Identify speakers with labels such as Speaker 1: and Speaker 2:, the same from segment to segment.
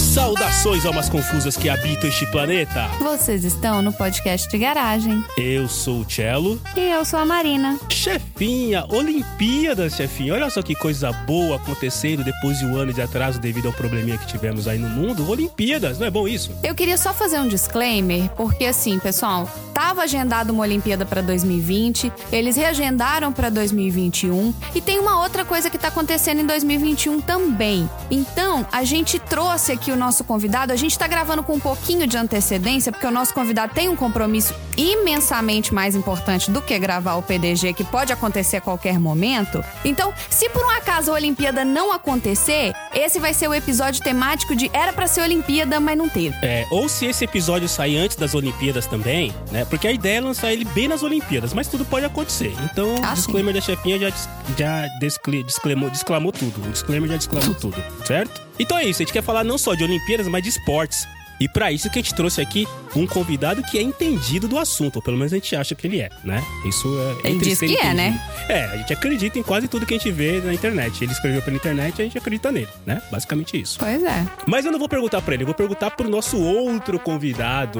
Speaker 1: saudações almas confusas que habitam este planeta.
Speaker 2: Vocês estão no podcast de garagem.
Speaker 1: Eu sou o Cello.
Speaker 2: E eu sou a Marina.
Speaker 1: Chefinha, Olimpíadas, chefinha. Olha só que coisa boa acontecendo depois de um ano de atraso devido ao probleminha que tivemos aí no mundo. Olimpíadas, não é bom isso?
Speaker 2: Eu queria só fazer um disclaimer, porque assim, pessoal, tava agendado uma Olimpíada para 2020, eles reagendaram para 2021 e tem uma outra coisa que tá acontecendo em 2021 também. Então, a gente trouxe aqui o nosso convidado, a gente tá gravando com um pouquinho de antecedência, porque o nosso convidado tem um compromisso imensamente mais importante do que gravar o PDG, que pode acontecer a qualquer momento. Então, se por um acaso a Olimpíada não acontecer, esse vai ser o episódio temático de Era para ser Olimpíada, mas não teve.
Speaker 1: É, ou se esse episódio sair antes das Olimpíadas também, né? Porque a ideia é lançar ele bem nas Olimpíadas, mas tudo pode acontecer. Então, o
Speaker 2: Ah, sim.
Speaker 1: disclaimer da chefinha já, dis- já descli- disclamou, disclamou tudo. O disclaimer já disclamou tudo, certo? Então é isso, a gente quer falar não só de Olimpíadas, mas de esportes. E pra isso que a gente trouxe aqui um convidado que é entendido do assunto, ou pelo menos a gente acha que ele é, né? Isso é.
Speaker 2: Ele
Speaker 1: entre
Speaker 2: diz
Speaker 1: ser
Speaker 2: que é,
Speaker 1: entendido-
Speaker 2: né?
Speaker 1: É, a gente acredita em quase tudo que a gente vê na internet. Ele escreveu pela internet, a gente acredita nele, né? Basicamente isso.
Speaker 2: Pois é.
Speaker 1: Mas eu não vou perguntar pra ele, eu vou perguntar pro nosso outro convidado.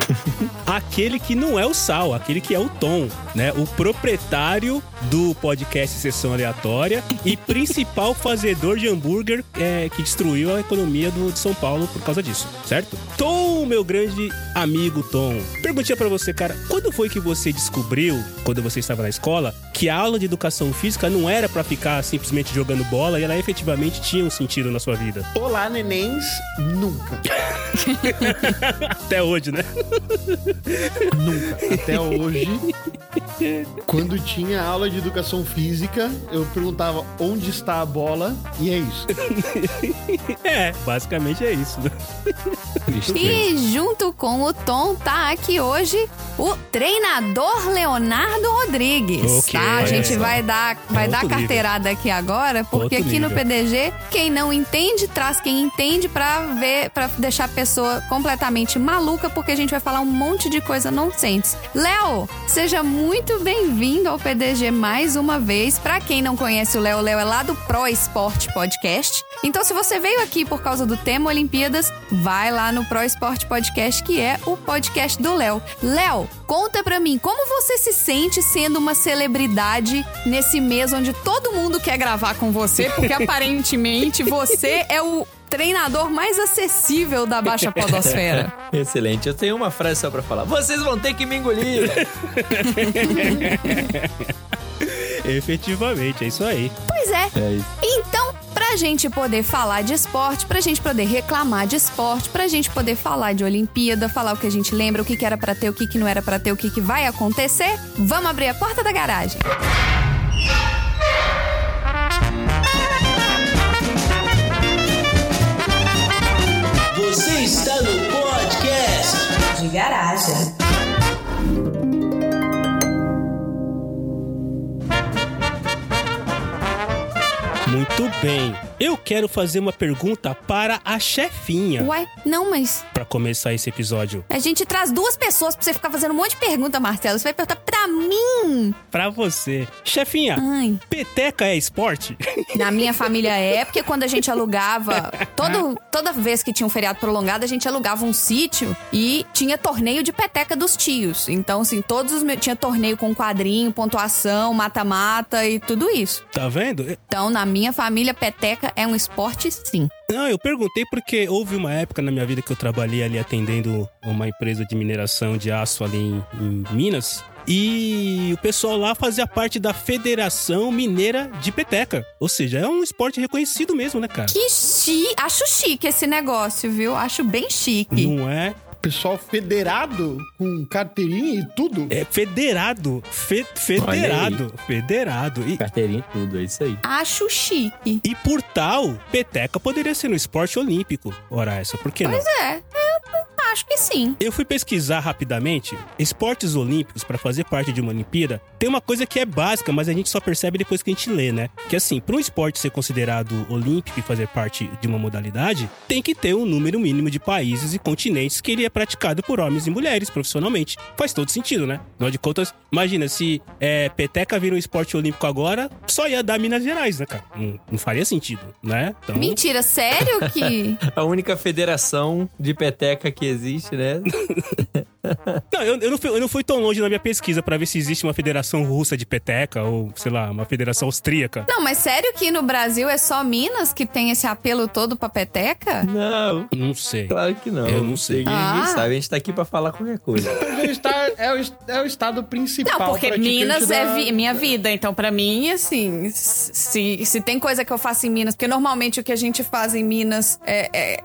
Speaker 1: aquele que não é o Sal, aquele que é o Tom, né? O proprietário do podcast Sessão Aleatória e principal fazedor de hambúrguer é, que destruiu a economia do, de São Paulo por causa disso, certo? Tom, meu grande amigo Tom. Perguntinha pra você, cara, quando foi que você descobriu, quando você estava na escola, que a aula de educação física não era pra ficar simplesmente jogando bola e ela efetivamente tinha um sentido na sua vida?
Speaker 3: Olá, nenéns, nunca.
Speaker 1: Até hoje, né?
Speaker 3: Nunca. Até hoje, quando tinha aula de educação física, eu perguntava onde está a bola e é isso.
Speaker 1: É, basicamente é isso. né?
Speaker 2: E junto com o Tom tá aqui hoje o treinador Leonardo Rodrigues.
Speaker 1: Ok,
Speaker 2: tá? A
Speaker 1: olha
Speaker 2: gente
Speaker 1: só.
Speaker 2: vai dar, vai
Speaker 1: É
Speaker 2: dar
Speaker 1: outro nível.
Speaker 2: carteirada aqui agora, porque
Speaker 1: Outro
Speaker 2: aqui no
Speaker 1: nível.
Speaker 2: PDG, quem não entende, traz quem entende pra ver, para deixar a pessoa completamente maluca, porque a gente vai falar um monte de coisa nonsense. Léo, seja muito bem-vindo ao PDG mais uma vez. Pra quem não conhece o Léo, o Léo é lá do Pro Esporte Podcast. Então, se você veio aqui por causa do tema Olimpíadas, vai lá no Pro Esporte Podcast, que é o podcast do Léo. Léo, conta pra mim, como você se sente sendo uma celebridade nesse mês onde todo mundo quer gravar com você, porque aparentemente você é o treinador mais acessível da baixa podosfera.
Speaker 4: Excelente. Eu tenho uma frase só pra falar. Vocês vão ter que me engolir.
Speaker 1: Efetivamente, é isso aí.
Speaker 2: Pois é,
Speaker 4: É isso.
Speaker 2: Então, pra gente poder falar de esporte, pra gente poder reclamar de esporte, pra gente poder falar de Olimpíada, falar o que a gente lembra, o que, que era pra ter, o que, que não era pra ter, o que, que vai acontecer, vamos abrir a porta da garagem.
Speaker 5: Você está no podcast
Speaker 6: de garagem.
Speaker 1: Muito bem. Eu quero fazer uma pergunta para a chefinha
Speaker 2: Uai, não, mas
Speaker 1: Pra começar esse episódio.
Speaker 2: a gente traz duas pessoas pra você ficar fazendo um monte de pergunta, Marcelo. Você vai perguntar pra mim.
Speaker 1: Pra você. Chefinha,
Speaker 2: Ai.
Speaker 1: peteca é esporte?
Speaker 2: Na minha família é, porque quando a gente alugava, todo, toda vez que tinha um feriado prolongado, a gente alugava um sítio e tinha torneio de peteca dos tios. Então, assim, todos os meus. Tinha torneio com quadrinho, pontuação, mata-mata e tudo isso.
Speaker 1: Tá vendo?
Speaker 2: Então, na minha família, peteca é um esporte, sim.
Speaker 1: Não, eu perguntei porque houve uma época na minha vida que eu trabalhei ali atendendo uma empresa de mineração de aço ali em, em Minas. E o pessoal lá fazia parte da Federação Mineira de Peteca. Ou seja, é um esporte reconhecido mesmo, né, cara?
Speaker 2: Que chique. Acho chique esse negócio, viu? Acho bem chique.
Speaker 1: Não é?
Speaker 3: Pessoal federado, com carteirinha e tudo.
Speaker 1: É federado. Fe- federado. Federado. E,
Speaker 4: Carteirinha e tudo, é isso aí.
Speaker 2: Acho chique.
Speaker 1: e por tal, peteca poderia ser um esporte olímpico. Ora, essa, por que não?
Speaker 2: Pois é, eu acho que sim.
Speaker 1: Eu fui pesquisar rapidamente esportes olímpicos para fazer parte de uma Olimpíada. Tem uma coisa que é básica, mas a gente só percebe depois que a gente lê, né? Que assim, para um esporte ser considerado olímpico e fazer parte de uma modalidade, tem que ter um número mínimo de países e continentes que ele é praticado por homens e mulheres profissionalmente. Faz todo sentido, né? Afinal de contas, imagina se é, peteca vira um esporte olímpico agora, só ia dar Minas Gerais, né, cara? Não, não faria sentido, né? Então,
Speaker 2: Mentira, sério que.
Speaker 4: A única federação de peteca que existe, né?
Speaker 1: Não, eu, eu não fui, eu não fui tão longe na minha pesquisa pra ver se existe uma federação russa de peteca ou, sei lá, uma federação austríaca.
Speaker 2: Não, mas sério que no Brasil é só Minas que tem esse apelo todo pra peteca?
Speaker 4: Não,
Speaker 1: Não sei.
Speaker 4: claro que não.
Speaker 1: Eu não sei.
Speaker 2: Ah.
Speaker 4: Ninguém sabe, a gente tá aqui pra falar qualquer coisa.
Speaker 3: Mas é o esta- é o, est- é o estado
Speaker 6: Não,
Speaker 3: principal.
Speaker 6: porque
Speaker 3: praticante
Speaker 6: Minas
Speaker 3: da-
Speaker 6: é vi- minha vida. Então, pra mim, assim, se, se tem coisa que eu faço em Minas, porque normalmente o que a gente faz em Minas é. é-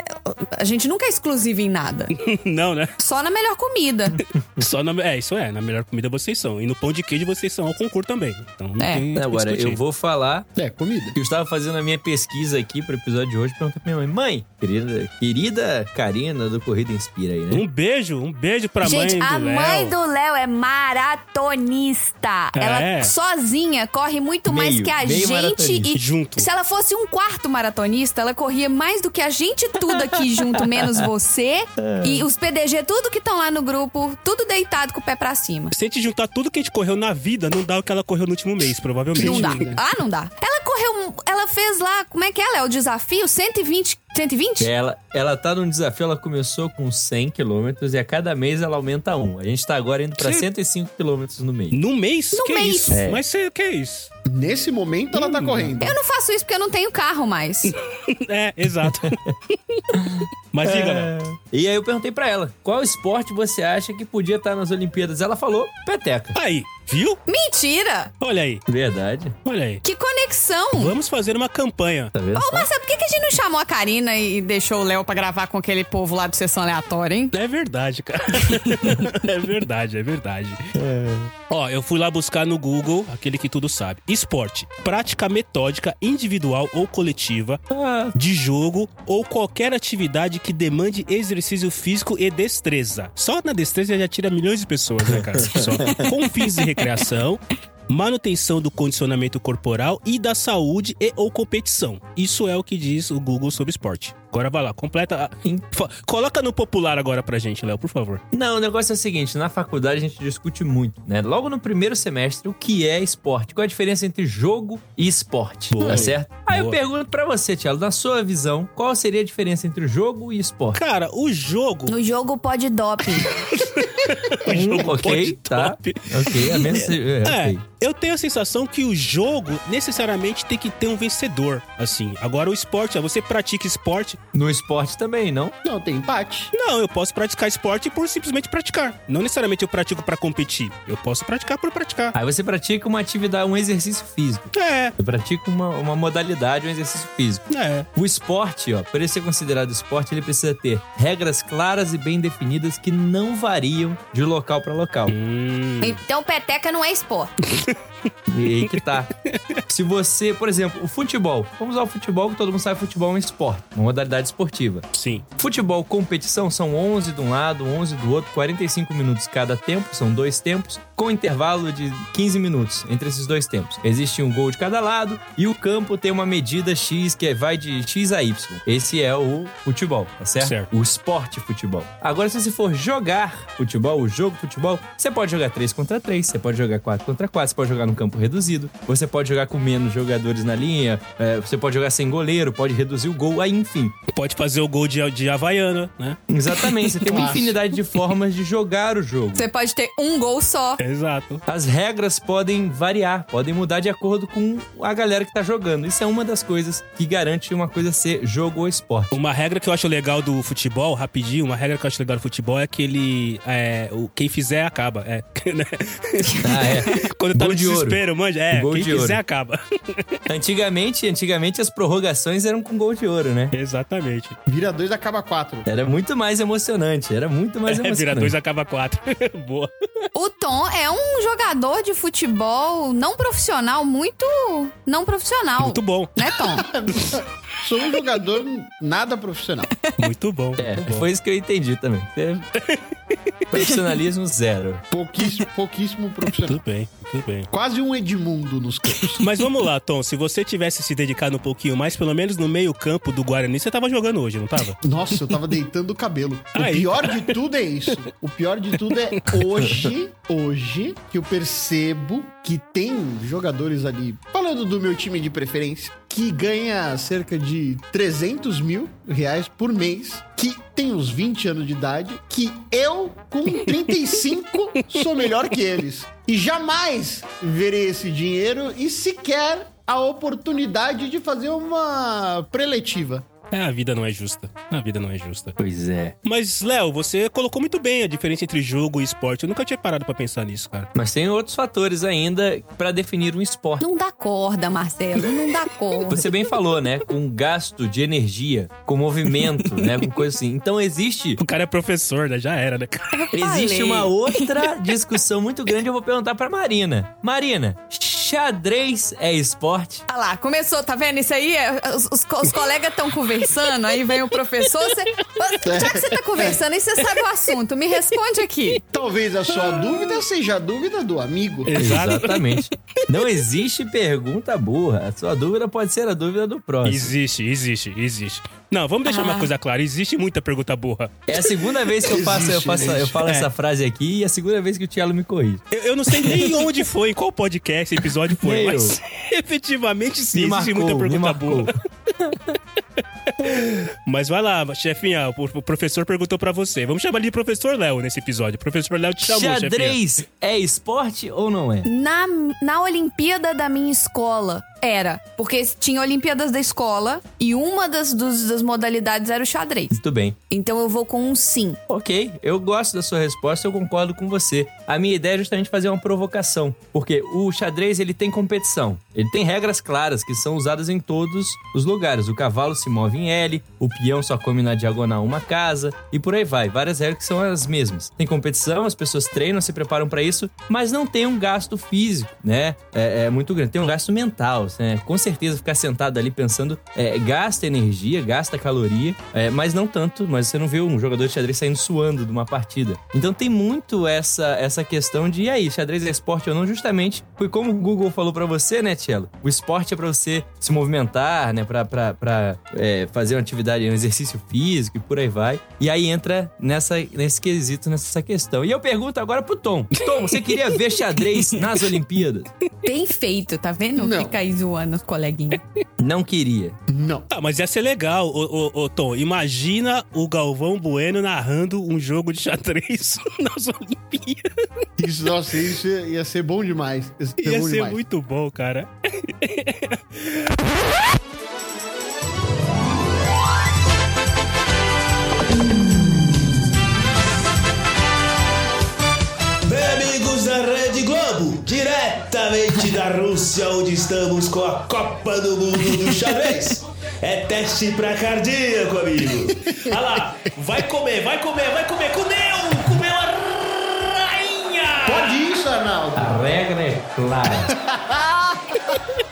Speaker 6: a gente nunca é exclusivo em nada.
Speaker 1: Não, né?
Speaker 2: Só na melhor comida.
Speaker 1: Só na, é, isso é. Na melhor comida vocês são. E no pão de queijo vocês são ao concurso também. Então não
Speaker 6: É.
Speaker 1: tem o que
Speaker 4: Agora,
Speaker 1: discutir.
Speaker 4: eu vou falar
Speaker 3: É, comida.
Speaker 4: que eu estava fazendo a minha pesquisa aqui pro episódio de hoje. Perguntei pra minha mãe, mãe, querida, querida Karina do Corrida Inspira aí, né?
Speaker 1: Um beijo, um beijo pra
Speaker 2: Gente,
Speaker 1: mãe do
Speaker 2: a
Speaker 1: Léo.
Speaker 2: mãe do Léo é maratonista.
Speaker 1: É.
Speaker 2: Ela sozinha corre muito mais
Speaker 4: Meio,
Speaker 2: que a
Speaker 4: meio
Speaker 2: gente.
Speaker 4: maratonista.
Speaker 2: E
Speaker 1: Junto.
Speaker 2: se ela fosse um quarto maratonista, ela corria mais do que a gente tudo aqui junto, menos você. E os PDG, tudo que estão lá no grupo, tudo deitado com o pé pra cima.
Speaker 1: Se a gente juntar tudo que a gente correu na vida, não dá o que ela correu no último mês, provavelmente.
Speaker 2: Não dá.
Speaker 3: Mentira.
Speaker 2: Ah, não dá. Ela correu. um, Ela fez lá. Como é que ela é? O desafio? 120? 120?
Speaker 4: Ela, ela tá num desafio, ela começou com 100 quilômetros e a cada mês ela aumenta um. A gente tá agora indo pra
Speaker 1: Sim.
Speaker 4: 105 quilômetros no mês.
Speaker 1: No mês?
Speaker 2: No
Speaker 1: que
Speaker 2: mês.
Speaker 1: isso?
Speaker 4: É.
Speaker 1: Mas você, que isso?
Speaker 3: Nesse momento ela
Speaker 6: Hum.
Speaker 3: tá correndo.
Speaker 2: Eu não faço isso porque eu não tenho carro mais.
Speaker 1: É, exato. Mas
Speaker 4: É.
Speaker 1: diga, Léo.
Speaker 4: E aí eu perguntei pra ela, qual esporte você acha que podia estar nas Olimpíadas? Ela falou, peteca.
Speaker 1: Aí, viu?
Speaker 2: Mentira!
Speaker 1: Olha aí,
Speaker 4: Verdade.
Speaker 1: olha aí.
Speaker 2: Que conexão!
Speaker 1: Vamos fazer uma campanha.
Speaker 4: Tá vendo?
Speaker 2: Ô,
Speaker 4: só?
Speaker 2: Marcelo, por que, que a gente não chamou a Karina?
Speaker 6: Né, E deixou o Léo pra gravar com aquele povo lá do Sessão Aleatória, hein?
Speaker 1: É verdade, cara. é verdade, é verdade. Ó, eu fui lá buscar no Google aquele que tudo sabe. Esporte. Prática metódica, individual ou coletiva, de jogo ou qualquer atividade que demande exercício físico e destreza. Só na destreza já tira milhões de pessoas, né, cara? Só. Com fins de recreação. Manutenção do condicionamento corporal e da saúde e ou competição. Isso é o que diz o Google sobre esporte. Agora vai lá, completa. a- Fa- Coloca no popular agora pra gente, Léo, por favor.
Speaker 4: Não, o negócio é o seguinte, na faculdade a gente discute muito, né? Logo no primeiro semestre, o que é esporte? Qual a diferença entre jogo e esporte,
Speaker 1: Boa.
Speaker 4: tá certo? Aí eu
Speaker 1: Boa.
Speaker 4: pergunto pra você, Tiago, na sua visão, qual seria a diferença entre jogo e esporte?
Speaker 1: Cara, o jogo.
Speaker 2: No jogo pode doping.
Speaker 1: o jogo
Speaker 4: ok,
Speaker 1: pode
Speaker 4: tá.
Speaker 1: top.
Speaker 4: Ok, a mesma... É,
Speaker 1: É,
Speaker 4: ok.
Speaker 1: eu tenho a sensação que o jogo necessariamente tem que ter um vencedor, assim. Agora o esporte, ó, você pratica esporte?
Speaker 4: No esporte também, não?
Speaker 3: Não, tem empate.
Speaker 1: Não, eu posso praticar esporte por simplesmente praticar. Não necessariamente eu pratico pra competir. Eu posso praticar por praticar.
Speaker 4: Aí você pratica uma atividade, um exercício físico.
Speaker 1: É,
Speaker 4: Você pratica uma, uma modalidade, um exercício físico.
Speaker 1: é.
Speaker 4: O esporte, ó, para ele ser considerado esporte, ele precisa ter regras claras e bem definidas que não variam de local pra local.
Speaker 1: Hum,
Speaker 2: então peteca não é esporte.
Speaker 4: E aí que tá. Se você, por exemplo, o futebol. Vamos usar o futebol, que todo mundo sabe que futebol é um esporte, uma modalidade esportiva.
Speaker 1: sim.
Speaker 4: Futebol competição são 11 de um lado, 11 do outro, 45 minutos cada tempo, são dois tempos, com intervalo de 15 minutos entre esses dois tempos. Existe um gol de cada lado e o campo tem uma medida X que é, vai de X a Y. Esse é o futebol, tá certo?
Speaker 1: Certo.
Speaker 4: O esporte futebol. Agora, se você for jogar futebol, o jogo futebol, você pode jogar 3 contra 3, você pode jogar 4 contra 4, você pode jogar num campo reduzido, você pode jogar com menos jogadores na linha, é, você pode jogar sem goleiro, pode reduzir o gol, aí enfim.
Speaker 1: Pode fazer o gol de, de Havaiana, né?
Speaker 4: Exatamente, você tem uma
Speaker 3: Clássico.
Speaker 4: infinidade de formas de jogar o jogo.
Speaker 6: Você pode ter um gol só.
Speaker 1: Exato.
Speaker 4: As regras podem variar, podem mudar de acordo com a galera que tá jogando. Isso é uma das coisas que garante uma coisa ser jogo ou esporte.
Speaker 1: Uma regra que eu acho legal do futebol, rapidinho, uma regra que eu acho legal do futebol é que ele. É, o, quem fizer acaba. É, né?
Speaker 4: Ah, é.
Speaker 1: Quando tá
Speaker 4: Gol
Speaker 1: no
Speaker 4: de ouro.
Speaker 1: desespero, manja. É,
Speaker 4: Gol
Speaker 1: quem
Speaker 4: de ouro,
Speaker 1: fizer nem acaba.
Speaker 4: Antigamente, antigamente as prorrogações eram com gol de ouro, né?
Speaker 1: Exatamente.
Speaker 3: Vira dois, acaba quatro.
Speaker 4: Era muito mais emocionante, era muito mais
Speaker 1: É,
Speaker 4: emocionante.
Speaker 1: vira dois, acaba quatro. Boa.
Speaker 2: O Tom é um jogador de futebol não profissional, muito não profissional.
Speaker 1: Muito bom.
Speaker 2: Né, Tom?
Speaker 3: Sou um jogador nada profissional.
Speaker 1: Muito bom.
Speaker 4: É,
Speaker 1: muito bom.
Speaker 4: foi isso que eu entendi também. É- Profissionalismo zero.
Speaker 3: Pouquíssimo, pouquíssimo profissional.
Speaker 1: Tudo bem, tudo bem.
Speaker 3: Quase um Edmundo nos campos.
Speaker 1: Mas vamos lá, Tom. Se você tivesse se dedicado um pouquinho mais, pelo menos no meio-campo do Guarani, você tava jogando hoje, não tava?
Speaker 3: Nossa, eu tava deitando o cabelo. O
Speaker 1: Aí.
Speaker 3: pior de tudo é isso. O pior de tudo é hoje, hoje, que eu percebo que tem jogadores ali, falando do meu time de preferência, que ganha cerca de 300 mil reais por mês, que tem uns 20 anos de idade, que eu, com 35, sou melhor que eles. E jamais verei esse dinheiro e sequer a oportunidade de fazer uma preletiva.
Speaker 1: É, a vida não é justa. A vida não é justa.
Speaker 4: Pois é.
Speaker 1: Mas, Léo, você colocou muito bem a diferença entre jogo e esporte. Eu nunca tinha parado pra pensar nisso, cara.
Speaker 4: Mas tem outros fatores ainda pra definir um esporte.
Speaker 2: Não dá corda, Marcelo, não dá corda.
Speaker 4: Você bem falou, né? Com gasto de energia, com movimento, né? Com coisa assim. Então existe
Speaker 1: O cara é professor, né? Já era, né? cara?
Speaker 4: Existe
Speaker 2: Falei.
Speaker 4: uma outra discussão muito grande, eu vou perguntar pra Marina. Marina, xadrez é esporte?
Speaker 6: Olha lá, começou, tá vendo? Isso aí, é- os, os co- os colegas estão conversando, aí vem o professor. Você, já que você tá conversando, aí você sabe o assunto, me responde aqui.
Speaker 3: Talvez a sua dúvida seja a dúvida do amigo.
Speaker 1: Exato.
Speaker 4: Exatamente. Não existe pergunta burra. A sua dúvida pode ser a dúvida do próximo.
Speaker 1: Existe, existe, existe. Não, vamos deixar uma coisa clara. Existe muita pergunta burra.
Speaker 4: É a segunda vez que eu faço, eu
Speaker 3: Existe,
Speaker 4: faço, eu
Speaker 3: existe.
Speaker 4: falo
Speaker 1: É. Tá
Speaker 4: essa frase aqui e é a segunda vez que o Tiago me corrige.
Speaker 1: Eu, eu não sei nem onde foi, em qual podcast, episódio foi,
Speaker 4: Meu.
Speaker 1: mas efetivamente sim,
Speaker 4: Me
Speaker 1: existe
Speaker 4: marcou,
Speaker 1: muita
Speaker 4: me
Speaker 1: pergunta
Speaker 4: marcou.
Speaker 1: burra. Mas vai lá, chefinha, o o professor perguntou pra você. Vamos chamar ele de professor Léo nesse episódio. Professor Léo te chamou, chefinha.
Speaker 4: Xadrez é esporte ou não é?
Speaker 2: Na, na Olimpíada da minha escola, era. Porque tinha Olimpíadas da escola e uma das, dos- das modalidades era o xadrez.
Speaker 4: Muito bem.
Speaker 2: Então eu vou com um sim.
Speaker 4: Ok, eu gosto da sua resposta, eu concordo com você. A minha ideia é justamente fazer uma provocação, porque o xadrez ele tem competição. Ele tem regras claras que são usadas em todos os lugares. O cavalo se move em L, o peão só come na diagonal uma casa e por aí vai. Várias regras que são as mesmas. Tem competição, as pessoas treinam, se preparam para isso, mas não tem um gasto físico, né? É, é muito grande. Tem um gasto mental, né? Com certeza ficar sentado ali pensando é, gasta energia, gasta caloria, é, mas não tanto. Mas você não vê um jogador de xadrez saindo suando de uma partida. Então tem muito essa essa questão de e aí, xadrez é esporte ou não? Justamente foi como o Google falou pra você, né, Tielo? O esporte é pra você se movimentar, né? Pra, pra, pra é, fazer uma atividade, um exercício físico e por aí vai. E aí entra nessa, nesse quesito, nessa questão. E eu pergunto agora pro Tom. Tom, você queria ver xadrez nas Olimpíadas?
Speaker 6: Bem feito, tá vendo?
Speaker 3: Não.
Speaker 6: Fica aí zoando os coleguinhas.
Speaker 4: Não queria.
Speaker 3: Não.
Speaker 1: Ah, mas ia ser legal, ô, ô, ô, Tom. Imagina o Galvão Bueno narrando um jogo de xadrez nas Olimpíadas.
Speaker 3: Isso, nossa, isso ia, ia ser bom demais. Ia ser,
Speaker 1: Ia
Speaker 3: bom
Speaker 1: ser
Speaker 3: demais.
Speaker 1: muito bom, cara.
Speaker 5: Bem, amigos da Rede Globo, diretamente da Rússia, onde estamos com a Copa do Mundo do xadrez. É teste pra cardíaco, amigo. Olha lá, vai comer, vai comer, vai comer. Comeu, comeu a rainha.
Speaker 3: Pode isso, Arnaldo.
Speaker 4: A regra é clara.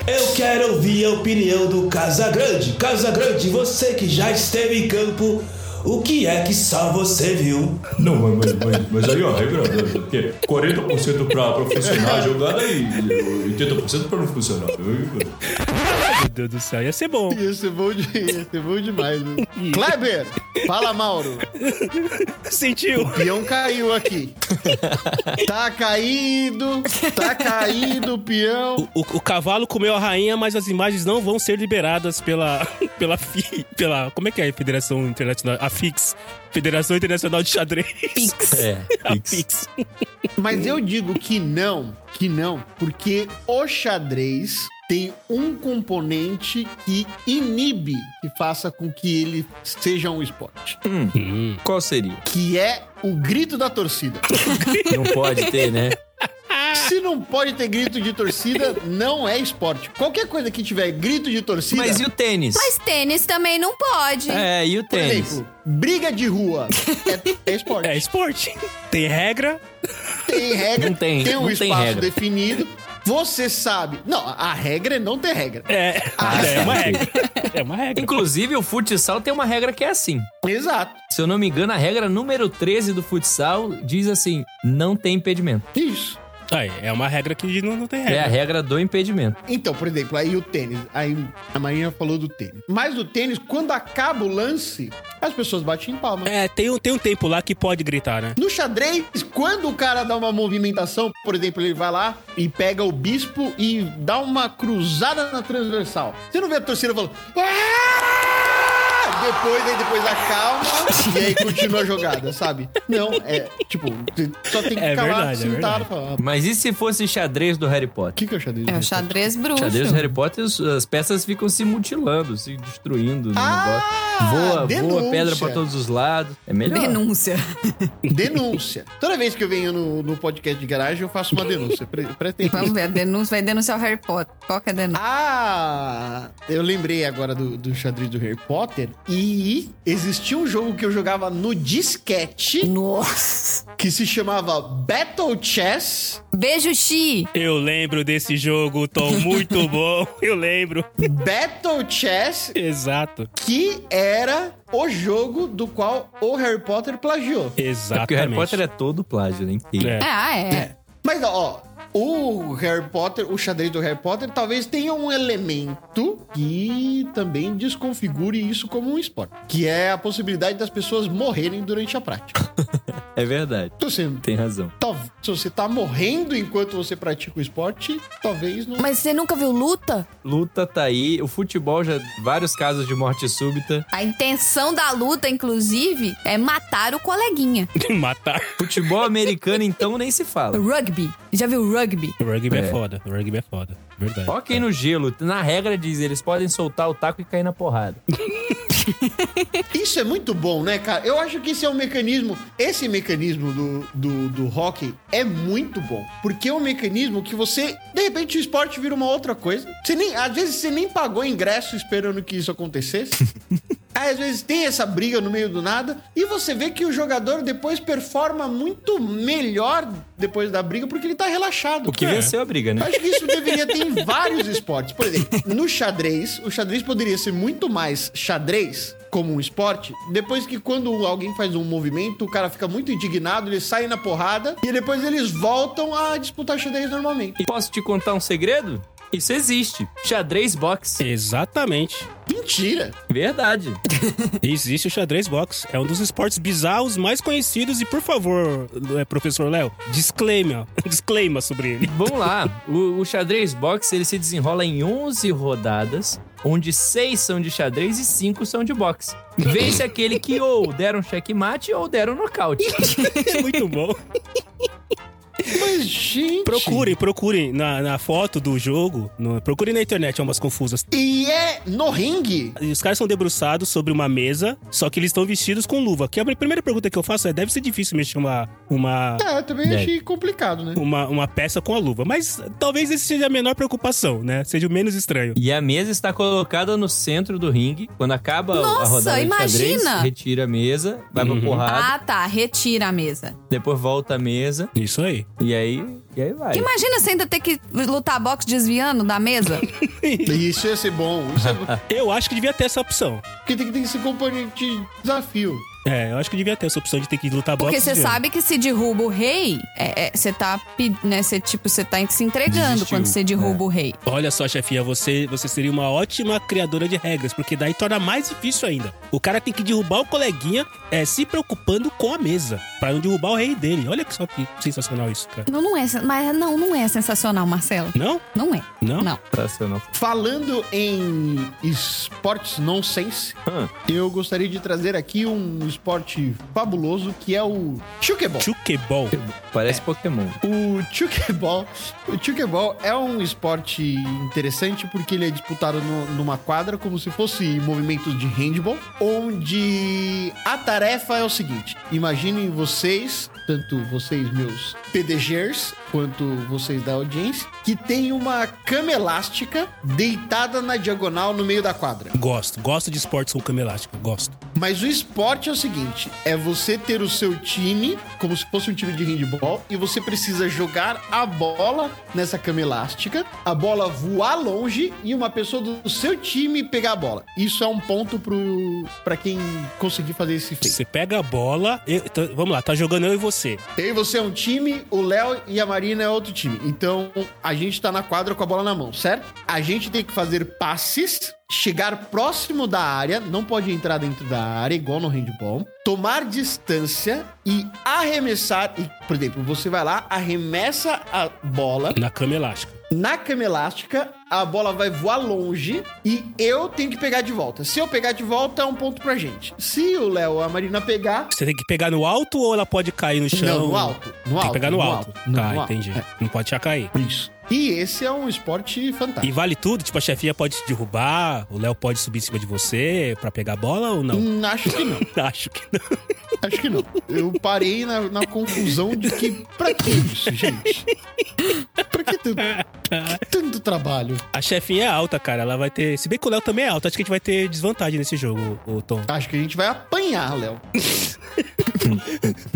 Speaker 5: Eu quero ouvir a opinião do Casagrande. Casagrande, você que já esteve em campo, o que é que só você viu?
Speaker 7: Não, mas, mas, mas, mas aí, ó, regra, porque 40% pra profissional a jogada e 80% pra não funcionar.
Speaker 1: Meu Deus do céu, ia ser bom.
Speaker 3: Ia ser bom, de, ia ser bom demais. Né? Kleber, fala, Mauro.
Speaker 1: Sentiu?
Speaker 3: O peão caiu aqui. Tá caído, tá caído o peão.
Speaker 1: O, o cavalo comeu a rainha, mas as imagens não vão ser liberadas pela. pela FI. pela. Como é que é a Federação Internacional? A FIX. Federação Internacional de Xadrez.
Speaker 2: Pix.
Speaker 4: É,
Speaker 1: A
Speaker 4: fix.
Speaker 1: FIX.
Speaker 3: Mas eu digo que não, que não, porque o xadrez tem um componente que inibe que faça com que ele seja um esporte,
Speaker 4: Hum. Qual seria?
Speaker 3: que é o grito da torcida.
Speaker 4: Não pode ter, né?
Speaker 3: Se não pode ter grito de torcida, não é esporte. Qualquer coisa que tiver grito de torcida,
Speaker 4: Mas e o tênis?
Speaker 2: Mas tênis também não pode.
Speaker 4: É, e o
Speaker 3: por
Speaker 4: tênis?
Speaker 3: exemplo, briga de rua é, é esporte.
Speaker 1: É esporte. Tem regra.
Speaker 3: Tem regra,
Speaker 4: Não tem,
Speaker 3: tem um
Speaker 4: não tem
Speaker 3: espaço
Speaker 4: regra.
Speaker 3: definido. Você sabe. Não, a regra é não ter regra. Ah,
Speaker 1: É,
Speaker 5: Ah,
Speaker 4: Ah,
Speaker 1: é uma regra. É uma regra.
Speaker 4: Inclusive, o futsal tem uma regra que é assim.
Speaker 3: Exato.
Speaker 4: Se eu não me engano, a regra número 13 do futsal diz assim: não tem impedimento.
Speaker 3: Isso.
Speaker 1: Aí, é uma regra que não, não tem
Speaker 4: É a
Speaker 1: regra.
Speaker 4: regra do impedimento.
Speaker 3: Então, por exemplo, aí o tênis. Aí a Marina falou do tênis. Mas o tênis, quando acaba o lance, as pessoas batem em palma.
Speaker 1: É, tem, um, tem um tempo lá que pode gritar, né?
Speaker 3: No xadrez, quando o cara dá uma movimentação, por exemplo, ele vai lá e pega o bispo e dá uma cruzada na transversal. Você não vê a torcida falando. "Ah!" Depois, aí depois acalma e aí continua a jogada, sabe? Não, é tipo, só tem que
Speaker 1: É
Speaker 3: ficar lá
Speaker 1: verdade, é
Speaker 3: sentado
Speaker 1: verdade.
Speaker 3: e falar. "Ah, O
Speaker 4: Mas e se fosse xadrez do Harry Potter?
Speaker 3: que, que é o xadrez?
Speaker 6: É o xadrez bruxo.
Speaker 4: Xadrez do Harry Potter, as- as peças ficam se mutilando, se destruindo. no
Speaker 3: Ah,
Speaker 4: negócio. Voa,
Speaker 3: denúncia.
Speaker 4: voa pedra pra todos os lados. É melhor.
Speaker 6: Denúncia.
Speaker 3: Denúncia. Toda vez que eu venho no, no podcast de garagem, eu faço uma denúncia. Pre presta atenção.
Speaker 6: Vamos ver, a denúncia vai denunciar o Harry Potter. Qual que é a denúncia?
Speaker 3: Ah, eu lembrei agora do, do xadrez do Harry Potter. E existia um jogo que eu jogava no disquete
Speaker 6: Nossa!
Speaker 3: que se chamava Battle Chess.
Speaker 2: Beijo, Xi.
Speaker 1: Eu lembro desse jogo, Tom, muito bom. Eu lembro.
Speaker 3: Battle Chess,
Speaker 1: Exato.
Speaker 3: que era o jogo do qual o Harry Potter plagiou.
Speaker 4: É
Speaker 1: Exatamente.
Speaker 4: porque o Harry Potter é todo plágio, né? Incrível.
Speaker 1: É.
Speaker 6: Ah, é.
Speaker 3: Mas ó, o Harry Potter, o xadrez do Harry Potter, talvez tenha um elemento que também desconfigure isso como um esporte, que é a possibilidade das pessoas morrerem durante a prática.
Speaker 4: É verdade.
Speaker 3: Então, assim,
Speaker 4: Tem razão.
Speaker 3: Tal- se você tá morrendo enquanto você pratica o esporte, talvez não.
Speaker 2: Mas você nunca viu luta?
Speaker 4: Luta tá aí. O futebol já. Vários casos de morte súbita.
Speaker 2: A intenção da luta, inclusive, é matar o coleguinha.
Speaker 1: Matar.
Speaker 4: Futebol americano, então, nem se fala.
Speaker 2: Rugby. Já viu rugby?
Speaker 1: O rugby é.
Speaker 4: É.
Speaker 1: foda. O rugby é foda. Verdade.
Speaker 4: Toquem no gelo. Na regra diz, eles podem soltar o taco e cair na porrada.
Speaker 3: Isso é muito bom, né, cara? Eu acho que esse é um mecanismo. Esse mecanismo do, do, do hockey é muito bom. Porque é um mecanismo que você. De repente o esporte vira uma outra coisa. Você nem, às vezes você nem pagou ingresso esperando que isso acontecesse. Aí, às vezes tem essa briga no meio do nada e você vê que o jogador depois performa muito melhor depois da briga porque ele tá relaxado.
Speaker 4: O que venceu a briga,
Speaker 3: Eu
Speaker 4: né?
Speaker 3: Acho que isso deveria ter em vários esportes. Por exemplo, no xadrez, o xadrez poderia ser muito mais xadrez como um esporte, depois que quando alguém faz um movimento, o cara fica muito indignado, eles saem na porrada e depois eles voltam a disputar xadrez normalmente.
Speaker 4: E posso te contar um segredo? Isso existe. Xadrez box.
Speaker 1: Exatamente.
Speaker 3: Mentira!
Speaker 4: Verdade.
Speaker 1: Existe o xadrez box. É um dos esportes bizarros mais conhecidos. E, por favor, é, professor Léo, disclaimer. Disclaimer sobre ele.
Speaker 4: Vamos lá. O, o xadrez box, ele se desenrola em 11 rodadas, onde 6 são de xadrez e 5 são de boxe. Vence aquele que ou deram checkmate ou deram nocaute.
Speaker 1: É muito bom.
Speaker 3: Mas, gente...
Speaker 1: Procurem, procurem na, na foto do jogo. No, procurem na internet, é umas confusas.
Speaker 3: E é no ringue!
Speaker 1: E Os caras são debruçados sobre uma mesa, só que eles estão vestidos com luva. Que é a primeira pergunta que eu faço é: deve ser difícil mexer uma, uma,
Speaker 3: É, eu também achei complicado, né?
Speaker 1: uma, uma peça com a luva. Mas talvez esse seja a menor preocupação, né? Seja o menos estranho.
Speaker 4: E a mesa está colocada no centro do ringue. Quando acaba a
Speaker 2: Nossa,
Speaker 4: rodada de
Speaker 2: imagina!
Speaker 4: xadrez, retira a mesa, vai pra porrada,
Speaker 6: Ah, tá. Retira a mesa.
Speaker 2: Ah.
Speaker 4: depois volta a mesa
Speaker 1: Isso aí.
Speaker 4: e aí, e aí vai.
Speaker 2: Imagina você ainda ter que lutar boxe desviando da mesa.
Speaker 3: Isso ia ser bom. Isso é... bom.
Speaker 1: Eu acho que devia ter essa opção.
Speaker 3: Porque tem que ter esse componente de desafio.
Speaker 1: É, eu acho que devia ter essa opção de ter que lutar
Speaker 2: Porque
Speaker 1: boxe
Speaker 2: você
Speaker 1: de-
Speaker 2: sabe que se derruba o rei, é- é, você tá, pe- né, você, tipo, você tá se entregando
Speaker 4: Desistiu,
Speaker 2: quando você
Speaker 1: é.
Speaker 2: derruba o rei.
Speaker 1: Olha só, chefinha, você, você seria uma ótima criadora de regras, porque daí torna mais difícil ainda. O cara tem que derrubar o coleguinha é, se preocupando com a mesa, pra não derrubar o rei dele. Olha que só que sensacional isso, cara.
Speaker 2: Não, não é, sen- mas não, não é sensacional, Marcelo.
Speaker 1: Não?
Speaker 2: Não é.
Speaker 1: Não?
Speaker 2: Não.
Speaker 4: Sensacional.
Speaker 3: Falando em esportes nonsense,
Speaker 4: Hum.
Speaker 3: eu gostaria de trazer aqui um, es- esporte fabuloso que é o chuquebol.
Speaker 1: Chuquebol.
Speaker 2: É.
Speaker 4: Parece Pokémon.
Speaker 3: O chuquebol, o chuquebol é um esporte interessante porque ele é disputado no- numa quadra como se fosse movimentos de handball, onde a tarefa é o seguinte: imaginem vocês, tanto vocês meus PDGers quanto vocês da audiência, que tem uma cama elástica deitada na diagonal no meio da quadra.
Speaker 1: Gosto. Gosto de esportes com cama elástica. Gosto.
Speaker 3: Mas o esporte é o seguinte: é você ter o seu time, como se fosse um time de handball, e você precisa jogar a bola nessa cama elástica, a bola voar longe e uma pessoa do seu time pegar a bola. Isso é um ponto pro, pra quem conseguir fazer esse feito.
Speaker 1: Você pega a bola. eu- então, vamos lá, tá jogando eu e você.
Speaker 3: Eu e você é um time, o Léo e a Marina é outro time. Então a gente tá na quadra com a bola na mão, certo? A gente tem que fazer passes, chegar próximo da área, não pode entrar dentro da área, igual no handball, tomar distância e arremessar. E, por exemplo, você vai lá, arremessa a bola
Speaker 1: Na cama elástica.
Speaker 3: na cama elástica, a bola vai voar longe e eu tenho que pegar de volta. Se eu pegar de volta, é um ponto pra gente. Se o Léo ou a Marina pegar,
Speaker 1: Você tem que pegar no alto ou ela pode cair no chão?
Speaker 3: Não, no alto. No
Speaker 1: Tem
Speaker 3: alto,
Speaker 1: que pegar no alto.
Speaker 3: no-
Speaker 1: Tá,
Speaker 3: no alto.
Speaker 1: entendi.
Speaker 3: É.
Speaker 1: Não pode já cair.
Speaker 3: Isso. E esse é um esporte fantástico.
Speaker 1: E vale tudo? Tipo, a chefinha pode te derrubar, o Léo pode subir em cima de você pra pegar a bola ou não?
Speaker 3: Hum, Acho que não,
Speaker 1: Acho que não.
Speaker 3: acho que não. Eu parei na, na conclusão de que pra que isso, gente? Pra que tanto, que tanto trabalho?
Speaker 1: A chefinha é alta, cara. Ela vai ter. Se bem que o Léo também é alto, acho que a gente vai ter desvantagem nesse jogo, o Tom.
Speaker 3: Acho que a gente vai apanhar, Léo.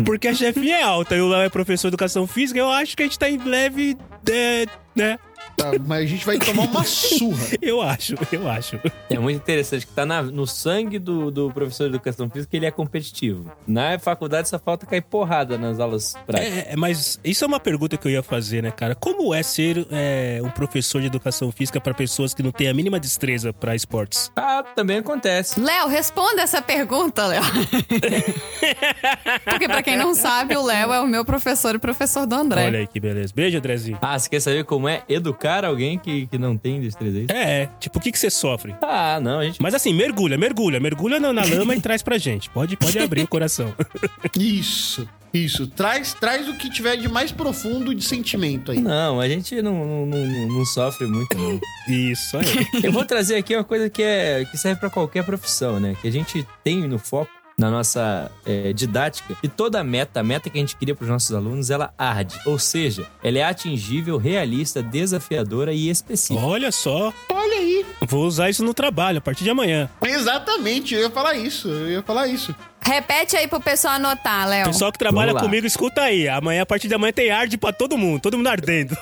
Speaker 1: Porque a chefinha é alta e o Léo é professor de educação física, eu acho que a gente tá em leve. é, né?
Speaker 3: Tá? Mas a gente vai tomar uma surra.
Speaker 1: Eu acho, eu acho.
Speaker 4: É muito interessante que tá na- no sangue do, do professor de educação física que ele é competitivo. Na faculdade só falta cair porrada nas aulas práticas.
Speaker 1: É, é, mas isso é uma pergunta que eu ia fazer, né, cara? Como é ser é, um professor de educação física pra pessoas que não têm a mínima destreza pra esportes?
Speaker 4: Ah, também acontece.
Speaker 6: Léo, responda essa pergunta, Léo. Porque pra quem não sabe, o Léo é o meu professor e professor do André.
Speaker 1: Olha aí que beleza. Beijo, Andrezinho.
Speaker 4: Ah, você quer saber como é educar alguém que, que não tem destreza? É isso?
Speaker 1: É, é. tipo, o que, que você sofre?
Speaker 4: Ah, não, a gente.
Speaker 1: Mas assim, mergulha, mergulha, mergulha na, na lama e traz pra gente. Pode, pode abrir o coração.
Speaker 3: Isso, isso. Traz, traz o que tiver de mais profundo de sentimento aí.
Speaker 4: Não, a gente não, não, não- não sofre muito, não.
Speaker 1: Isso aí.
Speaker 4: Eu vou trazer aqui uma coisa que, é, que serve pra qualquer profissão, né? Que a gente tem no foco, na nossa é, didática, e toda a meta, a meta que a gente cria pros nossos alunos, ela arde. Ou seja, ela é atingível, realista, desafiadora e específica.
Speaker 1: Olha só. Olha aí. Vou usar isso no trabalho a partir de amanhã.
Speaker 3: Exatamente, eu ia falar isso, eu ia falar isso.
Speaker 2: Repete aí pro pessoal anotar, Léo.
Speaker 1: Pessoal que trabalha
Speaker 4: Vamos lá.
Speaker 1: comigo, escuta aí. Amanhã, a partir de amanhã, tem arde pra todo mundo. Todo mundo ardendo.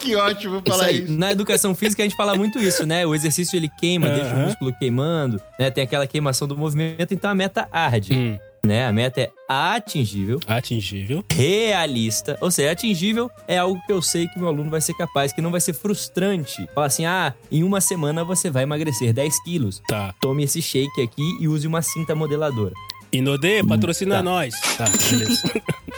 Speaker 3: Que ótimo
Speaker 4: Isso
Speaker 3: falar
Speaker 4: aí.
Speaker 3: isso.
Speaker 4: Na educação física a gente fala muito isso, né? O exercício ele queima, deixa o
Speaker 1: Aham.
Speaker 4: músculo queimando, né? Tem aquela queimação do movimento, então a meta arde,
Speaker 1: Hum.
Speaker 4: né? A meta é atingível,
Speaker 1: Atingível.
Speaker 4: realista. Ou seja, atingível é algo que eu sei que meu aluno vai ser capaz, que não vai ser frustrante. Fala assim, ah, em uma semana você vai emagrecer 10 quilos.
Speaker 1: Tá.
Speaker 4: Tome esse shake aqui e use uma cinta modeladora.
Speaker 1: Inodê, patrocina
Speaker 4: tá.
Speaker 1: nós. Tá, beleza.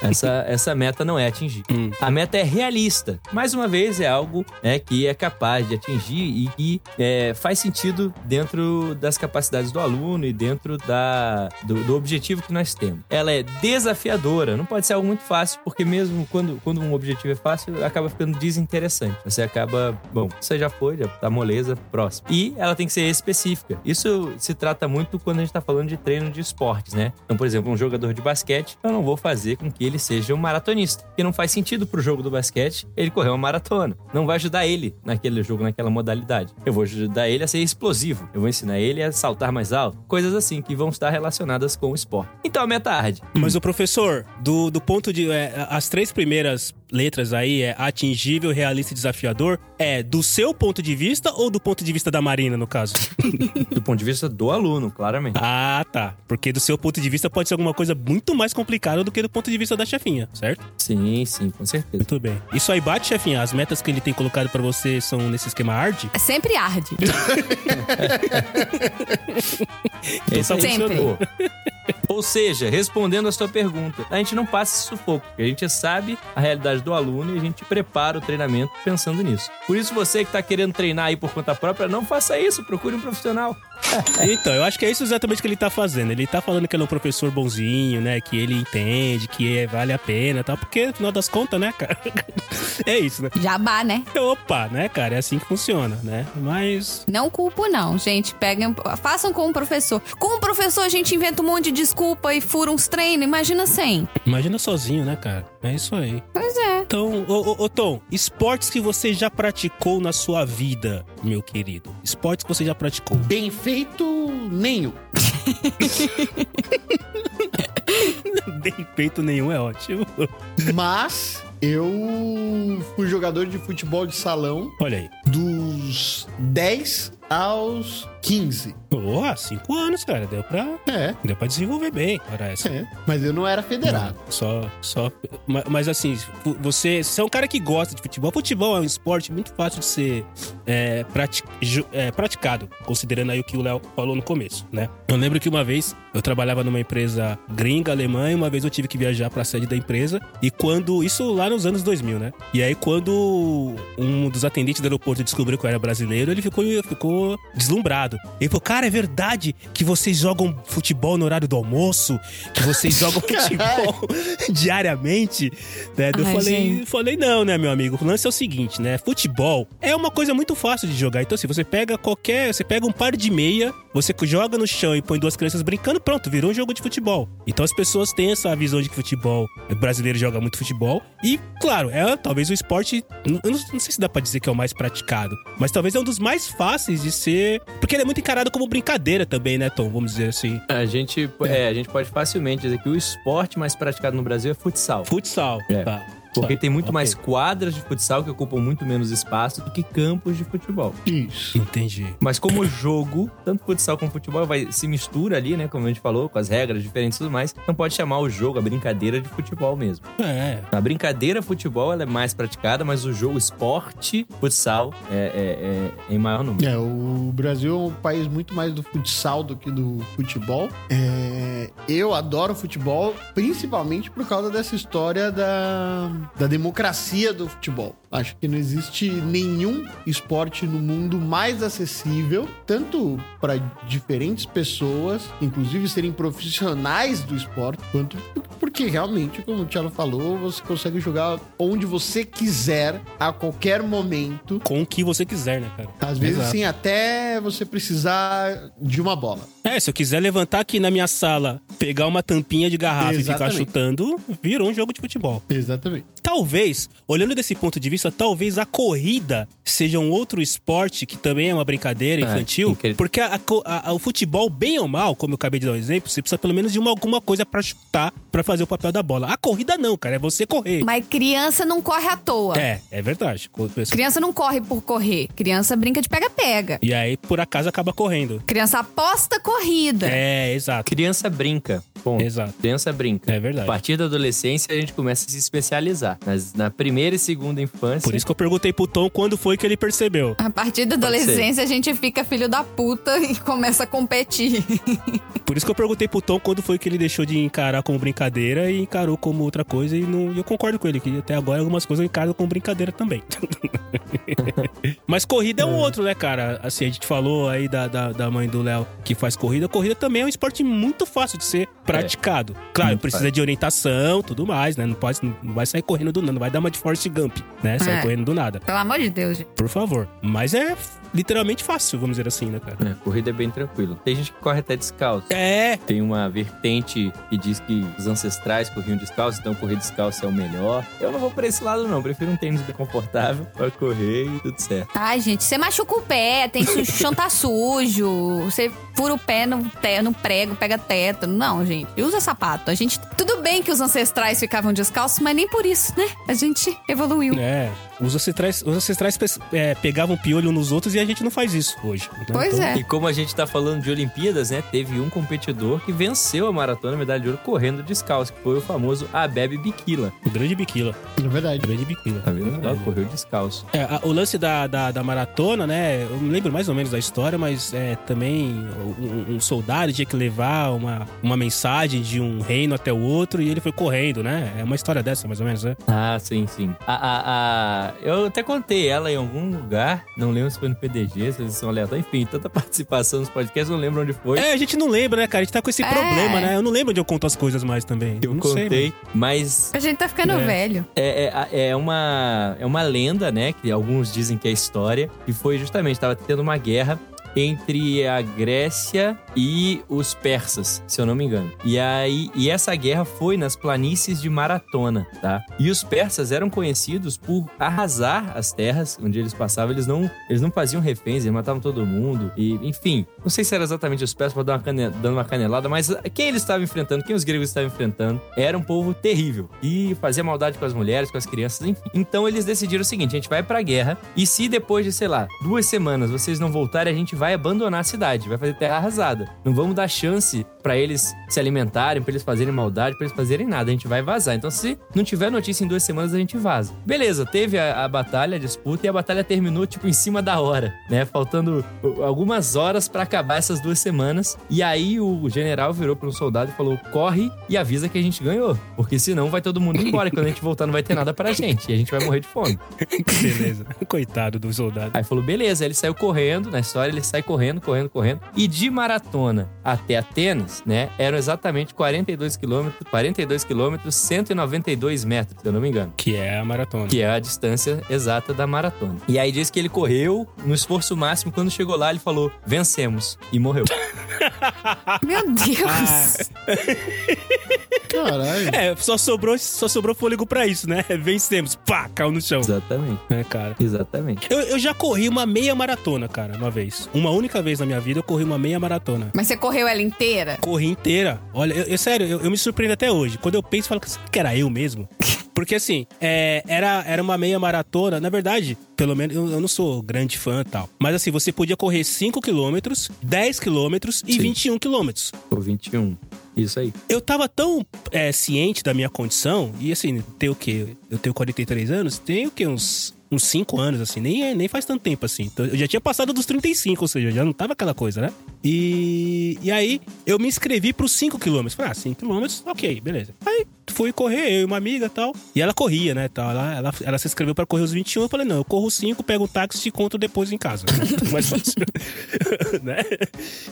Speaker 4: Essa, essa meta não é atingir.
Speaker 1: Hum.
Speaker 4: A meta é realista. Mais uma vez, é algo né, que é capaz de atingir e que é, faz sentido dentro das capacidades do aluno e dentro da, do, do objetivo que nós temos. Ela é desafiadora, não pode ser algo muito fácil, porque mesmo quando, quando um objetivo é fácil, acaba ficando desinteressante. Você acaba, bom, você já foi, já tá moleza, próximo. E ela tem que ser específica. Isso se trata muito quando a gente tá falando de treino de esportes, né? Então, por exemplo, um jogador de basquete, eu não vou fazer com que ele seja um maratonista, porque não faz sentido pro jogo do basquete ele correr uma maratona. Não vai ajudar ele naquele jogo, naquela modalidade. Eu vou ajudar ele a ser explosivo. Eu vou ensinar ele a saltar mais alto. Coisas assim que vão estar relacionadas com o esporte. Então, a meta arde.
Speaker 1: Mas o professor, do, do ponto de. é, as três primeiras letras aí é atingível, realista e desafiador. É do seu ponto de vista ou do ponto de vista da Marina, no caso?
Speaker 4: Do ponto de vista do aluno, claramente.
Speaker 1: ah, tá. Porque do seu ponto de vista pode ser alguma coisa muito mais complicada do que do ponto de vista da chefinha, certo?
Speaker 4: Sim, sim, com certeza.
Speaker 1: Muito bem. Isso aí bate, chefinha? As metas que ele tem colocado pra você são nesse esquema hard?
Speaker 2: Sempre arde.
Speaker 1: Então tá
Speaker 2: Sempre.
Speaker 1: funcionando.
Speaker 4: Ou- Ou seja, respondendo a sua pergunta, a gente não passa esse sufoco, porque a gente sabe a realidade do aluno e a gente prepara o treinamento pensando nisso. Por isso, você que está querendo treinar aí por conta própria, não faça isso, procure um profissional.
Speaker 1: Então, eu acho que é isso exatamente que ele tá fazendo. Ele tá falando que ele é um professor bonzinho, né? Que ele entende, que é- vale a pena e tal. Porque, no final das contas, né, cara? É isso, né?
Speaker 2: Jabá, né?
Speaker 1: Opa, né, cara? É assim que funciona, né? Mas.
Speaker 2: Não culpo, não, gente. Peguem, façam com o professor. Com o professor, a gente inventa um monte de desculpa e fura uns treinos. Imagina sem.
Speaker 1: Imagina sozinho, né, cara? É isso aí.
Speaker 2: Pois é.
Speaker 1: Então, ô, ô, ô, Tom, esportes que você já praticou na sua vida, meu querido. Esportes que você já praticou.
Speaker 3: Bem feito, nenhum.
Speaker 1: De feito nenhum é ótimo.
Speaker 3: Mas eu fui jogador de futebol de salão
Speaker 1: Olha aí.
Speaker 3: dos 10 aos 15.
Speaker 1: Porra, cinco anos, cara. Deu pra,
Speaker 3: É,
Speaker 1: deu pra desenvolver bem. Ora essa.
Speaker 3: é. Mas eu não era federado.
Speaker 1: Só, só. ma- Mas assim, fu- você, você é um cara que gosta de futebol. Futebol é um esporte muito fácil de ser é, prati- ju- é, praticado, considerando aí o que o Léo falou no começo, né? Eu lembro que uma vez eu trabalhava numa empresa gringa, alemã, e uma vez eu tive que viajar pra sede da empresa. E quando. Isso lá nos anos 2000, né? E aí, quando um dos atendentes do aeroporto descobriu que eu era brasileiro, ele ficou, ficou deslumbrado. Ele falou: Cara, é verdade que vocês jogam futebol no horário do almoço? Que vocês jogam futebol diariamente? Né? Eu
Speaker 2: Ai,
Speaker 1: falei,
Speaker 2: gente.
Speaker 1: falei: Não, né, meu amigo? O lance é o seguinte, né? Futebol é uma coisa muito fácil de jogar. Então, se você pega qualquer. Você pega um par de meia, você joga no chão e põe duas crianças brincando, pronto, virou um jogo de futebol. Então, as pessoas têm essa visão de que futebol. O brasileiro joga muito futebol. E, claro, é talvez o esporte. n- Eu não, não sei se dá pra dizer que é o mais praticado, mas talvez é um dos mais fáceis de ser. Porque ele é muito encarado como brincadeira também, né, Tom? Vamos dizer assim.
Speaker 4: A gente, é, a gente pode facilmente dizer que o esporte mais praticado no Brasil é futsal.
Speaker 1: Futsal.
Speaker 4: É.
Speaker 1: Tá.
Speaker 4: Porque tem muito
Speaker 1: Ok.
Speaker 4: mais quadras de futsal que ocupam muito menos espaço do que campos de futebol.
Speaker 3: Isso.
Speaker 1: Entendi.
Speaker 4: Mas como jogo, tanto futsal como futebol vai, se mistura ali, né? Como a gente falou, com as regras diferentes e tudo mais, não pode chamar o jogo, a brincadeira de futebol mesmo.
Speaker 1: É.
Speaker 4: A brincadeira futebol ela é mais praticada, mas o jogo esporte, futsal, é, é- é em maior número.
Speaker 3: É, o Brasil é um país muito mais do futsal do que do futebol. É, eu adoro futebol, principalmente por causa dessa história da, da democracia do futebol. Acho que não existe nenhum esporte no mundo mais acessível, tanto para diferentes pessoas, inclusive serem profissionais do esporte, quanto porque realmente, como o Thiago falou, você consegue jogar onde você quiser, a qualquer momento.
Speaker 1: Com o que você quiser, né, cara?
Speaker 3: Às vezes,
Speaker 1: Exato.
Speaker 3: assim, até você precisar de uma bola.
Speaker 1: É, se eu quiser levantar aqui na minha sala, pegar uma tampinha de garrafa e ficar
Speaker 3: Exatamente.
Speaker 1: chutando, virou um jogo de futebol.
Speaker 3: Exatamente.
Speaker 1: Talvez, olhando desse ponto de vista, talvez a corrida seja um outro esporte que também é uma brincadeira
Speaker 4: É,
Speaker 1: infantil.
Speaker 4: incrível.
Speaker 1: Porque a co- a- a- o futebol, bem ou mal, como eu acabei de dar um exemplo, você precisa pelo menos de uma, alguma coisa pra chutar, pra fazer o papel da bola. A corrida não, cara, é você correr.
Speaker 2: Mas criança não corre à toa.
Speaker 1: É, é verdade. Co-
Speaker 2: Criança não corre por correr. Criança brinca de pega-pega.
Speaker 1: E aí, por acaso, acaba correndo.
Speaker 2: Criança aposta corrida.
Speaker 1: É, exato.
Speaker 4: Criança brinca. Bom,
Speaker 1: Exato.
Speaker 4: criança brinca.
Speaker 1: É
Speaker 4: A
Speaker 1: verdade.
Speaker 4: partir da adolescência, a gente começa a se especializar. Nas, na primeira e segunda infância,
Speaker 1: Por isso que eu perguntei pro Tom quando foi que ele percebeu.
Speaker 2: A partir da
Speaker 4: Pode ser.
Speaker 2: adolescência, a gente fica filho da puta e começa a competir.
Speaker 1: Por isso que eu perguntei pro Tom quando foi que ele deixou de encarar como brincadeira e encarou como outra coisa. E não, e eu concordo com ele, que até agora algumas coisas eu encaro como brincadeira também. Mas corrida é um outro, né, cara? Assim, a gente falou aí da, da, da mãe do Léo que faz corrida. Corrida também é um esporte muito fácil de ser praticado. Claro,
Speaker 4: Muito
Speaker 1: precisa de orientação tudo mais, né? Não, pode, não vai sair correndo do nada, não vai dar uma de Forrest Gump, né? Sair
Speaker 2: É.
Speaker 1: correndo do nada,
Speaker 2: Pelo amor de Deus, gente.
Speaker 1: por favor. Mas é literalmente fácil, vamos dizer assim, né, cara?
Speaker 4: É, corrida é bem tranquilo. Tem gente que corre até descalço.
Speaker 1: É,
Speaker 4: Tem uma vertente que diz que os ancestrais corriam descalço, então correr descalço é o melhor. Eu não vou pra esse lado, não. Prefiro um tênis bem confortável pra correr e tudo certo.
Speaker 2: Ai, gente, você machuca o pé, tem su- o chão tá sujo, você fura o pé no, te- no prego, pega teto. Não, gente, usa sapato. A gente. Tudo bem que os ancestrais ficavam descalços, mas nem por isso, né? A gente evoluiu.
Speaker 1: É, Os ancestrais, os ancestrais pe- é, pegavam piolho uns nos outros e a gente não faz isso hoje. né?
Speaker 2: Pois
Speaker 1: Então,
Speaker 2: é.
Speaker 4: E como a gente tá falando de Olimpíadas, né? Teve um competidor que venceu a maratona medalha de ouro correndo descalço, que foi o famoso Abebe Bikila.
Speaker 1: Grande biquila,
Speaker 3: É verdade.
Speaker 1: grande biquila.
Speaker 4: Tá vendo? Ela correu descalço.
Speaker 1: É, a- o lance da, da, da maratona, né? Eu não lembro mais ou menos da história, mas é, também um, um soldado tinha que levar uma, uma mensagem de um reino até o outro e ele foi correndo, né? É uma história dessa, mais ou menos, né?
Speaker 4: Ah, sim, sim. A, a, a- Eu até contei ela em algum lugar, não lembro se foi no PDG, se eles são aleatórios, enfim, tanta participação nos podcasts, não lembro onde foi.
Speaker 1: É, a gente não lembra, né, cara? A gente tá com esse
Speaker 2: É.
Speaker 1: problema, né? Eu não lembro onde eu conto as coisas mais também.
Speaker 4: Eu
Speaker 1: não
Speaker 4: contei,
Speaker 1: Sei,
Speaker 4: mas
Speaker 2: A gente tá ficando
Speaker 1: É.
Speaker 2: velho.
Speaker 4: É, é- é uma, é uma lenda, né? Que alguns dizem que é história. E foi justamente, estava tendo uma guerra entre a Grécia e os persas, se eu não me engano. E aí, e essa guerra foi nas planícies de Maratona, tá? E os persas eram conhecidos por arrasar as terras onde eles passavam. Eles não, eles não faziam reféns, eles matavam todo mundo. E, enfim, não sei se era exatamente os persas para dar uma cane- dando uma canelada, mas quem eles estavam enfrentando, quem os gregos estavam enfrentando, era um povo terrível e fazia maldade com as mulheres, com as crianças, enfim. Então eles decidiram o seguinte: a gente vai pra guerra e se depois de, sei lá, duas semanas vocês não voltarem, a gente vai abandonar a cidade, vai fazer terra arrasada. Não vamos dar chance pra eles se alimentarem, pra eles fazerem maldade, pra eles fazerem nada. A gente vai vazar. Então se não tiver notícia em duas semanas, a gente vaza. Beleza, teve a, a batalha, a disputa e a batalha terminou tipo em cima da hora, né? Faltando uh, algumas horas pra acabar essas duas semanas. E aí o general virou para um soldado e falou: corre e avisa que a gente ganhou. Porque senão vai todo mundo embora. E quando a gente voltar, não vai ter nada pra gente. E a gente vai morrer de fome.
Speaker 1: Beleza. Coitado do soldado.
Speaker 4: Aí falou, beleza. Aí ele saiu correndo, na história ele sai correndo, correndo, correndo. E de maratona até Atenas, né, eram exatamente 42 quilômetros, 42 quilômetros, 192 metros, se eu não me engano.
Speaker 1: Que é a maratona.
Speaker 4: Que é a distância exata da maratona. E aí diz que ele correu no esforço máximo. Quando chegou lá, ele falou, vencemos. E morreu.
Speaker 2: Meu Deus.
Speaker 1: Ah.
Speaker 3: Caralho.
Speaker 1: É, só sobrou, só sobrou fôlego pra isso, né? Vencemos. Pá, caiu no chão.
Speaker 4: exatamente,
Speaker 1: Né, cara?
Speaker 4: exatamente.
Speaker 1: Eu, eu já corri uma meia maratona, cara, uma vez. Uma única vez na minha vida eu corri uma meia maratona.
Speaker 6: Mas você correu ela inteira?
Speaker 1: Corri inteira. Olha, eu, eu- sério, eu, eu me surpreendo até hoje. Quando eu penso, eu falo "Será que era eu mesmo. Porque assim, é, era, era uma meia maratona, na verdade, pelo menos eu, eu não sou grande fã e tal. Mas assim, você podia correr 5 km, 10 km e
Speaker 4: Sim.
Speaker 1: 21 km.
Speaker 4: Ou 21. Isso aí.
Speaker 1: Eu tava tão é, ciente da minha condição, e assim, tem o quê? Eu tenho 43 anos, tem o quê? Uns. Uns 5 anos, assim, nem, é- nem faz tanto tempo assim. Então, eu já tinha passado dos 35, ou seja, já não tava aquela coisa, né? E, e aí, eu me inscrevi pros 5 quilômetros. Falei, ah, 5 quilômetros, ok, beleza. Aí, fui correr, eu e uma amiga e tal. E ela corria, né? Tal. Ela, ela, ela se inscreveu pra correr os 21. Eu falei, não, eu corro os 5, pego o táxi e te encontro depois em casa. Né? Mais fácil. né?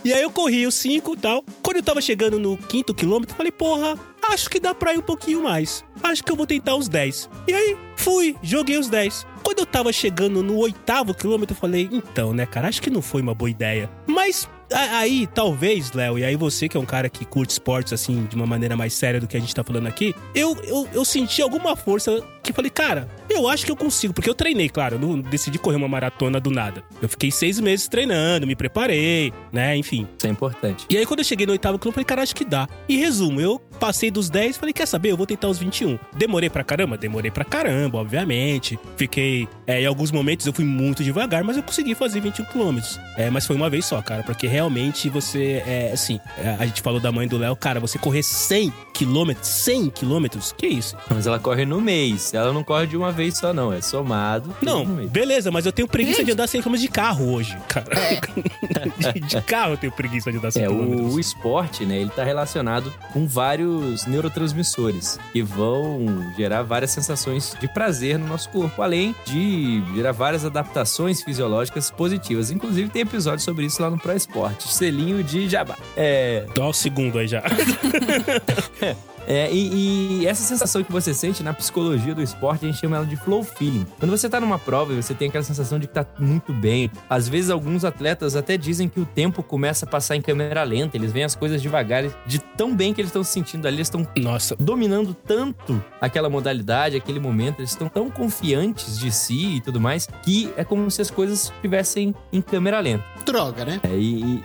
Speaker 1: E aí eu corri os 5 e tal. Quando eu tava chegando no quinto quilômetro, eu falei, porra, acho que dá pra ir um pouquinho mais. Acho que eu vou tentar os 10. E aí, fui, joguei os 10. Quando eu tava chegando no oitavo quilômetro, eu falei, então, né, cara, acho que não foi uma boa ideia. Mas a- aí, talvez, Léo, e aí você que é um cara que curte esportes, assim, de uma maneira mais séria do que a gente tá falando aqui, eu, eu, eu senti alguma força que falei, cara, eu acho que eu consigo, porque eu treinei, claro, eu não decidi correr uma maratona do nada. Eu fiquei seis meses treinando, me preparei, né, enfim.
Speaker 4: Isso é importante.
Speaker 1: E aí, quando eu cheguei no oitavo quilômetro, eu falei, cara, acho que dá. E resumo, eu passei dos 10 falei, quer saber? Eu vou tentar os 21. Demorei pra caramba? Demorei pra caramba, obviamente. Fiquei. é, em alguns momentos eu fui muito devagar, mas eu consegui fazer 21 quilômetros. É, mas foi uma vez só, cara, porque realmente você. É, assim, é, a gente falou da mãe do Léo, cara, você correr 100 quilômetros, 100 quilômetros, que isso?
Speaker 4: Mas ela corre no mês. Ela não corre de uma vez só, não. É somado. tudo
Speaker 1: Não,
Speaker 4: no mês.
Speaker 1: Então, beleza, mas eu tenho preguiça de andar 100 km de carro hoje, cara. De- de carro eu tenho preguiça de andar 100
Speaker 4: É,
Speaker 1: km.
Speaker 4: o, o esporte, né, ele tá relacionado com vários neurotransmissores que vão gerar várias sensações de prazer no nosso corpo, além de gerar várias adaptações fisiológicas positivas. Inclusive, tem episódio sobre isso lá no Pro Esporte. Selinho de jabá. É,
Speaker 1: Dá o segundo aí já.
Speaker 4: é, e, e essa sensação que você sente na psicologia do esporte, a gente chama ela de flow feeling. Quando você tá numa prova e você tem aquela sensação de que tá muito bem, às vezes alguns atletas até dizem que o tempo começa a passar em câmera lenta, eles veem as coisas devagar, de tão bem que eles estão se sentindo ali, eles estão
Speaker 1: Nossa,
Speaker 4: dominando tanto aquela modalidade, aquele momento, eles estão tão confiantes de si e tudo mais, que é como se as coisas estivessem em câmera lenta.
Speaker 3: Droga, né?
Speaker 4: É, e- e-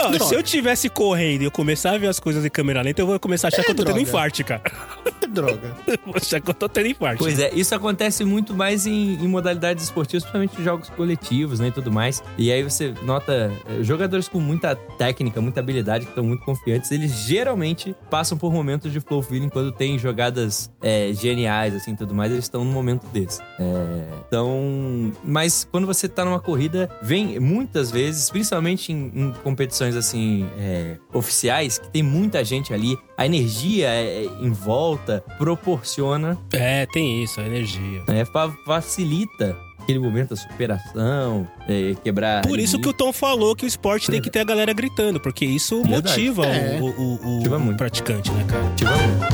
Speaker 1: Ó, se
Speaker 3: Droga.
Speaker 1: eu tivesse correndo e eu começar a ver as coisas em câmera lenta, eu vou começar a achar
Speaker 3: É,
Speaker 1: que eu tô tendo
Speaker 3: droga.
Speaker 1: infarte, cara.
Speaker 3: É Droga.
Speaker 1: Vou achar que eu tô tendo infarte.
Speaker 4: Pois é, isso acontece muito mais em, em modalidades esportivas, principalmente em jogos coletivos, né, e tudo mais. E aí você nota eh, jogadores com muita técnica, muita habilidade, que estão muito confiantes, eles geralmente passam por momentos de flow feeling quando tem jogadas eh, geniais, assim, tudo mais, eles estão num momento desse. É, então, mas quando você tá numa corrida, vem muitas vezes, principalmente em, em competições assim, é, oficiais, que tem muita gente ali, a energia eh, em volta proporciona
Speaker 1: É, tem isso, a energia.
Speaker 4: né? Fa- facilita aquele momento da superação, é, quebrar.
Speaker 1: Por isso que o Tom falou que o esporte tem que ter a galera gritando, porque isso
Speaker 4: Verdade.
Speaker 1: motiva o-
Speaker 3: É.
Speaker 1: o, o- o
Speaker 4: Motiva muito.
Speaker 1: praticante, né, cara?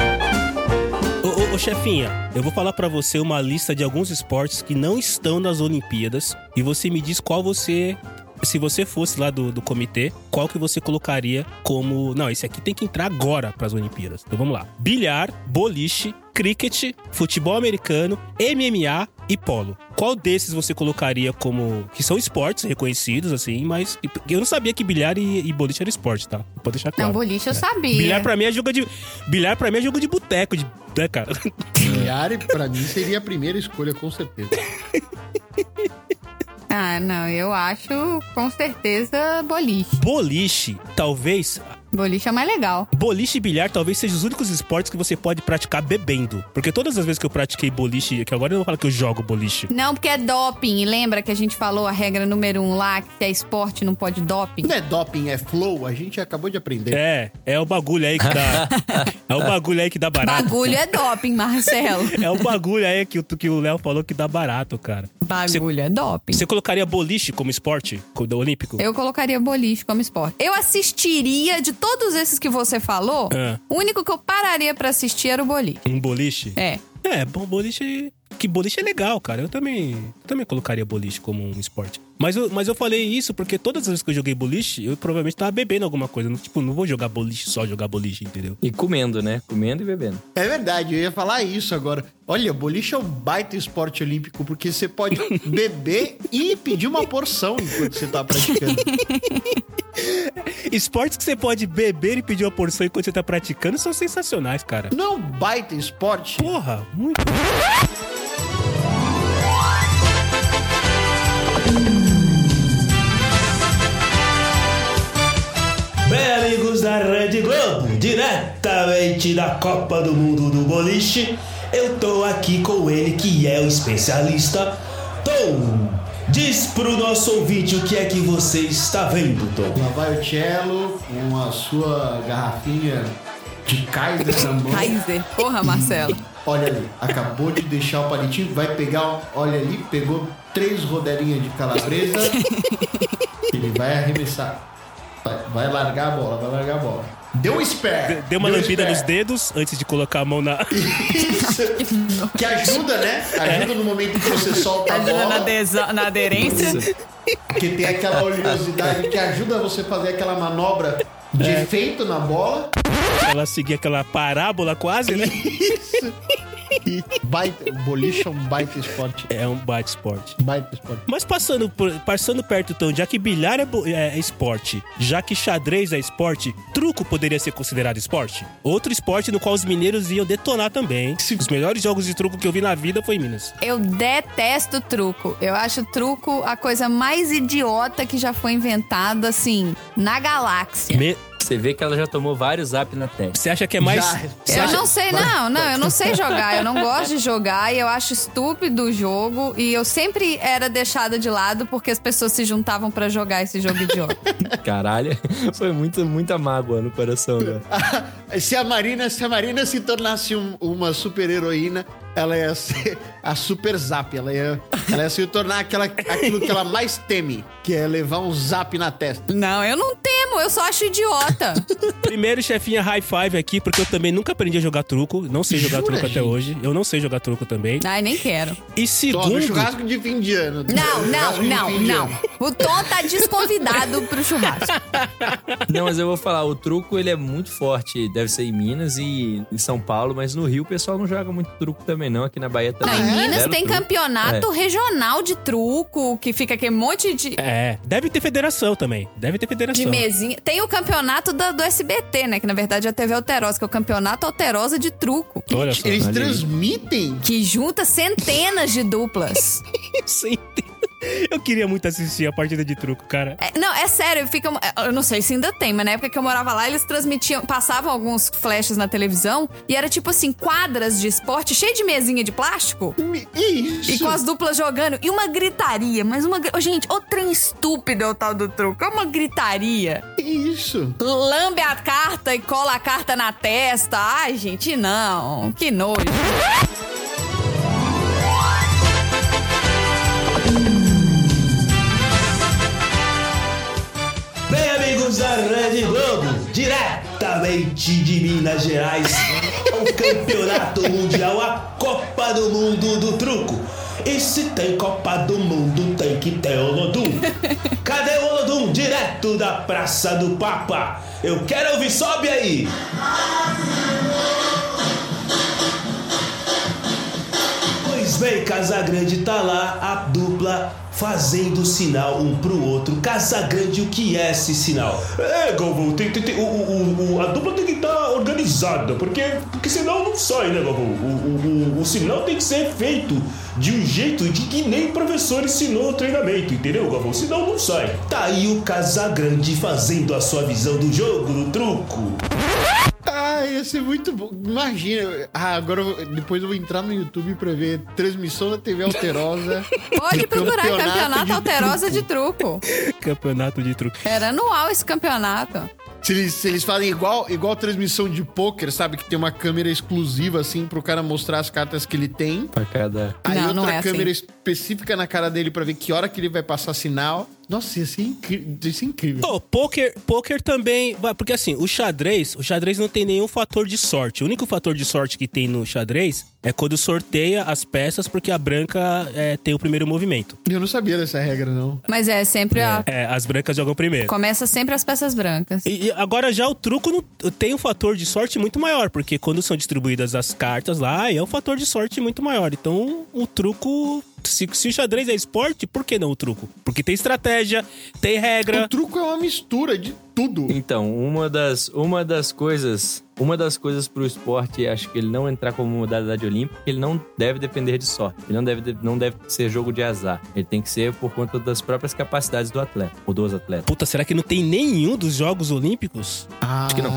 Speaker 1: Ô, ô, ô, chefinha, eu vou falar pra você uma lista de alguns esportes que não estão nas Olimpíadas e você me diz qual você. Se você fosse lá do, do comitê, qual que você colocaria como. Não, esse aqui tem que entrar agora pras Olimpíadas. Então vamos lá: bilhar, boliche, cricket, futebol americano, MMA e polo. Qual desses você colocaria como. Que são esportes reconhecidos, assim, mas. Eu não sabia que bilhar e, e boliche era esporte, tá? Vou deixar claro.
Speaker 2: Não, boliche eu sabia.
Speaker 1: Bilhar pra mim é jogo de. Bilhar pra mim é jogo de boteco, de... né, cara?
Speaker 3: Yari, pra mim, seria a primeira escolha, com certeza.
Speaker 2: Ah, não, eu acho com certeza boliche.
Speaker 1: Boliche, talvez.
Speaker 2: Boliche é o mais legal.
Speaker 1: Boliche e bilhar talvez sejam os únicos esportes que você pode praticar bebendo. Porque todas as vezes que eu pratiquei boliche, que agora eu não vou falar que eu jogo boliche.
Speaker 2: Não, porque é doping. E Lembra que a gente falou a regra número um lá, que se é esporte não pode doping?
Speaker 3: Não é doping, é flow. A gente acabou de aprender.
Speaker 1: É, é o bagulho aí que dá. é o bagulho aí que dá barato.
Speaker 2: Bagulho é doping, Marcelo.
Speaker 1: É o bagulho aí que, o- que o Léo falou que dá barato, cara.
Speaker 2: Bagulho é doping.
Speaker 1: Você colocaria boliche como esporte co- do olímpico?
Speaker 2: Eu colocaria boliche como esporte. Eu assistiria, de todos esses que você falou,
Speaker 1: É.
Speaker 2: o único que eu pararia pra assistir era o boliche.
Speaker 1: Um boliche?
Speaker 2: É.
Speaker 1: É, bom, boliche. Que boliche é legal, cara. Eu também, eu também colocaria boliche como um esporte. Mas eu, mas eu falei isso porque todas as vezes que eu joguei boliche, eu provavelmente tava bebendo alguma coisa. Não- Tipo, não vou jogar boliche só jogar boliche, entendeu?
Speaker 4: E comendo, né? Comendo e bebendo.
Speaker 3: É verdade, eu ia falar isso agora. Olha, boliche é um baita esporte olímpico, porque você pode beber e pedir uma porção enquanto você tá praticando.
Speaker 1: Esportes que você pode beber e pedir uma porção enquanto você tá praticando são sensacionais, cara.
Speaker 3: Não é um baita esporte?
Speaker 1: Porra, muito.
Speaker 5: Bem, amigos da Rede Globo, diretamente da Copa do Mundo do Boliche, eu tô aqui com ele que é o especialista, Tom. Diz pro nosso ouvinte o que é que você está vendo, Tom.
Speaker 3: Lá vai o cello com a sua garrafinha de Kaiser na mão.
Speaker 6: Kaiser. Porra, Marcelo.
Speaker 3: Olha ali, acabou de deixar o palitinho, vai pegar, olha ali, pegou três rodelinhas de calabresa. Ele vai arremessar. Vai, vai largar a bola, vai largar a bola. Deu um spare.
Speaker 1: Deu uma
Speaker 3: um
Speaker 1: lambida
Speaker 3: spare.
Speaker 1: nos dedos antes de colocar a mão na.
Speaker 3: Que ajuda, né? Ajuda no momento que você solta a
Speaker 6: Ajuda na,
Speaker 3: bola.
Speaker 6: adesa- na aderência.
Speaker 3: Porque tem aquela oleosidade que ajuda você a fazer aquela manobra de efeito na bola.
Speaker 1: Ela seguir aquela parábola quase, né?
Speaker 3: E baita, boliche é um baita esporte.
Speaker 1: É um baita esporte.
Speaker 3: Baita esporte.
Speaker 1: Mas passando, por- passando perto, então, já que bilhar é, bo- é esporte, já que xadrez é esporte, truco poderia ser considerado esporte? Outro esporte no qual os mineiros iam detonar também. hein? Os melhores jogos de truco que eu vi na vida foi em Minas.
Speaker 2: Eu detesto truco. Eu acho truco a coisa mais idiota que já foi inventada, assim, na galáxia.
Speaker 1: Me-
Speaker 4: Você vê que ela já tomou vários zap na testa.
Speaker 1: Você acha que é mais.
Speaker 3: Já.
Speaker 1: Você
Speaker 2: eu
Speaker 1: acha-
Speaker 2: não sei, não, não, eu não sei jogar, eu não gosto de jogar e eu acho estúpido o jogo e eu sempre era deixada de lado porque as pessoas se juntavam pra jogar esse jogo idiota.
Speaker 4: Caralho, foi muito, muita mágoa no coração, né?
Speaker 3: Se a Marina, se a Marina se tornasse um- uma super heroína, ela ia ser a super zap. Ela ia, ela ia se tornar aquela, aquilo que ela mais teme, que é levar um zap na testa.
Speaker 6: Não, eu
Speaker 2: Eu
Speaker 6: não.
Speaker 2: não temo, eu só acho idiota.
Speaker 1: Primeiro, chefinha high five aqui, porque eu também nunca aprendi a jogar truco. Não sei jogar
Speaker 3: Jura,
Speaker 1: truco até
Speaker 3: gente?
Speaker 1: hoje. Eu não sei jogar truco também.
Speaker 2: Ai, nem quero.
Speaker 1: E
Speaker 3: Toma,
Speaker 1: segundo.
Speaker 3: churrasco de fim de ano.
Speaker 2: Não, não,
Speaker 3: Churrasco de
Speaker 2: não,
Speaker 3: fim de
Speaker 2: não.
Speaker 3: ano.
Speaker 2: O Tom tá desconvidado pro churrasco.
Speaker 4: Não, mas eu vou falar, o truco ele é muito forte. Deve ser em Minas e em São Paulo, mas no Rio o pessoal não joga muito truco também, não. Aqui na Bahia
Speaker 2: Não,
Speaker 4: também.
Speaker 2: Ah, em Minas
Speaker 4: Zero
Speaker 2: tem
Speaker 4: truco.
Speaker 2: campeonato regional de truco, que fica aquele monte de,
Speaker 1: É. Deve ter federação também. Deve ter federação.
Speaker 2: de coisinha. Tem o campeonato da- do SBT, né? Que na verdade é a TV Alterosa, que é o campeonato Alterosa de truco.
Speaker 1: Olha só.
Speaker 3: Eles transmitem
Speaker 2: Que junta centenas de duplas.
Speaker 1: Sem ter- Eu queria muito assistir a partida de truco, cara.
Speaker 2: É, não, é sério, fica. Eu não sei se ainda tem, mas na época que eu morava lá, eles transmitiam, passavam alguns flashes na televisão e era tipo assim, quadras de esporte cheio de mesinha de plástico.
Speaker 3: isso.
Speaker 2: E com as duplas jogando. E uma gritaria, mas uma. gri- Ô, gente, ô trem estúpido é o tal do truco. É uma gritaria.
Speaker 3: Isso.
Speaker 2: Lambe a carta e cola a carta na testa. Ai, gente, não. Que nojo.
Speaker 5: Bem, amigos da Rede Globo, diretamente de Minas Gerais, o Campeonato Mundial, a Copa do Mundo do Truco. E se tem Copa do Mundo, tem que ter Olodum. Cadê o Olodum? Direto da Praça do Papa. Eu quero ouvir, sobe aí. Pois bem, Casagrande tá lá, a dupla fazendo sinal um pro outro. Casagrande, o que é esse sinal? É, Galvão, tem, tem- tem- o- o- o- a dupla tem que estar organizada, porque, porque senão não sai, né, Galvão? O, o- o- o sinal tem que ser feito de um jeito de que nem o professor ensinou no treinamento, entendeu, Galvão? Senão não sai. Tá aí o Casagrande fazendo a sua visão do jogo, do truco.
Speaker 3: Ah, ia ser muito bom. Imagina. Ah, agora eu vou- depois eu vou entrar no YouTube pra ver transmissão da TV Alterosa.
Speaker 2: Pode
Speaker 3: Do
Speaker 2: procurar
Speaker 3: campeonato
Speaker 2: campeonato
Speaker 3: de
Speaker 2: alterosa de truco.
Speaker 1: Campeonato de truco.
Speaker 2: Era anual esse campeonato.
Speaker 3: Se eles, se eles fazem igual, igual a transmissão de pôquer, sabe? Que tem uma câmera exclusiva, assim, pro cara mostrar as cartas que ele tem.
Speaker 4: Pra cada.
Speaker 3: Aí
Speaker 2: Não,
Speaker 3: outra
Speaker 2: não é assim.
Speaker 3: câmera específica na cara dele pra ver que hora que ele vai passar sinal. Nossa, ia ser, incri- ia ser incrível.
Speaker 1: Pô, poker, poker também. vai, Porque assim, o xadrez, o xadrez não tem nenhum fator de sorte. O único fator de sorte que tem no xadrez é quando sorteia as peças, porque a branca é, tem o primeiro movimento.
Speaker 3: Eu não sabia dessa regra, não.
Speaker 2: Mas é sempre a.
Speaker 1: É, as brancas jogam primeiro.
Speaker 2: Começa sempre as peças brancas.
Speaker 1: E e agora já o truco não- tem um fator de sorte muito maior, porque quando são distribuídas as cartas lá, é um fator de sorte muito maior. Então, o truco. Se, se o xadrez é esporte, por que não o truco? Porque tem estratégia, tem regra.
Speaker 3: O truco é uma mistura de tudo.
Speaker 4: Então, uma das, uma das coisas. Uma das coisas pro esporte, acho que ele não entrar como modalidade olímpica, ele não deve depender de sorte. Ele não deve, não deve ser jogo de azar. Ele tem que ser por conta das próprias capacidades do atleta, ou dos atletas.
Speaker 1: Puta, será que não tem nenhum dos Jogos Olímpicos?
Speaker 3: Ah,
Speaker 4: que não.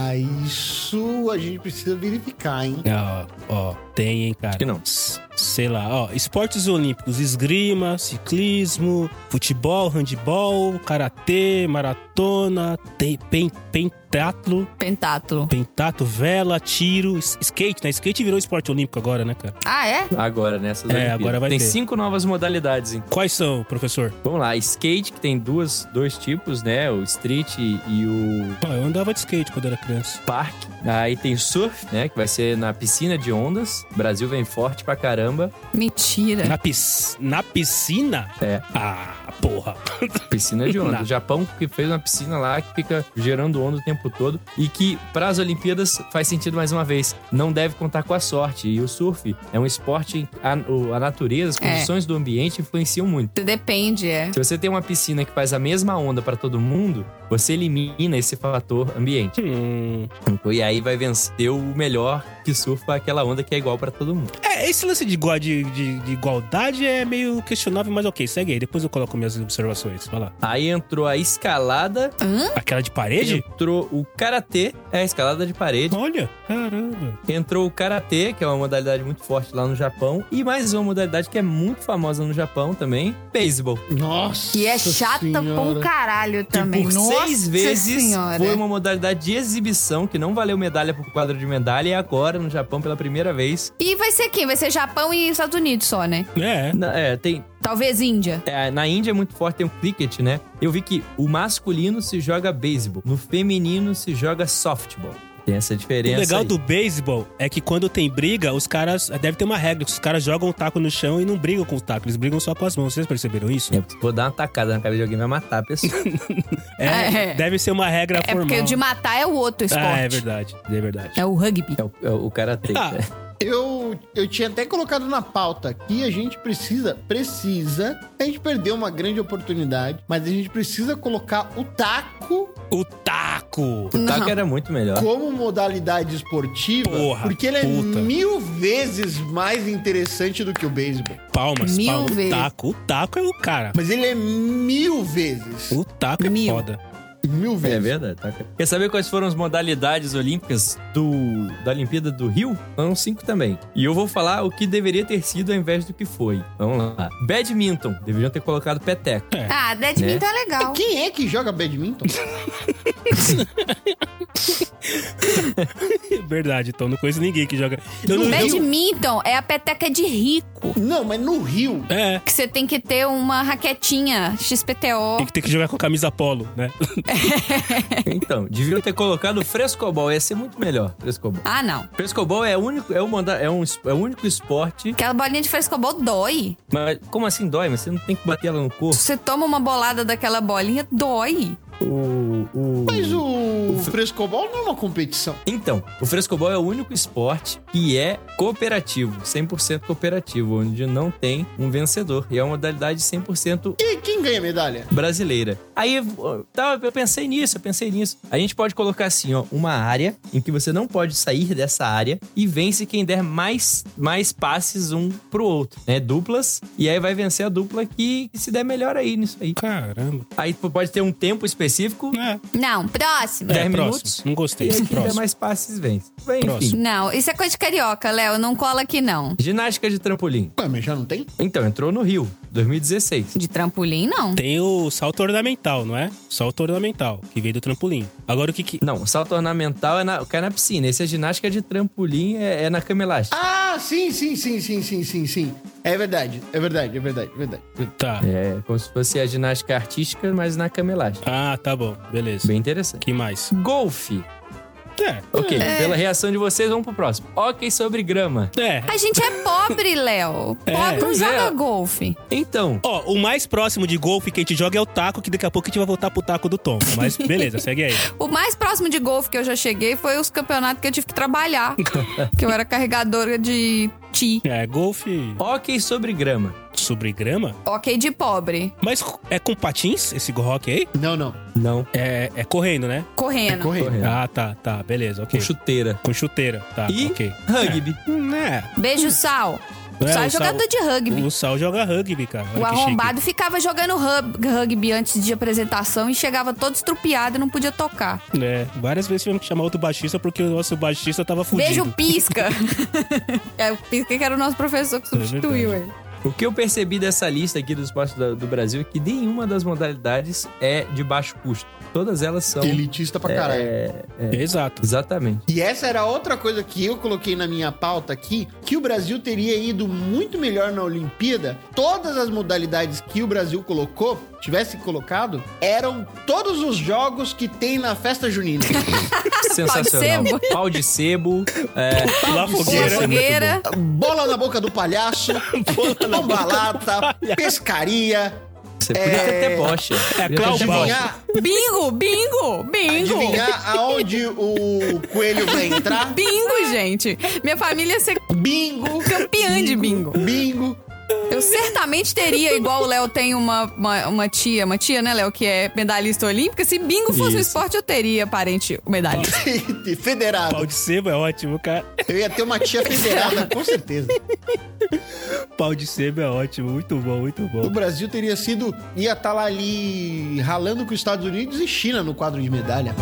Speaker 3: isso a gente precisa verificar, hein?
Speaker 1: Ó, ó, tem, hein, cara?
Speaker 4: Acho que não.
Speaker 1: S- Sei lá, ó, esportes olímpicos, esgrima, ciclismo, futebol, handebol, karatê, maratona, tem, pen, pentatlo,
Speaker 2: Pentátulo.
Speaker 1: pentato, vela, tiro, s- skate, né? Skate virou esporte olímpico agora, né, cara?
Speaker 2: Ah, é?
Speaker 4: Agora, nessas
Speaker 1: É,
Speaker 4: Olimpíadas.
Speaker 1: agora vai
Speaker 4: Tem
Speaker 1: ter.
Speaker 4: cinco novas modalidades, então.
Speaker 1: Quais são, professor?
Speaker 4: Vamos lá, skate, que tem duas, dois tipos, né? O street e, e o
Speaker 1: Pô, eu andava de skate quando era criança.
Speaker 4: park. Aí tem o surf, né? Que vai ser na piscina de ondas. O Brasil vem forte pra caramba.
Speaker 2: Mentira.
Speaker 1: Na, pis, na piscina?
Speaker 4: É.
Speaker 1: Ah, porra.
Speaker 4: Piscina de onda.
Speaker 1: Não.
Speaker 4: O Japão que fez uma piscina lá que fica gerando onda o tempo todo e que para as Olimpíadas faz sentido mais uma vez. Não deve contar com a sorte. E o surf é um esporte em que a, o- a natureza, as
Speaker 2: É.
Speaker 4: condições do ambiente influenciam muito.
Speaker 2: Você depende, é.
Speaker 4: Se você tem uma piscina que faz a mesma onda para todo mundo, você elimina esse fator ambiente.
Speaker 1: Hum.
Speaker 4: E aí vai vencer o melhor que surfa aquela onda que é igual para todo mundo.
Speaker 1: É, esse lance de, igua- de- de- de igualdade é meio questionável, mas ok, segue aí. Depois eu coloco minhas observações. Vai lá.
Speaker 4: Aí entrou a escalada,
Speaker 1: Aquela de parede?
Speaker 4: entrou o karatê, é a escalada de parede.
Speaker 1: Olha, caramba.
Speaker 4: Entrou o karatê, que é uma modalidade muito forte lá no Japão, e mais uma modalidade que é muito famosa no Japão também, beisebol.
Speaker 3: Nossa.
Speaker 2: Que é chata pra um
Speaker 3: senhora.
Speaker 2: caralho também.
Speaker 4: Por
Speaker 2: Nossa
Speaker 4: seis vezes
Speaker 2: senhora.
Speaker 4: foi uma modalidade de exibição que não valeu medalha por quadro de medalha e agora no Japão pela primeira vez.
Speaker 2: E vai ser quem? Vai ser Japão e Estados Unidos só, né?
Speaker 1: É.
Speaker 4: Na- é, tem,
Speaker 2: Talvez Índia.
Speaker 4: é, na Índia é muito forte tem o cricket, né? Eu vi que o masculino se joga beisebol, no feminino se joga softball. Tem essa
Speaker 1: O
Speaker 4: diferença.
Speaker 1: legal
Speaker 4: aí.
Speaker 1: do beisebol é que quando tem briga, os caras. Deve ter uma regra que os caras jogam o taco no chão e não brigam com o taco, eles brigam só com as mãos. Vocês perceberam isso?
Speaker 4: É, vou dar uma tacada na cabeça de alguém vai matar a pessoa.
Speaker 1: É,
Speaker 2: É.
Speaker 1: Deve ser uma regra
Speaker 2: É
Speaker 1: formal.
Speaker 2: porque o de matar é o outro esporte.
Speaker 1: Ah, é verdade. É verdade.
Speaker 2: É o rugby.
Speaker 4: é, o, é o karatê.
Speaker 1: Ah,
Speaker 4: cara.
Speaker 3: Eu, eu tinha até colocado na pauta que a gente precisa, precisa. A gente perdeu uma grande oportunidade, mas a gente precisa colocar o taco
Speaker 1: O taco.
Speaker 4: O taco era muito melhor.
Speaker 3: como modalidade esportiva,
Speaker 1: Porra,
Speaker 3: porque ele é
Speaker 1: puta.
Speaker 3: mil vezes mais interessante do que o beisebol.
Speaker 1: Palmas,
Speaker 6: Mil
Speaker 1: palmas. O
Speaker 6: vezes.
Speaker 1: taco. O taco é o cara.
Speaker 3: Mas ele é mil vezes.
Speaker 1: O taco é
Speaker 6: Mil.
Speaker 1: foda.
Speaker 3: Mil
Speaker 4: É
Speaker 3: vezes.
Speaker 4: verdade. Taco. Quer saber quais foram as modalidades olímpicas do, da Olimpíada do Rio? Foram cinco também. E eu vou falar o que deveria ter sido ao invés do que foi. Vamos lá. Badminton. Deveriam ter colocado peteco.
Speaker 2: Ah, Deadminton é legal.
Speaker 3: Quem é que joga badminton?
Speaker 1: É verdade, então não conheço ninguém que joga. Eu não vi.
Speaker 2: Badminton é a peteca de rico.
Speaker 3: Não, mas no Rio.
Speaker 1: É,
Speaker 2: Que você tem que ter uma raquetinha XPTO.
Speaker 1: tem que ter que jogar com camisa polo, né?
Speaker 4: Então, deveriam ter colocado frescobol. Ia ser muito melhor, frescobol.
Speaker 2: Ah, não.
Speaker 4: Frescobol é o único, é o moda- é um, es- é o único esporte,
Speaker 2: Aquela bolinha de frescobol dói.
Speaker 4: mas como assim dói? Mas você não tem que bater ela no corpo.
Speaker 2: Você toma uma bolada daquela bolinha, dói.
Speaker 4: O- o-
Speaker 3: Mas o frescobol não é uma competição.
Speaker 4: Então, o frescobol é o único esporte que é cooperativo, 100% cooperativo, onde não tem um vencedor. E é uma modalidade 100%
Speaker 3: E quem ganha medalha?
Speaker 4: brasileira. Aí ó, tá, eu pensei nisso, eu pensei nisso. A gente pode colocar assim, ó, uma área em que você não pode sair dessa área e vence quem der mais, mais passes um pro outro, né? Duplas. E aí vai vencer a dupla que, que se der melhor aí nisso aí.
Speaker 1: Caramba.
Speaker 4: Aí pô, pode ter um tempo específico,
Speaker 1: É,
Speaker 2: Não, próximo.
Speaker 1: é
Speaker 4: Dez
Speaker 1: próximo.
Speaker 4: minutos?
Speaker 1: Não
Speaker 4: e
Speaker 1: gostei.
Speaker 4: aí quem der
Speaker 1: Próximo.
Speaker 4: mais passes vence. Bem,
Speaker 1: Próximo.
Speaker 4: enfim.
Speaker 2: Não, isso é coisa de carioca, Léo. Não cola aqui, não.
Speaker 4: Ginástica de trampolim.
Speaker 3: Ué, mas já não tem?
Speaker 4: Então, entrou no Rio, 2016.
Speaker 2: De trampolim, não.
Speaker 1: Tem o salto ornamental, não é? Salto ornamental, que veio do trampolim. Agora o que que.
Speaker 4: Não, salto ornamental é na, cai na piscina. Esse é ginástica de trampolim, é, é na cama elástica.
Speaker 3: Ah, sim, sim, sim, sim, sim, sim, sim. É verdade, é verdade, é verdade, é verdade.
Speaker 1: Tá.
Speaker 4: É, como se fosse a ginástica artística, mas na cama elástica.
Speaker 1: Ah, tá bom. Beleza.
Speaker 4: Bem interessante.
Speaker 1: Que mais?
Speaker 4: Golfe.
Speaker 1: É.
Speaker 4: Ok, pela reação de vocês, vamos pro próximo. Ok sobre grama.
Speaker 1: É.
Speaker 2: A gente é pobre, Léo. Pobre não
Speaker 4: Pois é.
Speaker 2: joga golfe.
Speaker 4: Então,
Speaker 1: Ó, o mais próximo de golfe que a gente joga é o taco, que daqui a pouco a gente vai voltar pro taco do Tom. Mas beleza, segue aí.
Speaker 2: O mais próximo de golfe que eu já cheguei foi os campeonatos que eu tive que trabalhar. que eu era carregadora de ti.
Speaker 1: É, golfe
Speaker 4: ok sobre grama.
Speaker 1: sobre grama?
Speaker 2: Ok, de pobre.
Speaker 1: Mas é com patins esse rock aí?
Speaker 3: Não, não.
Speaker 4: Não,
Speaker 1: É, é correndo, né?
Speaker 2: Correndo.
Speaker 3: Correndo.
Speaker 4: correto.
Speaker 1: Ah, tá, tá. Beleza, ok.
Speaker 4: Com chuteira.
Speaker 1: Com chuteira, tá,
Speaker 4: E
Speaker 1: ok.
Speaker 4: rugby.
Speaker 1: Hum, É.
Speaker 2: Beijo, Sal.
Speaker 1: É,
Speaker 2: Sal
Speaker 1: o
Speaker 2: é jogador
Speaker 1: Sal-
Speaker 2: de rugby.
Speaker 1: O Sal joga rugby, cara. Olha que
Speaker 2: O
Speaker 1: chique.
Speaker 2: arrombado ficava jogando rug- rugby antes de apresentação e chegava todo estrupiado e não podia tocar.
Speaker 1: É, várias vezes tivemos que chamar outro baixista porque o nosso baixista tava fudido.
Speaker 2: Beijo, Pisca. é, o Pisca que era o nosso professor
Speaker 1: É
Speaker 2: que substituiu ele.
Speaker 4: O que eu percebi dessa lista aqui dos esportes da- do Brasil é que nenhuma das modalidades é de baixo custo. Todas elas são.
Speaker 3: Elitista pra caralho.
Speaker 4: Então, É,
Speaker 1: Exato.
Speaker 4: exatamente.
Speaker 3: E essa era outra coisa que eu coloquei na minha pauta aqui, que o Brasil teria ido muito melhor na Olimpíada. Todas as modalidades que o Brasil colocou, tivesse colocado, eram todos os jogos que tem na festa junina.
Speaker 1: Ah,
Speaker 4: Sensacional.
Speaker 2: sebo.
Speaker 1: né?
Speaker 4: Pau de sebo. é,
Speaker 1: Lá
Speaker 2: Uma
Speaker 1: fogueira. é
Speaker 2: fogueira.
Speaker 3: Bola na boca do palhaço, bombalata, pescaria,
Speaker 4: você
Speaker 1: É.
Speaker 4: podia ter até bocha. Podia ter
Speaker 1: Clau
Speaker 4: até
Speaker 1: Bau.
Speaker 4: bocha.
Speaker 3: adivinhar,
Speaker 6: Bingo, bingo, bingo.
Speaker 3: adivinhar aonde o coelho vai entrar,
Speaker 6: Bingo, gente. Minha família ia ser
Speaker 3: bingo,
Speaker 6: campeã de bingo.
Speaker 3: bingo.
Speaker 6: Eu certamente teria, igual o Léo tem uma, uma, uma tia, uma tia, né, Léo, que é medalhista olímpica. Se bingo fosse um
Speaker 4: Isso.
Speaker 6: esporte, eu teria parente medalhista.
Speaker 1: Pau
Speaker 3: Federado.
Speaker 1: de sebo é ótimo, cara.
Speaker 3: Eu ia ter uma tia federada, com certeza.
Speaker 1: Pau de sebo é ótimo. Muito bom, muito
Speaker 3: O
Speaker 1: bom.
Speaker 3: Brasil teria sido. ia estar lá ali ralando com os Estados Unidos e China no quadro de medalha.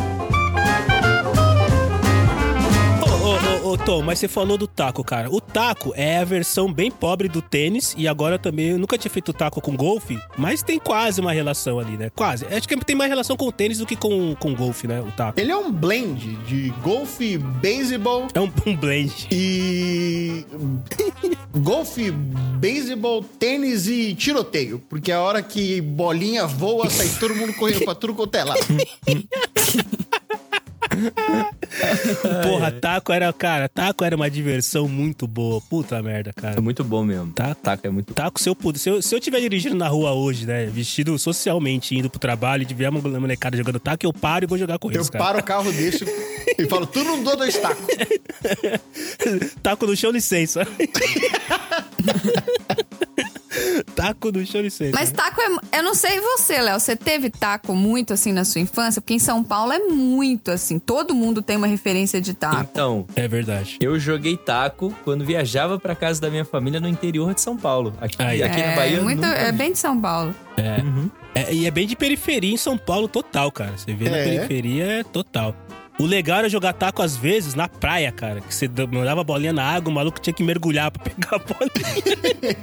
Speaker 1: Ô, ô, ô, ô, Tom, mas você falou do taco, cara. O taco é a versão bem pobre do tênis e agora também eu nunca tinha feito taco com golfe, mas tem quase uma relação ali, né? Quase. Acho que tem mais relação com o tênis do que com, com o golfe, né? O taco.
Speaker 3: Ele é um blend de golfe, beisebol
Speaker 1: É um, um blend.
Speaker 3: e. golfe, beisebol, tênis e tiroteio. Porque a hora que bolinha voa, sai todo mundo correndo pra tudo quanto é lado.
Speaker 1: Porra, taco era, cara, taco era uma diversão muito boa. Puta merda,
Speaker 4: É
Speaker 1: cara.
Speaker 4: muito bom mesmo.
Speaker 1: Tá.
Speaker 4: Taca é muito
Speaker 1: Taco, se eu puder. Se eu, se eu tiver dirigindo na rua hoje, né? Vestido socialmente, indo pro trabalho e tiver uma molecada jogando taco, eu paro e vou jogar com
Speaker 3: Eu
Speaker 1: eles, cara.
Speaker 3: paro o carro desse e falo, tu não dou dois tacos.
Speaker 1: Taco no chão, licença. taco do Choricento.
Speaker 2: Mas
Speaker 4: Uhum.
Speaker 2: taco é. Eu não sei você, Léo. Você teve taco muito assim na sua infância? Porque em São Paulo é muito assim. Todo mundo tem uma referência de taco.
Speaker 4: Então,
Speaker 1: É verdade.
Speaker 4: eu joguei taco quando viajava pra casa da minha família no interior de São Paulo. Aqui,
Speaker 1: Aí.
Speaker 4: aqui
Speaker 2: é,
Speaker 4: na Bahia. eu
Speaker 2: muito,
Speaker 4: nunca
Speaker 2: é
Speaker 4: vi.
Speaker 2: bem de São Paulo.
Speaker 1: É, e é bem de periferia em São Paulo total, cara. Você vê na
Speaker 3: É.
Speaker 1: periferia é total. O legal era jogar taco às vezes na praia, cara. Que você d- mandava a bolinha na água, o maluco tinha que mergulhar pra pegar a bolinha.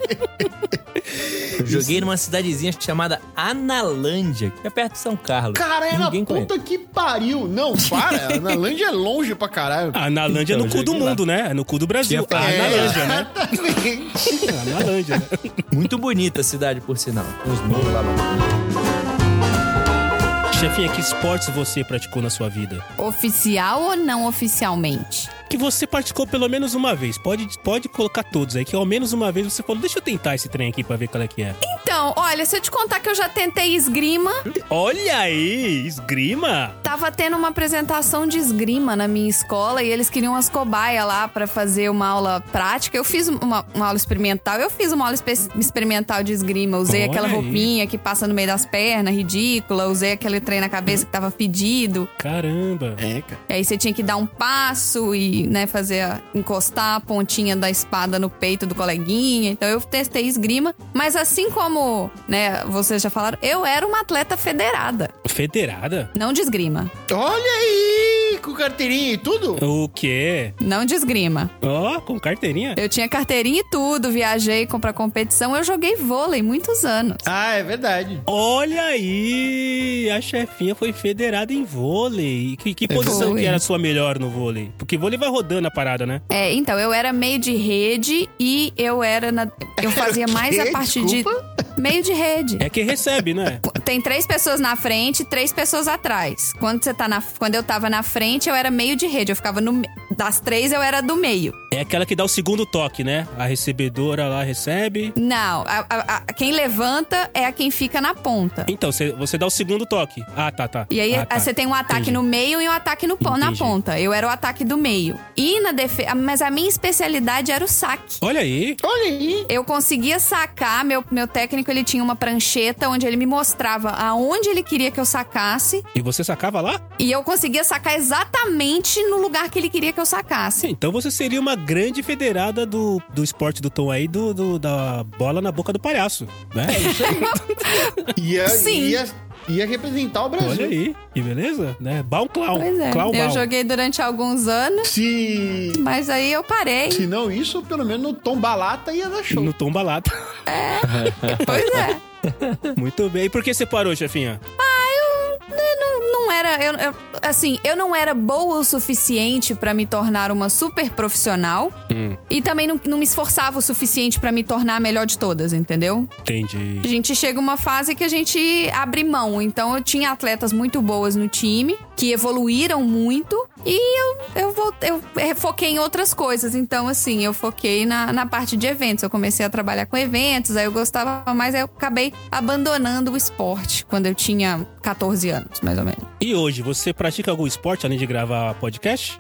Speaker 4: Eu joguei numa cidadezinha chamada Analândia, que é perto de São Carlos.
Speaker 3: Cara, é na
Speaker 4: Ninguém
Speaker 3: puta que pariu. Não, para. Na Lândia é longe pra caralho.
Speaker 1: A Analândia é no
Speaker 4: Então,
Speaker 1: cu do
Speaker 4: joguei lá.
Speaker 1: mundo, né? É no cu do Brasil.
Speaker 4: Tinha
Speaker 1: A
Speaker 4: praia.
Speaker 1: Analândia, né?
Speaker 3: Exatamente.
Speaker 1: A Analândia, né?
Speaker 4: Muito bonita a cidade, por sinal. Os morros lá.
Speaker 1: Chefinha, que esportes você praticou na sua vida?
Speaker 2: Oficial ou não oficialmente?
Speaker 1: Que você praticou pelo menos uma vez. Pode, pode colocar todos aí, que ao menos uma vez você falou, deixa eu tentar esse trem aqui pra ver qual é que é.
Speaker 2: Então, olha, se eu te contar que eu já tentei esgrima,
Speaker 1: Olha aí, esgrima!
Speaker 2: tava tendo uma apresentação de esgrima na minha escola e eles queriam as cobaias lá pra fazer uma aula prática. Eu fiz uma, uma aula experimental, eu fiz uma aula espe- experimental de esgrima. Usei
Speaker 1: Olha
Speaker 2: aquela
Speaker 1: aí.
Speaker 2: roupinha que passa no meio das pernas, ridícula. Usei aquele trem na cabeça que tava fedido.
Speaker 1: Caramba!
Speaker 3: É, cara.
Speaker 2: E aí você tinha que dar um passo e, né, fazer a- encostar a pontinha da espada no peito do coleguinha. Então eu testei esgrima, mas assim como, né, vocês já falaram, eu era uma atleta federada,
Speaker 1: Federada?
Speaker 2: não de esgrima,
Speaker 3: Olha aí, com carteirinha e tudo.
Speaker 1: O quê?
Speaker 2: não de esgrima.
Speaker 1: Ó, com carteirinha?
Speaker 2: Eu tinha carteirinha e tudo, viajei com- pra competição, eu joguei vôlei muitos anos.
Speaker 3: Ah, é verdade.
Speaker 1: Olha aí! A chefinha foi federada em vôlei. Que, que posição
Speaker 2: Foi.
Speaker 1: que era a sua melhor no vôlei? Porque vôlei vai rodando a parada, né?
Speaker 2: É, então eu era meio de rede e eu era na eu fazia mais a
Speaker 3: quê?
Speaker 2: parte
Speaker 3: Desculpa?
Speaker 2: de meio de rede.
Speaker 1: É quem recebe, né?
Speaker 2: Tem três pessoas na frente e três pessoas atrás. Quando, você tá na, quando eu tava na frente, eu era meio de rede. Eu ficava no. me- Das três, eu era do meio.
Speaker 1: É aquela que dá o segundo toque, né? A recebedora lá recebe.
Speaker 2: Não, a- a- a- quem levanta é a quem fica na ponta.
Speaker 1: Então, você, você dá o segundo toque. Ah, tá, tá.
Speaker 2: E aí
Speaker 1: Ah, tá.
Speaker 2: você tem um ataque
Speaker 1: Entendi.
Speaker 2: no meio e um ataque no, pon- na
Speaker 1: Entendi.
Speaker 2: ponta. Eu era o ataque do meio. E na defesa. Mas a minha especialidade era o saque.
Speaker 1: Olha aí.
Speaker 3: Olha aí.
Speaker 2: Eu conseguia sacar, meu, meu técnico ele tinha uma prancheta onde ele me mostrava aonde ele queria que eu sacasse
Speaker 1: E você sacava lá?
Speaker 2: e eu conseguia sacar exatamente no lugar que ele queria que eu sacasse.
Speaker 1: Sim, então você seria uma grande federada do, do esporte do tom aí, do, do- da bola na boca do palhaço, né?
Speaker 2: É
Speaker 3: Ia,
Speaker 2: Sim.
Speaker 3: Ia, ia representar o
Speaker 1: Olha
Speaker 3: Brasil.
Speaker 1: aí. Que beleza, né? Bal clown.
Speaker 2: Pois é.
Speaker 1: Clown
Speaker 2: eu
Speaker 1: bal.
Speaker 2: joguei durante alguns anos,
Speaker 3: Se,
Speaker 2: mas aí eu parei.
Speaker 3: se não isso, pelo menos no Tom Balata ia dar show.
Speaker 1: No tom balado.
Speaker 2: pois é.
Speaker 1: Muito bem. E por que você parou, chefinha?
Speaker 2: Eu né, não, não era. eu- eu- assim, eu não era boa o suficiente pra me tornar uma super profissional. E também não, não me esforçava o suficiente pra me tornar a melhor de todas, entendeu?
Speaker 1: Entendi.
Speaker 2: A gente chega uma fase que a gente abre mão. Então eu tinha atletas muito boas no time, que evoluíram muito, e eu, eu, vol- eu eh, foquei em outras coisas. Então, assim, eu foquei na, na parte de eventos. Eu comecei a trabalhar com eventos, aí eu gostava mais, aí eu acabei abandonando o esporte quando eu tinha 14 anos, mais ou menos.
Speaker 1: E hoje, você pratica algum esporte além de gravar podcast?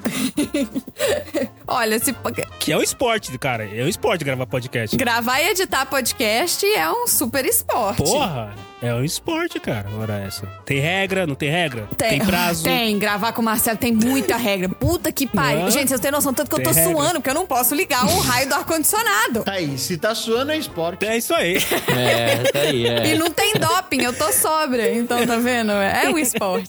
Speaker 2: Olha, se
Speaker 1: Que é o esporte, cara. É o esporte gravar podcast.
Speaker 2: gravar e editar podcast é um super esporte.
Speaker 1: Porra! É um esporte, cara, hora essa. Tem regra, não tem regra? Tem, prazo.
Speaker 2: Tem, gravar com o Marcelo tem muita regra. Puta que pariu.
Speaker 1: Hã?
Speaker 2: Gente, vocês têm noção tanto que eu tô
Speaker 1: Tem regra.
Speaker 2: suando, porque eu não posso ligar o raio do ar-condicionado.
Speaker 3: Tá aí, se tá suando é esporte.
Speaker 1: É isso aí.
Speaker 4: É, tá aí,
Speaker 2: E
Speaker 4: é.
Speaker 2: não tem doping, eu tô sóbria. Então, tá vendo? É o esporte.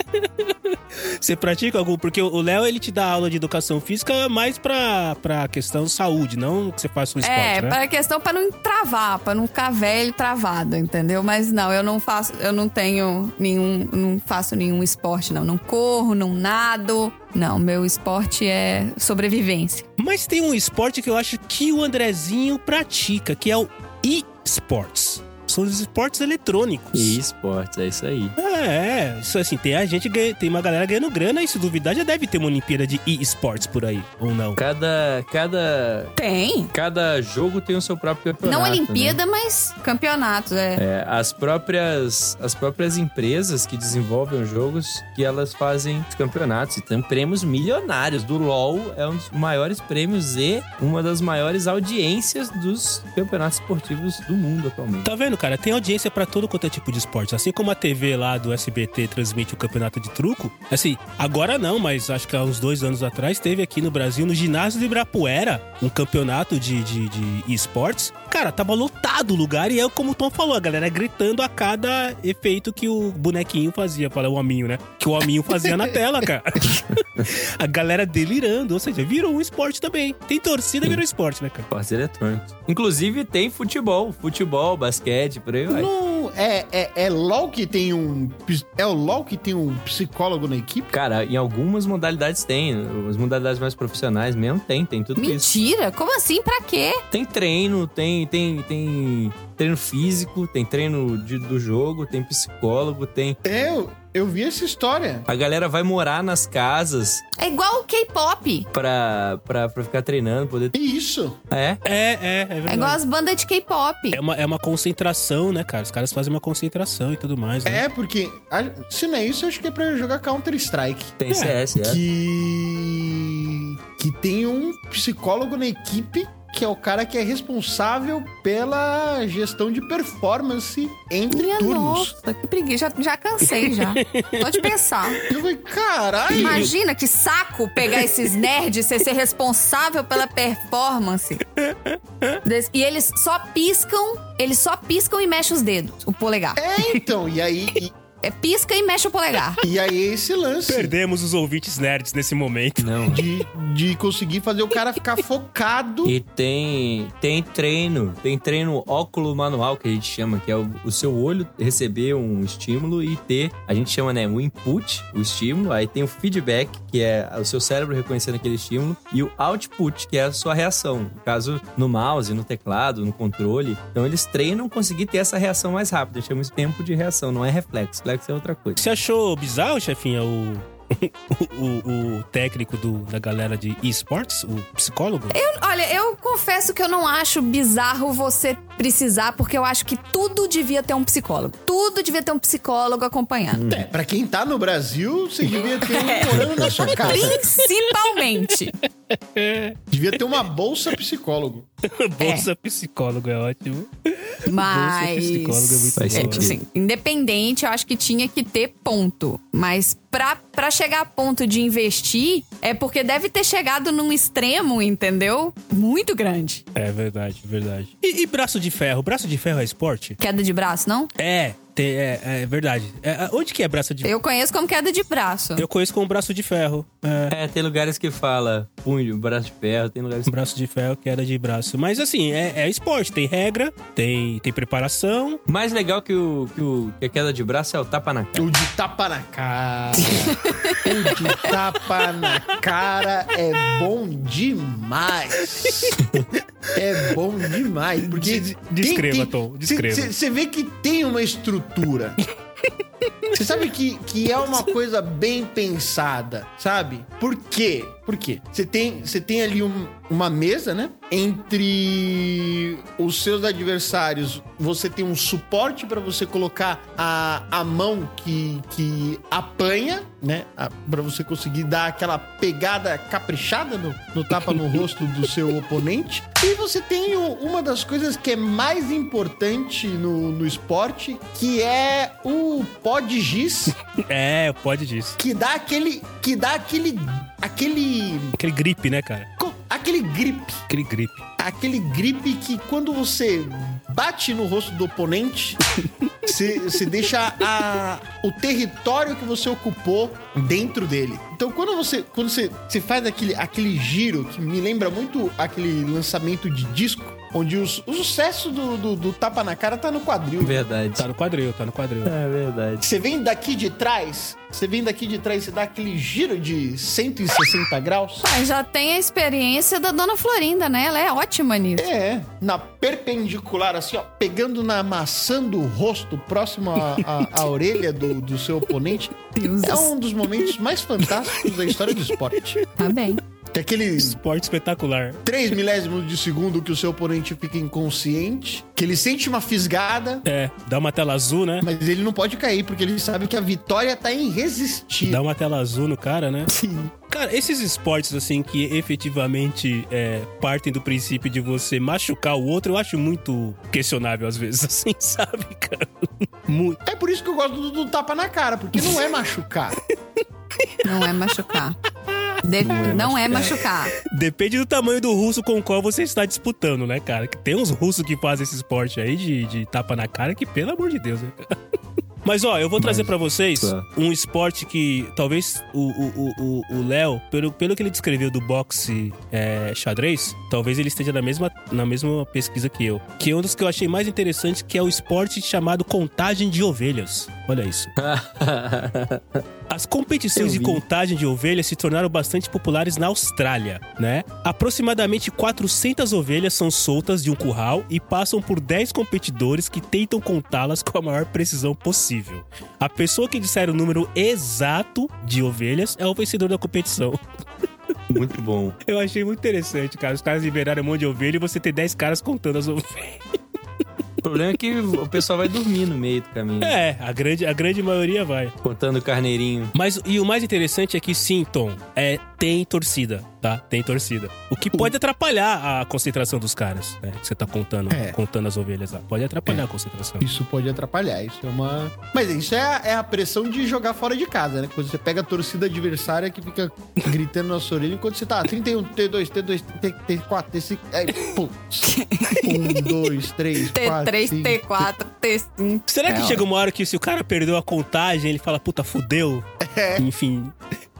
Speaker 1: Você pratica algum? Porque o Léo, ele te dá aula de educação física mais pra, pra questão saúde, não que você faça um esporte,
Speaker 2: é,
Speaker 1: né?
Speaker 2: para questão pra não travar, pra não ficar velho e travado, entendeu? Mas não, eu não faço, eu não tenho nenhum, não faço nenhum esporte, não. Não corro, não nado. Não, meu esporte é sobrevivência.
Speaker 1: Mas tem um esporte que eu acho que o Andrezinho pratica, que é o e-sports. são os esportes eletrônicos.
Speaker 4: E esportes, é isso aí.
Speaker 1: É, é, isso assim, tem a gente ganha- tem uma galera ganhando grana e se duvidar já deve ter uma Olimpíada de e-sports por aí, ou não.
Speaker 4: Cada, cada,
Speaker 6: Tem.
Speaker 4: cada jogo tem o seu próprio campeonato.
Speaker 2: Não
Speaker 4: né?
Speaker 2: Olimpíada, mas campeonatos, é.
Speaker 4: É, as próprias as próprias empresas que desenvolvem os jogos que elas fazem os campeonatos e tem prêmios milionários do LoL é um dos maiores prêmios e uma das maiores audiências dos campeonatos esportivos do mundo atualmente
Speaker 1: Tá vendo, cara? Tem audiência pra todo quanto é tipo de esporte. Assim como a TV lá do SBT transmite o campeonato de truco, assim, agora não, mas acho que há uns dois anos atrás teve aqui no Brasil, no ginásio de Ibirapuera, um campeonato de, de, de esportes. Cara, tava lotado o lugar e é como o Tom falou, a galera gritando a cada efeito que o bonequinho fazia. Fala o hominho, né? Que o hominho fazia na tela, cara. a galera delirando, ou seja, virou um esporte também. Tem torcida, virou esporte, né, cara?
Speaker 4: esportes eletrônicos inclusive tem futebol futebol basquete por aí vai
Speaker 3: Não, é, é, é LOL que tem um. ps- É o LOL que tem um psicólogo na equipe?
Speaker 4: Cara, em algumas modalidades tem. As modalidades mais profissionais mesmo tem, tem tudo isso.
Speaker 2: Mentira? Como assim? Pra quê?
Speaker 4: Tem treino, tem, tem, tem treino físico, tem treino de- do jogo, tem psicólogo, tem.
Speaker 3: Eu, eu vi essa história.
Speaker 4: A galera vai morar nas casas
Speaker 2: É igual o K-pop.
Speaker 4: pra, pra, pra ficar treinando, poder.
Speaker 3: E isso.
Speaker 4: É.
Speaker 1: É, é, é verdade.
Speaker 2: É igual as bandas de K-pop.
Speaker 1: É uma, é uma concentração, né, cara? Os caras fazem uma concentração e tudo mais, né?
Speaker 3: É, porque. a- Se não é isso, eu acho que é pra jogar Counter-Strike.
Speaker 4: Tem CS, é.
Speaker 3: Que. Que tem um psicólogo na equipe. Que é o cara que é responsável pela gestão de performance entre
Speaker 2: Minha
Speaker 3: É turnos.
Speaker 2: nossa, que preguiça. Já, já cansei, já. Tô de pensar.
Speaker 3: Eu falei, caralho!
Speaker 2: Imagina que saco pegar esses nerds e ser responsável pela performance. Des- E eles só piscam, eles só piscam e mexem os dedos, o polegar.
Speaker 3: É, então, e aí, e,
Speaker 2: É pisca e mexe o polegar.
Speaker 3: e aí é esse lance.
Speaker 1: Perdemos os ouvintes nerds nesse momento.
Speaker 4: Não.
Speaker 3: de, de conseguir fazer o cara ficar focado.
Speaker 4: E tem, tem treino, tem treino óculo manual que a gente chama, que é o, o seu olho receber um estímulo e ter, a gente chama, né, o input, o estímulo, aí tem o feedback, que é o seu cérebro reconhecendo aquele estímulo, e o output, que é a sua reação. No caso, no mouse, no teclado, no controle. Então eles treinam conseguir ter essa reação mais rápida, chama isso tempo de reação, não é reflexo, reflexo é outra coisa.
Speaker 1: Você achou bizarro, chefinha, o, o, o- o técnico do- da galera de esportes? O psicólogo?
Speaker 2: Olha, eu confesso que eu não acho bizarro você precisar, porque eu acho que tudo devia ter um psicólogo. Tudo devia ter um psicólogo acompanhando.
Speaker 3: É, pra quem tá no Brasil, você devia ter um morando na sua casa.
Speaker 2: Principalmente.
Speaker 3: Devia ter uma bolsa psicólogo.
Speaker 1: Bolsa psicólogo é ótimo.
Speaker 2: Mas.
Speaker 1: psicólogo é muito
Speaker 4: Faz
Speaker 1: bom,
Speaker 4: sentido.
Speaker 1: né?
Speaker 2: Assim, independente, eu acho que tinha que ter ponto. Mas pra, pra chegar a ponto de investir, é porque deve ter chegado num extremo, entendeu? Muito grande.
Speaker 1: É verdade, verdade. E, e braço de ferro? Braço de ferro é esporte?
Speaker 2: Queda de braço, não?
Speaker 1: É, tem- é, é verdade. É, onde que é braço de ferro?
Speaker 2: Eu conheço como queda de braço.
Speaker 1: Eu conheço como braço de ferro. É.
Speaker 4: É, tem lugares que fala punho, braço de ferro, tem lugares
Speaker 1: Um
Speaker 4: que
Speaker 1: braço de ferro, queda de braço. Mas assim, é, é esporte, tem regra, tem, tem preparação.
Speaker 4: mais legal que, o, que, o, que a queda de braço é o tapa na cara.
Speaker 3: O de tapa na cara. O de tapa na cara é bom demais. É bom demais. Porque
Speaker 1: De- descreva, Tom, descreva.
Speaker 3: Você vê que tem uma estrutura. Você sabe que, que é uma coisa bem pensada, sabe? Por quê? Por quê? Você tem, você tem ali um- uma mesa, né? Entre os seus adversários, você tem um suporte pra você colocar a, a mão que, que apanha, né? A- Pra você conseguir dar aquela pegada caprichada no, no tapa no rosto do seu oponente. E você tem o- uma das coisas que é mais importante no, no esporte, que é o pó de giz
Speaker 1: É, pode disso.
Speaker 3: que dá aquele que dá aquele aquele
Speaker 1: Aquele grip, né, cara?
Speaker 3: co- aquele grip,
Speaker 1: Aquele grip.
Speaker 3: aquele grip que quando você bate no rosto do oponente, você você deixa a- o território que você ocupou dentro dele. Então quando você quando você, você faz aquele aquele giro que me lembra muito aquele lançamento de disco onde os- o sucesso do, do- do tapa na cara tá no quadril.
Speaker 4: É Verdade.
Speaker 1: Tá no quadril, tá no quadril.
Speaker 4: É verdade.
Speaker 3: Você vem daqui de trás, você vem daqui de trás, você dá aquele giro de 160 graus.
Speaker 2: Mas já tem a experiência da dona Florinda, né? Ela é ótima nisso.
Speaker 3: É, na perpendicular, assim, ó, pegando na maçã do rosto, próximo à, à- à orelha do, do seu oponente. É um dos momentos mais fantásticos da história do esporte.
Speaker 2: Tá bem.
Speaker 3: Que é aquele
Speaker 1: Esporte espetacular.
Speaker 3: 3 milésimos de segundo que o seu oponente fica inconsciente, que ele sente uma fisgada,
Speaker 1: É, dá uma tela azul, né?
Speaker 3: mas ele não pode cair, porque ele sabe que a vitória tá irresistível.
Speaker 1: Dá uma tela azul no cara, né?
Speaker 3: Sim.
Speaker 1: Cara, esses esportes, assim, que efetivamente é, partem do princípio de você machucar o outro, eu acho muito questionável às vezes, assim, sabe, cara? Muito.
Speaker 3: É por isso que eu gosto do, do tapa na cara, porque não é machucar.
Speaker 2: Não é machucar. Deve- Não é machucar.
Speaker 1: Depende do tamanho do russo com o qual você está disputando, né, cara? Que Tem uns russos que fazem esse esporte aí de, de tapa na cara que, pelo amor de Deus, né? cara? Mas ó, eu vou trazer pra vocês
Speaker 4: tá.
Speaker 1: um esporte que talvez o- o o- o- o Léo, pelo, pelo que ele descreveu do boxe é, xadrez, talvez ele esteja na mesma, na mesma pesquisa que eu. Que é um dos que eu achei mais interessante, que é o esporte chamado contagem de ovelhas. Olha isso. As competições de contagem de ovelhas se tornaram bastante populares na Austrália, né? Aproximadamente 400 ovelhas são soltas de um curral e passam por 10 competidores que tentam contá-las com a maior precisão possível. A pessoa que disser o número exato de ovelhas é o vencedor da competição.
Speaker 4: Muito bom.
Speaker 1: Eu achei muito interessante, cara. Os caras liberaram um monte de ovelha e você tem 10 caras contando as ovelhas.
Speaker 4: O problema é que o pessoal vai dormir no meio do caminho,
Speaker 1: É, a grande, a grande maioria vai.
Speaker 4: contando o carneirinho.
Speaker 1: Mas e o mais interessante é que sim, Tom, é, tem torcida, tá? Tem torcida. O que pode atrapalhar a concentração dos caras, né? Que você tá contando,
Speaker 3: É.
Speaker 1: contando as ovelhas lá. Pode atrapalhar a concentração.
Speaker 3: Isso pode atrapalhar, isso é uma. Mas isso é a, é a pressão de jogar fora de casa, né? Quando você pega a torcida adversária que fica gritando na sua orelha enquanto você tá ah, 31, T2, T2, T- T4, T5. Aí, putz. 1, 2, 3, 4.
Speaker 6: T3, T4, T5.
Speaker 1: Será que chega uma hora que se o cara perdeu a contagem, ele fala, puta, fudeu? Enfim.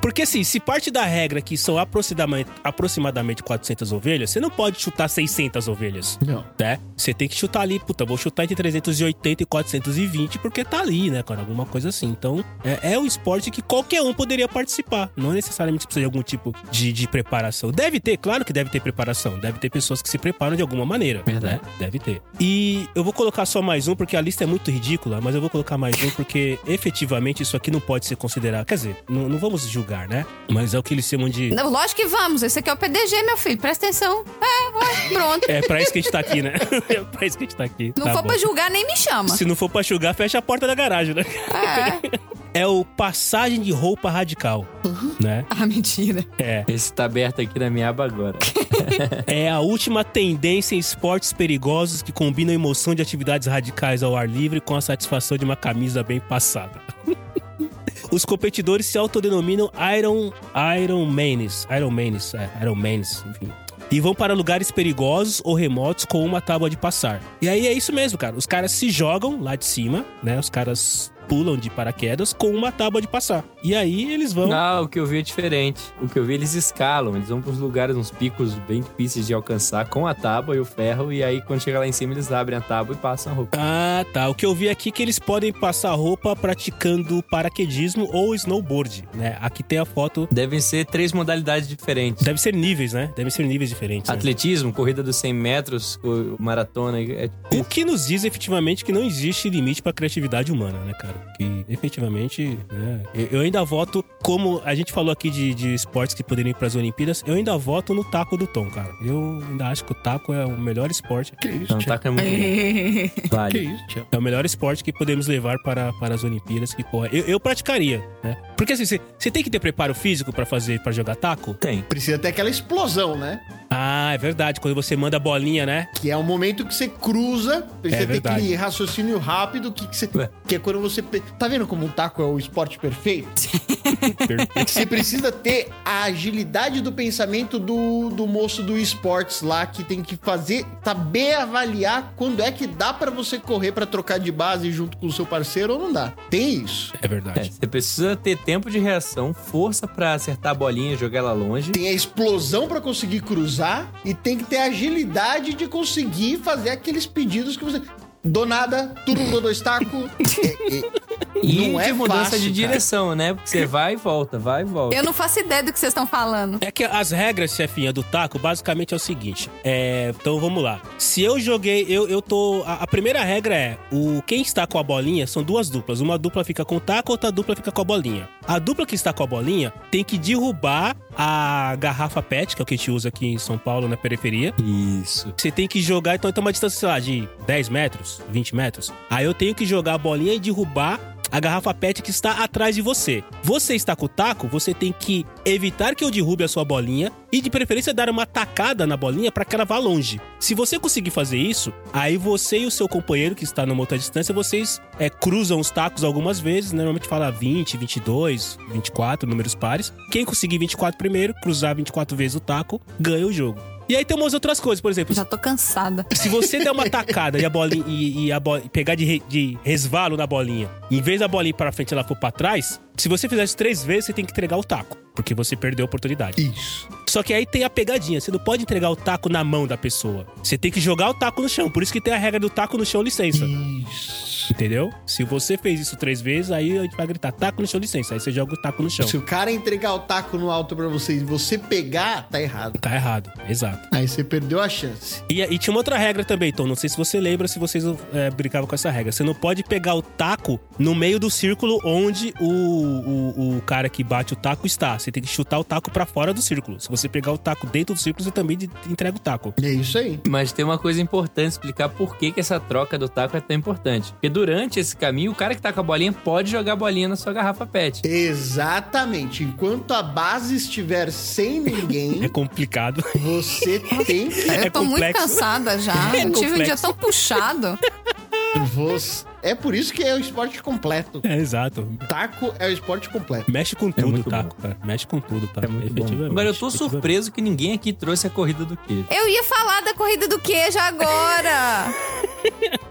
Speaker 1: Porque assim, se parte da regra que são aproximadamente, aproximadamente 400 ovelhas, você não pode chutar 600 ovelhas.
Speaker 3: Não.
Speaker 1: né? Você tem que chutar ali, puta, vou chutar entre 380 e 420 porque tá ali, né, cara? Alguma coisa assim. Então, é, é um esporte que qualquer um poderia participar. Não necessariamente precisa de algum tipo de, de preparação. Deve ter, claro que deve ter preparação. Deve ter pessoas que se preparam de alguma maneira, né? Deve ter. E eu vou colocar só mais um porque a lista é muito ridícula, mas eu vou colocar mais um porque efetivamente isso aqui não pode ser considerado. Quer dizer, não, não vamos julgar, né? Mas é o que eles chamam de.
Speaker 2: Não, lógico que vamos. Esse aqui é o PDG, meu filho. Presta atenção. É, ué, pronto.
Speaker 1: É pra isso que a gente tá aqui, né? É pra isso que a gente tá aqui.
Speaker 2: Não
Speaker 1: tá
Speaker 2: for
Speaker 1: bom.
Speaker 2: pra julgar, nem me chama.
Speaker 1: Se não for pra enxugar, fecha a porta da garagem, né?
Speaker 2: É.
Speaker 1: É o passagem de roupa radical, né?
Speaker 2: Ah, mentira.
Speaker 1: É.
Speaker 4: Esse tá aberto aqui na minha aba agora.
Speaker 1: É a última tendência em esportes perigosos que combinam a emoção de atividades radicais ao ar livre com a satisfação de uma camisa bem passada. Os competidores se autodenominam Iron Iron Manes, Iron Manes, é, Iron Manes, enfim. E vão para lugares perigosos ou remotos com uma tábua de passar. E aí é isso mesmo, cara. Os caras se jogam lá de cima, né? Os caras pulam de paraquedas com uma tábua de passar. E aí eles vão
Speaker 4: Ah, o que eu vi é diferente. O que eu vi, eles escalam. Eles vão pros lugares, uns picos bem difíceis de alcançar com a tábua e o ferro. E aí, quando chega lá em cima, eles abrem a tábua e passam a roupa.
Speaker 1: Ah, tá. O que eu vi aqui é que eles podem passar roupa praticando paraquedismo ou snowboard, né? Aqui tem a foto.
Speaker 4: Devem ser três modalidades diferentes.
Speaker 1: Deve ser níveis, né? Deve ser níveis diferentes. né?
Speaker 4: Atletismo, corrida dos 100 metros, o- maratona. É...
Speaker 1: O que nos diz efetivamente que não existe limite pra criatividade humana, né, cara? Que efetivamente. né? Eu- Eu ainda voto, como a gente falou aqui de, de esportes que poderiam ir pras Olimpíadas, eu ainda voto no taco do Tom, cara. Eu ainda acho que o taco é o melhor esporte.
Speaker 3: Que isso,
Speaker 4: Não,
Speaker 3: tia?
Speaker 4: tá com muito
Speaker 3: Que
Speaker 4: vale.
Speaker 3: isso, tia?
Speaker 1: É o melhor esporte que podemos levar para, para as Olimpíadas. Que, porra, eu, eu praticaria, né? Porque assim, você você tem que ter preparo físico pra fazer, para jogar taco?
Speaker 4: Tem.
Speaker 3: Precisa ter aquela explosão, né?
Speaker 1: Ah, é verdade. Quando você manda a bolinha, né?
Speaker 3: Que é um momento que você cruza, precisa ter
Speaker 1: verdade.
Speaker 3: aquele raciocínio rápido, que, que, você-
Speaker 4: É Ué.
Speaker 3: que é quando você. pe- Tá vendo como o taco é o esporte perfeito?
Speaker 1: Perfeito.
Speaker 3: Você precisa ter a agilidade do pensamento do, do moço do esportes lá, que tem que fazer, saber avaliar quando é que dá pra você correr pra trocar de base junto com o seu parceiro ou não dá. Tem isso.
Speaker 1: É
Speaker 4: É,
Speaker 1: verdade.
Speaker 4: você precisa ter tempo de reação, força pra acertar a bolinha e jogar ela longe.
Speaker 3: Tem a explosão pra conseguir cruzar e tem que ter a agilidade de conseguir fazer aqueles pedidos que você. Do nada, tudo mudou dois tacos. É, é,
Speaker 4: E
Speaker 3: não
Speaker 4: de
Speaker 3: é
Speaker 4: mudança
Speaker 3: fácil,
Speaker 4: de
Speaker 3: cara.
Speaker 4: direção, né? Porque você vai e volta, vai e volta.
Speaker 2: Eu não faço ideia do que vocês estão falando.
Speaker 1: É que as regras, chefinha, do taco, basicamente é o seguinte. É, então vamos lá. Se eu joguei, eu, eu tô. A, a primeira regra é: o quem está com a bolinha são duas duplas. Uma dupla fica com o taco, outra dupla fica com a bolinha. A dupla que está com a bolinha tem que derrubar a garrafa PET, que é o que a gente usa aqui em São Paulo, na periferia.
Speaker 4: Isso.
Speaker 1: Você tem que jogar, então tem uma distância, sei lá, de 10 metros, 20 metros. Aí eu tenho que jogar a bolinha e derrubar a garrafa PET que está atrás de você. Você está com o taco, você tem que evitar que eu derrube a sua bolinha e de preferência dar uma tacada na bolinha para que ela vá longe. Se você conseguir fazer isso, aí você e o seu companheiro que está numa outra distância, vocês é, cruzam os tacos algumas vezes, né? normalmente fala 20, 22, 24, números pares. Quem conseguir 24 primeiro, cruzar 24 vezes o taco, ganha o jogo. E aí tem umas outras coisas, por exemplo,
Speaker 2: Já tô cansada.
Speaker 1: se você der uma tacada e a bolinha e, e a bo- e pegar de, re- de resvalo na bolinha, em vez da bolinha ir pra frente ela for pra trás, se você fizer isso três vezes, você tem que entregar o taco. Porque você perdeu a oportunidade.
Speaker 3: Isso.
Speaker 1: Só que aí tem a pegadinha. Você não pode entregar o taco na mão da pessoa. Você tem que jogar o taco no chão. Por isso que tem a regra do taco no chão, licença.
Speaker 3: Isso.
Speaker 1: Entendeu? Se você fez isso três vezes, aí a gente vai gritar taco no chão, licença. Aí você joga o taco no chão.
Speaker 3: Se o cara entregar o taco no alto pra você e você pegar, tá errado.
Speaker 1: Tá errado. Exato.
Speaker 3: Aí você perdeu a chance.
Speaker 1: E, e tinha uma outra regra também, Tom. Não sei se você lembra, se vocês é, brincavam com essa regra. Você não pode pegar o taco no meio do círculo onde o, o, o cara que bate o taco está. Você tem que chutar o taco pra fora do círculo. Se você pegar o taco dentro do círculo, você também de- entrega o taco.
Speaker 3: É isso aí.
Speaker 4: Mas tem uma coisa importante explicar por que, que essa troca do taco é tão importante. Porque durante esse caminho, o cara que tá com a bolinha pode jogar a bolinha na sua garrafa pet.
Speaker 3: Exatamente. Enquanto a base estiver sem
Speaker 1: É
Speaker 3: ninguém,
Speaker 1: complicado.
Speaker 3: você tem que.
Speaker 1: É
Speaker 2: eu tô muito
Speaker 1: complexo.
Speaker 2: cansada já.
Speaker 1: É
Speaker 2: eu tive um
Speaker 1: complexo.
Speaker 2: dia tão puxado.
Speaker 3: você- É por isso que é o esporte completo.
Speaker 1: É, exato.
Speaker 3: Taco é o esporte completo.
Speaker 1: Mexe com tudo o
Speaker 4: muito
Speaker 1: taco, cara. Mexe com tudo o taco. efetivamente.
Speaker 4: Agora eu tô
Speaker 1: Efetivamente.
Speaker 4: surpreso que ninguém aqui trouxe a corrida do queijo.
Speaker 2: Eu ia falar da corrida do queijo agora.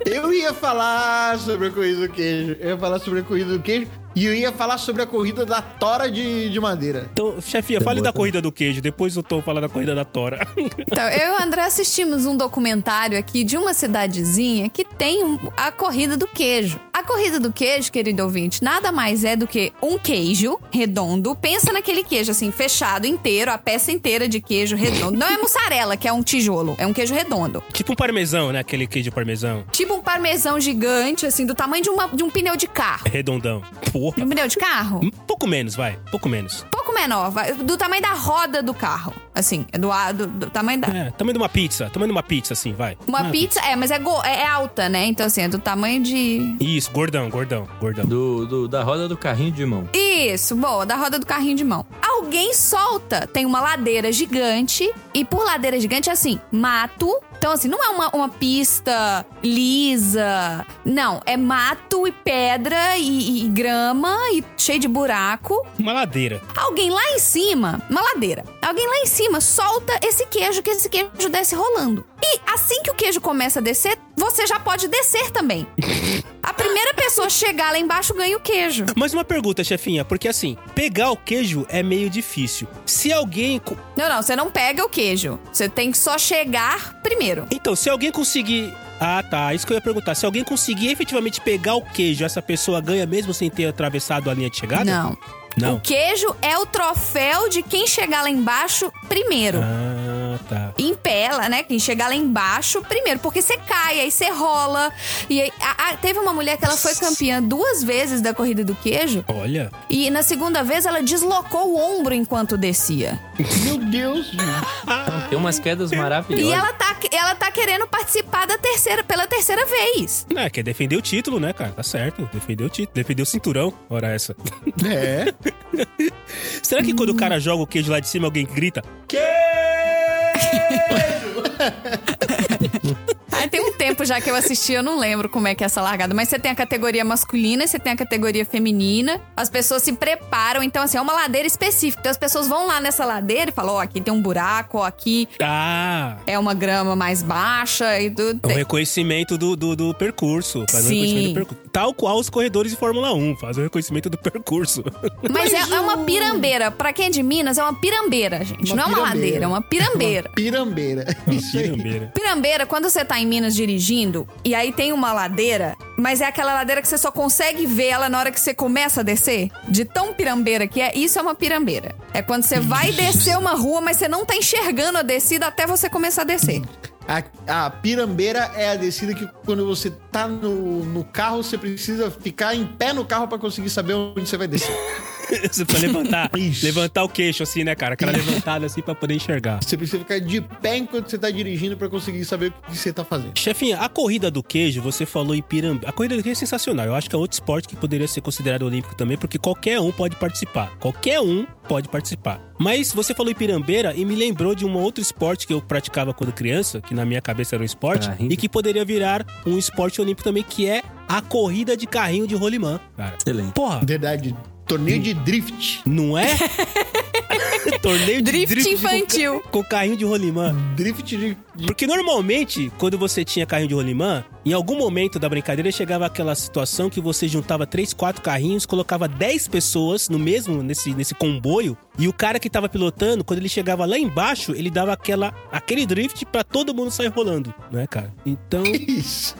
Speaker 3: Eu ia falar sobre a corrida do queijo. Eu ia falar sobre a corrida do queijo. E eu ia falar sobre a corrida da tora de, de madeira.
Speaker 1: Então, chefinha, fale da corrida do queijo. Depois eu tô falando da corrida da tora.
Speaker 2: Então, eu e o André assistimos um documentário aqui de uma cidadezinha que tem um- a corrida do queijo. A corrida do queijo, querido ouvinte, nada mais é do que um queijo redondo. Pensa naquele queijo assim, fechado inteiro, a peça inteira de queijo redondo. Não é mussarela, que é um tijolo, é um queijo redondo.
Speaker 1: tipo um parmesão, né? Aquele queijo parmesão.
Speaker 2: Tipo um parmesão gigante, assim, do tamanho de, uma- de um pneu de carro.
Speaker 1: Redondão.
Speaker 2: De
Speaker 1: Porra.
Speaker 2: um pneu de carro? Um
Speaker 1: Um pouco menos, vai. Pouco menos.
Speaker 2: Pouco menor, vai- do tamanho da roda do carro. Assim, é do, do, do tamanho da.
Speaker 1: É, tamanho de uma pizza. Tamanho de uma pizza, assim, vai.
Speaker 2: Uma pizza, é, mas é, go- é alta, né? Então, assim, é do tamanho de.
Speaker 1: Isso, gordão, gordão, gordão.
Speaker 4: Do, do- da roda do carrinho de mão.
Speaker 2: Isso, boa, da roda do carrinho de mão. Alguém solta, tem uma ladeira gigante, e por ladeira gigante é assim, mato. Então, assim, não é uma, uma pista lisa. Não, é mato e pedra e, e grama e cheio de buraco.
Speaker 1: Uma ladeira.
Speaker 2: Alguém lá em cima, uma ladeira, alguém lá em cima solta esse queijo, que esse queijo desce rolando. E assim que o queijo começa a descer, você já pode descer também. A primeira pessoa chegar lá embaixo ganha o queijo.
Speaker 1: Mas uma pergunta, chefinha, porque assim, pegar o queijo é meio difícil. Se alguém. co-
Speaker 2: Não, não, você não pega o queijo. Você tem que só chegar primeiro.
Speaker 1: Então, se alguém conseguir. Ah, tá. Isso que eu ia perguntar. Se alguém conseguir efetivamente pegar o queijo, essa pessoa ganha mesmo sem ter atravessado a linha de chegada?
Speaker 2: Não. O
Speaker 1: Não.
Speaker 2: queijo é o troféu de quem chegar lá embaixo primeiro.
Speaker 1: Ah, tá.
Speaker 2: Em pé, lá, né? Quem chegar lá embaixo primeiro. Porque você cai, aí você rola. E aí, a- a- teve uma mulher que ela foi campeã duas vezes da corrida do queijo.
Speaker 1: Olha.
Speaker 2: E na segunda vez ela deslocou o ombro enquanto descia.
Speaker 3: Meu Deus, gente.
Speaker 1: Ah,
Speaker 4: Tem umas quedas
Speaker 2: E
Speaker 4: maravilhosas.
Speaker 2: ela tá, ela tá querendo participar da terceira, pela terceira vez.
Speaker 1: Não, é, quer defender o título, né, cara? Tá certo. Defender o título. Defender o cinturão. Ora essa.
Speaker 3: É.
Speaker 1: Será que quando o cara joga o queijo lá de cima, alguém grita?
Speaker 2: Aí tem um tempo já que eu assisti, eu não lembro como é que é essa largada. Mas você tem a categoria masculina, você tem a categoria feminina. As pessoas se preparam, então assim, é uma ladeira específica. Então as pessoas vão lá nessa ladeira e falam, ó, aqui tem um buraco, ó, aqui
Speaker 1: Ah,
Speaker 2: é uma grama mais baixa e tudo.
Speaker 1: é um reconhecimento do, do, do percurso. Faz um
Speaker 2: Sim.
Speaker 1: reconhecimento do percurso. Tal qual os corredores de Fórmula 1, faz o reconhecimento do percurso.
Speaker 2: Mas é, é uma pirambeira. Pra quem é de Minas, é uma pirambeira, gente.
Speaker 3: Uma
Speaker 2: não é uma
Speaker 3: pirambeira.
Speaker 2: ladeira, é uma pirambeira.
Speaker 3: Pirambeira. Isso aí.
Speaker 1: Pirambeira.
Speaker 2: Pirambeira, quando você tá em Minas dirigindo, e aí tem uma ladeira, mas é aquela ladeira que você só consegue ver ela na hora que você começa a descer. De tão pirambeira que é, isso é uma pirambeira. É quando você vai descer uma rua, mas você não tá enxergando a descida até você começar a descer.
Speaker 3: A, a pirambeira é a descida que quando você tá no, no carro, você precisa ficar em pé no carro pra conseguir saber onde você vai descer.
Speaker 1: Você precisa é levantar.
Speaker 3: Isso.
Speaker 1: levantar o queixo, assim, né, cara? Aquela levantada assim pra poder enxergar.
Speaker 3: Você precisa ficar de pé enquanto você tá dirigindo pra conseguir saber o que você tá fazendo.
Speaker 1: Chefinha, a corrida do queijo, você falou em pirambeira. A corrida do queijo é sensacional. Eu acho que é outro esporte que poderia ser considerado olímpico também, porque qualquer um pode participar. Qualquer um pode participar. Mas você falou em pirambeira e me lembrou de um outro esporte que eu praticava quando criança, que na minha cabeça era um esporte,
Speaker 4: Ah, rindo.
Speaker 1: e que poderia virar um esporte olímpico também, que é a corrida de carrinho de rolimã. Cara.
Speaker 4: Excelente.
Speaker 1: Porra,
Speaker 3: Verdade. Torneio de drift.
Speaker 1: não é? Torneio de
Speaker 2: Drift,
Speaker 1: drift com-
Speaker 2: infantil.
Speaker 1: com carrinho de rolimã.
Speaker 3: Drift de. de-
Speaker 1: Porque normalmente, quando você tinha carrinho de rolimã, em algum momento da brincadeira chegava aquela situação que você juntava três, quatro carrinhos, colocava 10 pessoas no mesmo, nesse, nesse comboio, e o cara que tava pilotando, quando ele chegava lá embaixo, ele dava aquela, aquele drift pra todo mundo sair rolando, né, cara? Então,
Speaker 3: Isso.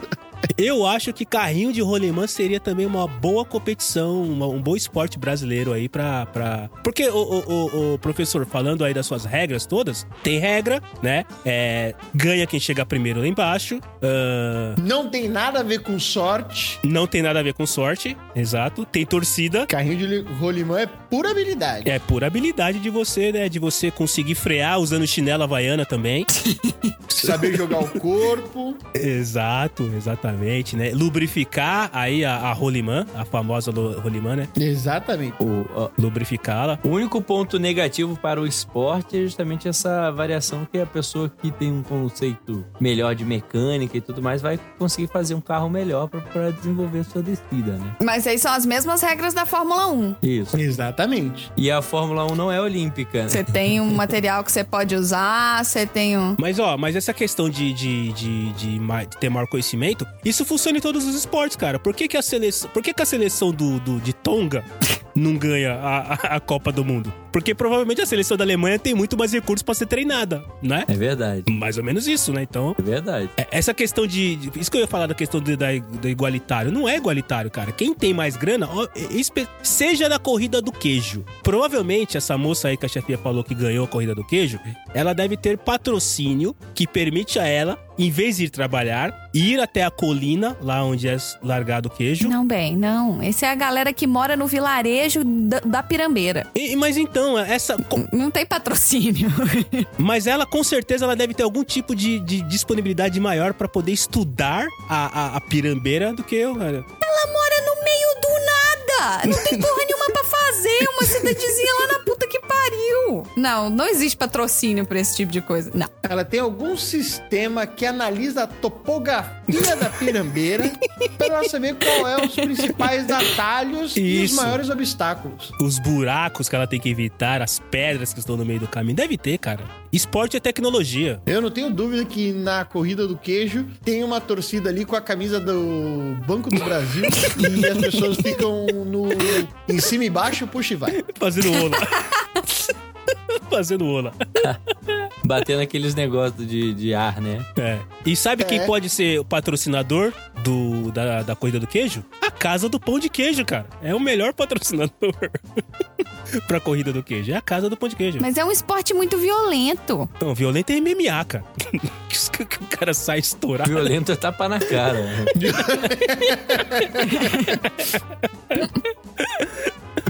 Speaker 1: eu acho que carrinho de rolimã seria também uma boa competição, uma- um bom esporte brasileiro aí pra. pra... Porque, o, professor, falando aí das suas regras todas, tem regra, né? É, ganha quem chega primeiro lá embaixo. ahn,
Speaker 3: Não tem nada a ver com sorte.
Speaker 1: não tem nada a ver com sorte, exato. Tem torcida.
Speaker 3: Carrinho de li- rolimã é pura habilidade.
Speaker 1: É por habilidade de você, né? De você conseguir frear usando chinela havaiana também.
Speaker 3: Saber jogar o corpo.
Speaker 1: Exato, exatamente, né? Lubrificar aí a, a rolimã, a famosa lo- rolimã, né?
Speaker 3: Exatamente.
Speaker 4: O,
Speaker 1: Lubrificá-la.
Speaker 4: O único ponto negativo para o esporte é justamente essa variação que a pessoa que tem um conceito melhor de mecânica e tudo mais vai conseguir fazer um carro melhor para desenvolver sua descida, né?
Speaker 2: Mas aí são as mesmas regras da Fórmula 1.
Speaker 4: Isso.
Speaker 3: Exatamente.
Speaker 4: E a Fórmula 1 não é olímpica, né?
Speaker 2: Você tem um material que você pode usar, você tem um.
Speaker 1: Mas ó, mas essa questão de, de, de, de ma- de ter maior conhecimento, isso funciona em todos os esportes, cara. Por que, que a seleção, por que, que a seleção do, do- de Tonga não ganha a, a- a Copa do Mundo? Porque provavelmente a seleção da Alemanha tem muito mais recursos pra ser treinada, né?
Speaker 4: É verdade.
Speaker 1: Mais ou menos isso, né? Então,
Speaker 4: É verdade.
Speaker 1: é- essa questão de. de- Isso que eu ia falar da questão do, da, do igualitário. Não é igualitário, cara. Quem tem mais grana, ó, e- espe- seja na corrida do queijo. Provavelmente essa moça aí que a chefia falou que ganhou a corrida do queijo, ela deve ter patrocínio que permite a ela, em vez de ir trabalhar, ir até a colina, lá onde é largado o queijo.
Speaker 2: Não, bem, não. Essa é a galera que mora no vilarejo da, da pirambeira.
Speaker 1: E- mas então, essa. co-
Speaker 2: Não tem patrocínio.
Speaker 1: Mas ela com certeza ela deve ter algum tipo de, de disponibilidade maior pra poder estudar a, a, a pirambeira do que eu, cara.
Speaker 2: no meio do nada. Não tem porra nenhuma pra fazer. Uma cidadezinha lá na puta que pariu. Não, não existe patrocínio pra esse tipo de coisa. Não.
Speaker 3: Ela tem algum sistema que analisa a topografia da pirambeira para ela saber qual é os principais atalhos e os
Speaker 1: Isso.
Speaker 3: maiores obstáculos.
Speaker 1: os buracos que ela tem que evitar, as pedras que estão no meio do caminho. Deve ter, cara. Esporte é tecnologia.
Speaker 3: Eu não tenho dúvida que na corrida do queijo tem uma torcida ali com a camisa do Banco do Brasil e as pessoas ficam no em cima e embaixo, puxa e vai.
Speaker 1: Fazendo ola. Fazendo ola.
Speaker 4: Batendo aqueles negócios de, de ar, né?
Speaker 1: É. E sabe quem
Speaker 3: É.
Speaker 1: pode ser o patrocinador do, da, da corrida do queijo? A Casa do Pão de Queijo, cara. É o melhor patrocinador pra corrida do queijo. É a Casa do Pão de Queijo.
Speaker 2: Mas é um esporte muito violento.
Speaker 1: Então, violento é MMA, cara. que o cara sai estourado.
Speaker 4: Violento é tapa na cara.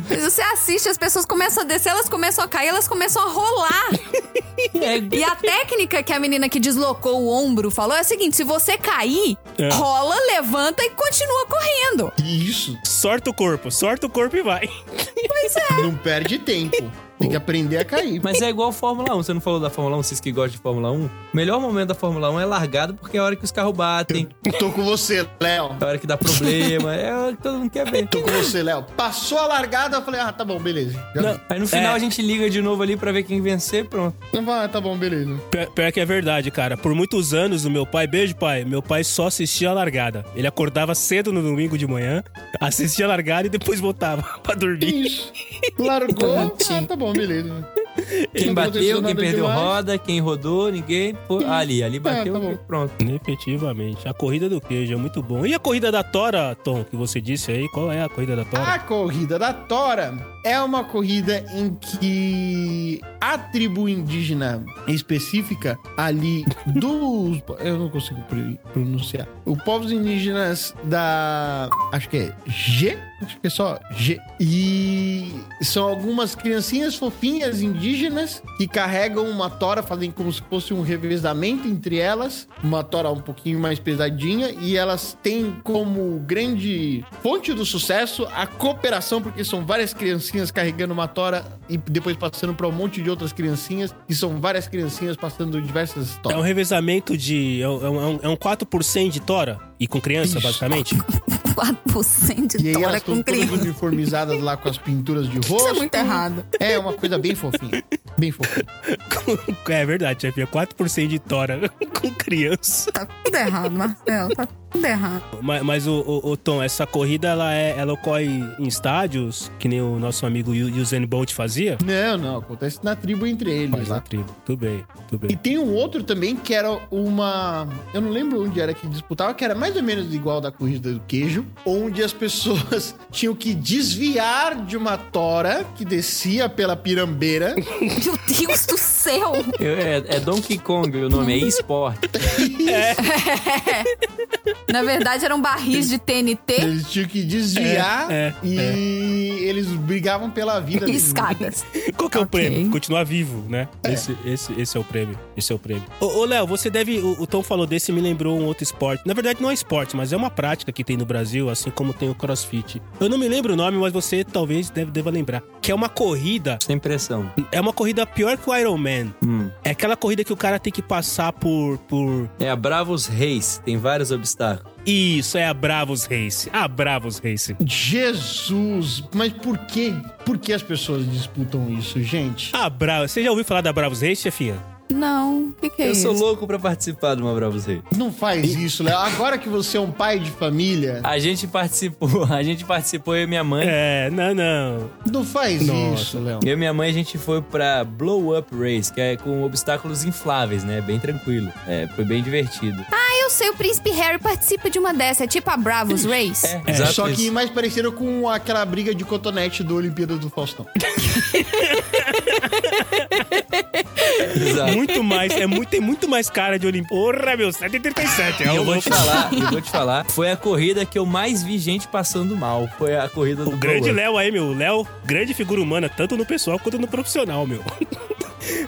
Speaker 2: Mas você assiste, as pessoas começam a descer, elas começam a cair, elas começam a rolar.
Speaker 4: É,
Speaker 2: E a técnica que a menina que deslocou o ombro falou é a seguinte: se você cair,
Speaker 1: É.
Speaker 2: rola, levanta e continua correndo.
Speaker 3: E isso
Speaker 1: Sorta o corpo, sorta o corpo e vai.
Speaker 3: não perde tempo. Tem que aprender a cair.
Speaker 4: Mas é igual Fórmula 1. Você não falou da Fórmula 1, vocês que gostam de Fórmula 1? O melhor momento da Fórmula 1 é largado porque é a hora que os carros batem,
Speaker 3: Tô com você, Léo.
Speaker 4: é a hora que dá problema, é a hora que todo mundo quer ver.
Speaker 3: Tô com você, Léo. Passou a largada, eu falei, ah, tá bom, beleza. Já-
Speaker 4: Não, aí no final a gente liga de novo ali pra ver quem vencer, pronto.
Speaker 3: Não vai, tá bom, beleza.
Speaker 1: Pior, pior que é verdade, cara. Por muitos anos, o meu pai, beijo, pai, meu pai só assistia a largada. Ele acordava cedo no domingo de manhã, assistia a largada e depois voltava pra dormir.
Speaker 3: Isso. Largou. ah, tá bom, beleza.
Speaker 4: Quem
Speaker 3: Não aconteceu
Speaker 4: bateu,
Speaker 3: nada
Speaker 4: quem perdeu
Speaker 3: demais.
Speaker 4: roda, quem rodou, ninguém. Pô, ali, ali bateu,
Speaker 3: tá bom.
Speaker 4: pronto.
Speaker 1: Efetivamente. A corrida do queijo é muito bom. E a corrida da Tora, Tom, que você disse aí? Qual é a corrida da Tora?
Speaker 3: A corrida da Tora é uma corrida em que a tribo indígena específica ali dos. Eu não consigo pr- pronunciar. Os povos indígenas da. Acho que é G. Acho que é só G. E são algumas criancinhas fofinhas indígenas que carregam uma tora, fazem como se fosse um revezamento entre elas. Uma tora um pouquinho mais pesadinha. E elas têm como grande fonte do sucesso a cooperação, porque são várias criancinhas carregando uma tora e depois passando para um monte de outras criancinhas. E são várias criancinhas passando diversas
Speaker 1: É um
Speaker 3: toras.
Speaker 1: revezamento de. É um, é um- é um 4% de Tora? E com criança,
Speaker 3: Isso.
Speaker 1: basicamente?
Speaker 6: 4%
Speaker 3: E
Speaker 6: de
Speaker 3: aí elas
Speaker 6: tora
Speaker 3: estão
Speaker 6: com
Speaker 3: todas
Speaker 6: criança.
Speaker 3: uniformizadas lá com as pinturas de
Speaker 6: Isso
Speaker 3: rosto.
Speaker 6: é muito errado.
Speaker 3: É uma coisa bem fofinha. Bem fofinha.
Speaker 1: é verdade, chefe. É 4% de Tora com criança.
Speaker 6: Tá tudo errado, Marcelo. Tá tudo errado.
Speaker 1: Mas, mas o, o- o Tom, essa corrida ela, é, ela ocorre em estádios, que nem o nosso amigo Yu- Usain Bolt fazia?
Speaker 3: Não, não. Acontece na tribo entre eles né?
Speaker 1: Faz na
Speaker 3: lá.
Speaker 1: tribo. Tudo bem, tudo
Speaker 3: E
Speaker 1: bem.
Speaker 3: tem um outro também que era uma. Eu não lembro onde era que disputava, que era mais ou menos igual da corrida do queijo, onde as pessoas tinham que desviar de uma tora que descia pela pirambeira.
Speaker 6: Meu Deus do céu!
Speaker 4: Eu- é, é Donkey Kong o nome, é esporte.
Speaker 1: É.
Speaker 6: Na verdade, eram barris de TNT
Speaker 3: Eles tinham que desviar
Speaker 1: É, é,
Speaker 3: e eles brigavam pela vida.
Speaker 6: e
Speaker 3: deles.
Speaker 6: escadas.
Speaker 1: Qual que é o
Speaker 6: Ok.
Speaker 1: prêmio? Continuar vivo, né? Esse, esse, esse é o prêmio. Esse é o prêmio. Ô, ô, Léo, você deve. O, o Tom falou desse me lembrou um outro esporte. Na verdade, não é esporte, mas é uma prática que tem no Brasil, assim como tem o crossfit. Eu não me lembro o nome, mas você talvez deve, deva lembrar. Que é uma corrida.
Speaker 4: Sem pressão.
Speaker 1: É uma corrida pior que o Iron Man.
Speaker 4: Hum.
Speaker 1: É aquela corrida que o cara tem que passar por. por
Speaker 4: É a Bravos Reis, tem vários obstáculos.
Speaker 1: Isso, é a Bravos Race. A Bravos Race.
Speaker 3: Jesus! Mas por quê? Por que as pessoas disputam isso, gente?
Speaker 1: A Bravos. Você já ouviu falar da Bravos Race, chefinha?
Speaker 6: Não, o que, que é
Speaker 4: Eu
Speaker 6: isso?
Speaker 4: sou louco pra participar de uma Bravos Reis.
Speaker 3: Não faz isso, Léo. Agora que você é um pai de família,
Speaker 4: A gente participou, a gente participou, eu e minha mãe.
Speaker 1: É, não, não.
Speaker 3: não faz
Speaker 1: Nossa.
Speaker 3: isso, Léo.
Speaker 4: Eu e minha mãe, a gente foi pra Blow Up Race, que é com obstáculos infláveis, né? Bem tranquilo. É, foi bem divertido.
Speaker 6: Eu sei, o príncipe Harry participa de uma dessa. É tipo a Bravos Race.
Speaker 4: É,
Speaker 3: Só que
Speaker 4: isso.
Speaker 3: mais parecido com aquela briga de cotonete do Olimpíada do Faustão.
Speaker 4: Exato.
Speaker 1: Muito mais, é muito, tem muito mais cara de Olimpíada. Porra, meu, 737. É
Speaker 4: E
Speaker 1: o
Speaker 4: eu vou te falar, eu vou te falar, foi a corrida que eu mais vi gente passando mal. Foi a corrida do
Speaker 1: O grande
Speaker 4: Boa.
Speaker 1: Léo aí, meu. O Léo, grande figura humana, tanto no pessoal quanto no profissional, meu.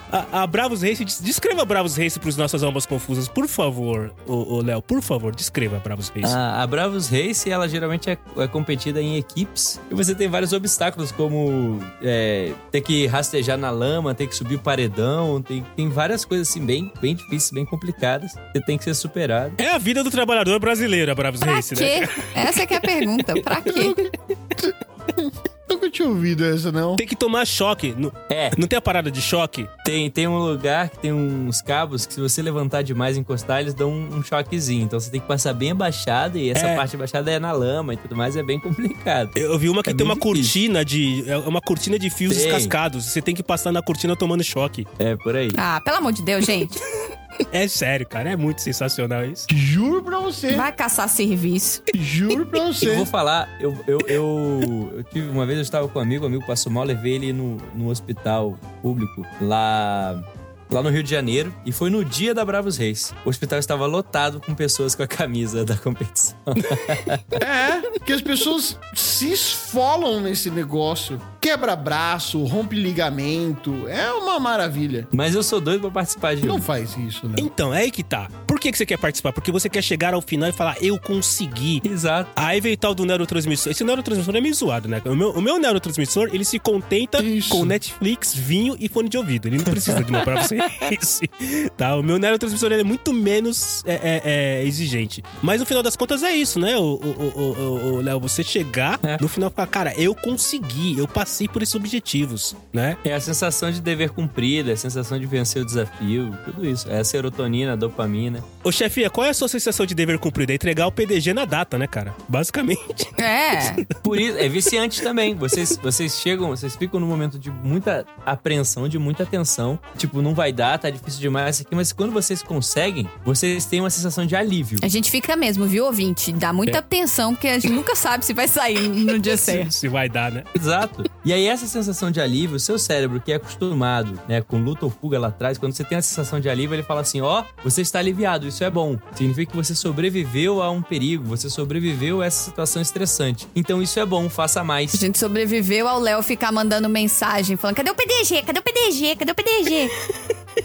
Speaker 1: A, a Bravos Race, des- descreva a Bravos Race pros nossas almas confusas, por favor, ô, ô, Léo, por favor, descreva a Bravos Race.
Speaker 4: A, a Bravos Race, ela geralmente é, é competida em equipes. E você tem vários obstáculos, como é, ter que rastejar na lama, ter que subir paredão. Tem, tem várias coisas assim, bem, bem difíceis, bem complicadas. Você tem que ser superado.
Speaker 1: É a vida do trabalhador brasileiro, a Bravos
Speaker 6: Pra
Speaker 1: Race, né?
Speaker 6: quê? Essa que é a pergunta. Pra quê?
Speaker 3: Nunca tinha ouvido essa, não.
Speaker 1: Tem que tomar choque. Não,
Speaker 4: É.
Speaker 1: não tem a parada de choque?
Speaker 4: Tem, tem um lugar que tem uns cabos que se você levantar demais e encostar, eles dão um, um choquezinho. Então você tem que passar bem abaixado e essa
Speaker 1: É.
Speaker 4: parte abaixada é na lama e tudo mais, é bem complicado.
Speaker 1: Eu vi uma que
Speaker 4: É
Speaker 1: tem
Speaker 4: bem
Speaker 1: uma
Speaker 4: difícil.
Speaker 1: cortina de. É uma cortina de fios
Speaker 4: Tem.
Speaker 1: descascados. Você tem que passar na cortina tomando choque.
Speaker 4: É, por aí.
Speaker 6: Ah, pelo amor de Deus, gente.
Speaker 1: É sério, cara. É muito sensacional isso.
Speaker 3: Juro pra você.
Speaker 6: Vai caçar serviço.
Speaker 3: Juro pra
Speaker 4: Eu
Speaker 3: você.
Speaker 4: vou falar, eu, eu, eu, eu tive uma vez, eu estava com um amigo, o amigo passou mal, levei ele no, no hospital público lá, lá no Rio de Janeiro e foi no dia da Bravos Reis. O hospital estava lotado com pessoas com a camisa da competição.
Speaker 3: É, porque as pessoas se esfolam nesse negócio. quebra braço, rompe ligamento. É uma maravilha.
Speaker 4: Mas eu sou doido pra participar de
Speaker 3: Não
Speaker 4: um.
Speaker 3: faz isso, né?
Speaker 1: Então, é aí que tá. Por que, que você quer participar? Porque você quer chegar ao final e falar, eu consegui.
Speaker 4: Exato.
Speaker 1: Aí veio tal do neurotransmissor. Esse neurotransmissor é meio zoado, né? O meu, o meu neurotransmissor, ele se contenta
Speaker 3: Isso.
Speaker 1: com Netflix, vinho e fone de ouvido. Ele não precisa de uma pra você. tá? O meu neurotransmissor, ele é muito menos é, é, é, exigente. Mas no final das contas é isso, né, o, o- o- o- o- o Léo? Você chegar
Speaker 4: É.
Speaker 1: no final e falar, cara, eu consegui, eu passei por esses objetivos, né?
Speaker 4: É a sensação de dever cumprido, é a sensação de vencer o desafio, tudo isso. É a serotonina, a dopamina.
Speaker 1: Ô, chefia, qual é a sua sensação de dever cumprido? É entregar o PDG na data, né, cara? Basicamente.
Speaker 2: É.
Speaker 4: Por isso, é viciante também. Vocês, vocês chegam, vocês ficam num momento de muita apreensão, de muita tensão. Tipo, não vai dar, tá difícil demais isso aqui. Mas quando vocês conseguem, vocês têm uma sensação de alívio.
Speaker 2: A gente fica mesmo, viu, ouvinte? Dá
Speaker 4: É.
Speaker 2: muita atenção, porque a gente nunca sabe se vai sair no dia certo.
Speaker 1: Se vai dar, né?
Speaker 4: Exato. E aí, essa sensação de alívio, o seu cérebro que é acostumado, né, com luta ou fuga lá atrás, quando você tem a sensação de alívio, ele fala assim: ó, você está aliviado, isso é bom. Significa que você sobreviveu a um perigo, você sobreviveu a essa situação estressante. Então, isso é bom, faça mais.
Speaker 2: A gente sobreviveu ao Léo ficar mandando mensagem falando: cadê o PDG? Cadê o PDG? Cadê o PDG?
Speaker 4: Tá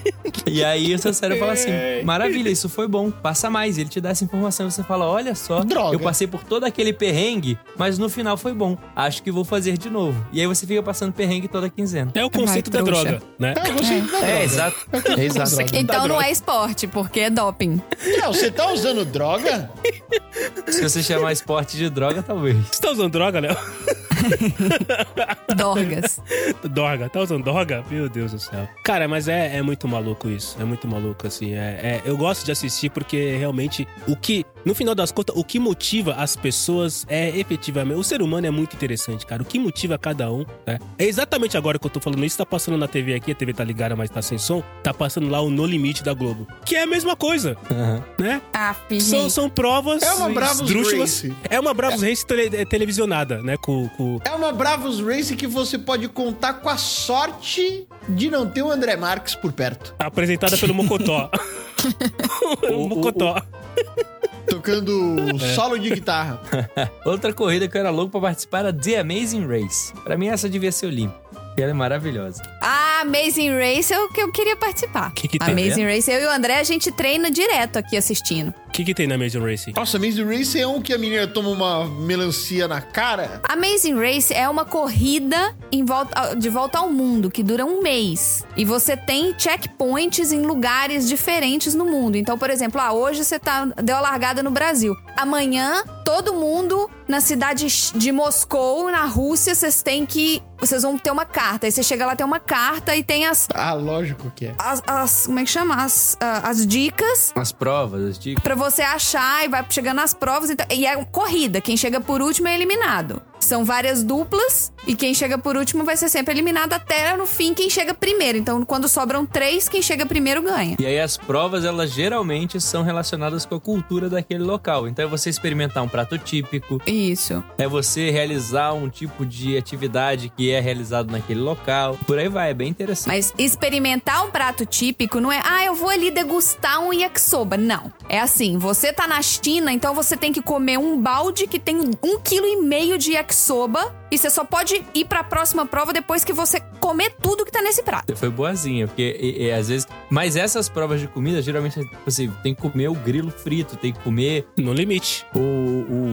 Speaker 4: E aí, o seu cérebro fala assim: maravilha, isso foi bom, passa mais. Ele te dá essa informação e você fala: olha só,
Speaker 3: Droga.
Speaker 4: eu passei por todo aquele perrengue, mas no final foi bom, acho que vou fazer de novo. E aí, você fica passando perrengue toda quinzena.
Speaker 1: É o conceito da
Speaker 2: trouxa.
Speaker 1: droga, né?
Speaker 3: É, você,
Speaker 4: É, exato.
Speaker 3: exato.
Speaker 2: então não é esporte, porque é doping.
Speaker 3: Não, você tá usando droga?
Speaker 4: Se você chamar esporte de droga, talvez.
Speaker 1: Você tá usando droga, Léo?
Speaker 2: Dorgas.
Speaker 1: Dorga, tá usando Dorga? Meu Deus do céu. Cara, mas é, é muito maluco isso. É muito maluco, assim. É, é- eu gosto de assistir porque realmente o que, no final das contas, o que motiva as pessoas é efetivamente. O ser humano é muito interessante, cara. O que motiva cada um, né? É exatamente agora que eu tô falando isso. Tá passando na TV aqui, a TV tá ligada, mas tá sem som. Tá passando lá o No Limite da Globo, que é a mesma coisa, né?
Speaker 2: Ah,
Speaker 1: São,
Speaker 2: gente.
Speaker 1: são provas.
Speaker 3: Uhum. É uma Bravos
Speaker 1: esdrúxulas.
Speaker 3: Race.
Speaker 1: É uma Bravos Race tele- eh, televisionada, né? Com, com-
Speaker 3: É uma Bravos Race que você pode contar com a sorte de não ter o André Marques por perto.
Speaker 1: apresentada pelo Mocotó. o Mocotó.
Speaker 3: Tocando solo de guitarra.
Speaker 4: Outra corrida que eu era louco pra participar era The Amazing Race. Pra mim, essa devia ser olímpica. E Ela é maravilhosa.
Speaker 2: Ah, Amazing Race é o que eu queria participar.
Speaker 1: Que tá que tem,
Speaker 2: Amazing Race, eu e o André, a gente treina direto aqui assistindo.
Speaker 1: O que, que tem na Major Racing?
Speaker 3: Nossa, Maze Race é um que a menina toma uma melancia na cara.
Speaker 2: Amazing Race é uma corrida em volta- ah, de volta ao mundo que dura um mês. E você tem checkpoints em lugares diferentes no mundo. Então, por exemplo, ah, hoje você tá, deu a largada no Brasil. Amanhã, todo mundo na cidade de Moscou, na Rússia, vocês têm que. Vocês vão ter uma carta. Aí você chega lá, tem uma carta e tem as.
Speaker 3: Ah, lógico que é.
Speaker 2: as, as- como é que chama? As, ah, as dicas
Speaker 4: As provas, as dicas.
Speaker 2: Pra você achar e vai chegando nas provas. Então, e é corrida, quem chega por último é eliminado. São várias duplas e quem chega por último vai ser sempre eliminado até no fim quem chega primeiro. Então, quando sobram três, quem chega primeiro ganha.
Speaker 4: E aí, as provas, elas geralmente são relacionadas com a cultura daquele local. Então, é você experimentar um prato típico,
Speaker 2: Isso.
Speaker 4: é você realizar um tipo de atividade que é realizado naquele local. Por aí vai, é bem interessante.
Speaker 2: Mas experimentar um prato típico não é, ah, eu vou ali degustar um yakisoba. Não. É assim, você tá na China, então você tem que comer um balde que tem um quilo e meio de yakisoba e você só pode ir pra próxima prova depois que você comer tudo que tá nesse prato.
Speaker 4: Você foi boazinha, porque e- e às vezes. Mas essas provas de comida, geralmente, você tem que comer o grilo frito, tem que comer
Speaker 1: No limite.
Speaker 4: o,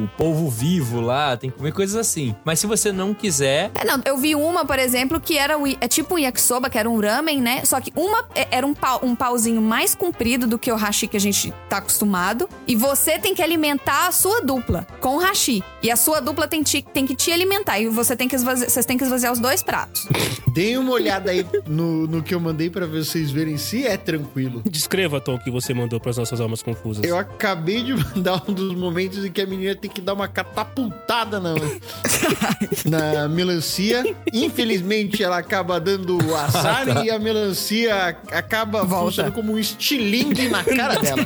Speaker 4: o polvo vivo lá, tem que comer coisas assim. Mas se você não quiser,
Speaker 2: É, não, eu vi uma, por exemplo, que era o, i- é tipo um yakisoba, que era um ramen, né? Só que uma é- era um, pau, um pauzinho mais comprido do que o hashi que a gente tá acostumado. E você tem que alimentar a sua dupla com o hashi. E a sua dupla tem, ti- tem que te alimentar. E você tem que esvaziar, vocês têm que esvaziar os dois pratos.
Speaker 3: Deem uma olhada aí no, no que eu mandei pra vocês verem se é tranquilo.
Speaker 1: Descreva, Tom, o que você mandou para as nossas almas confusas.
Speaker 3: Eu acabei de mandar um dos momentos em que a menina tem que dar uma catapultada na, na melancia. Infelizmente, ela acaba dando azar e a melancia acaba funcionando como um estilingue na cara dela.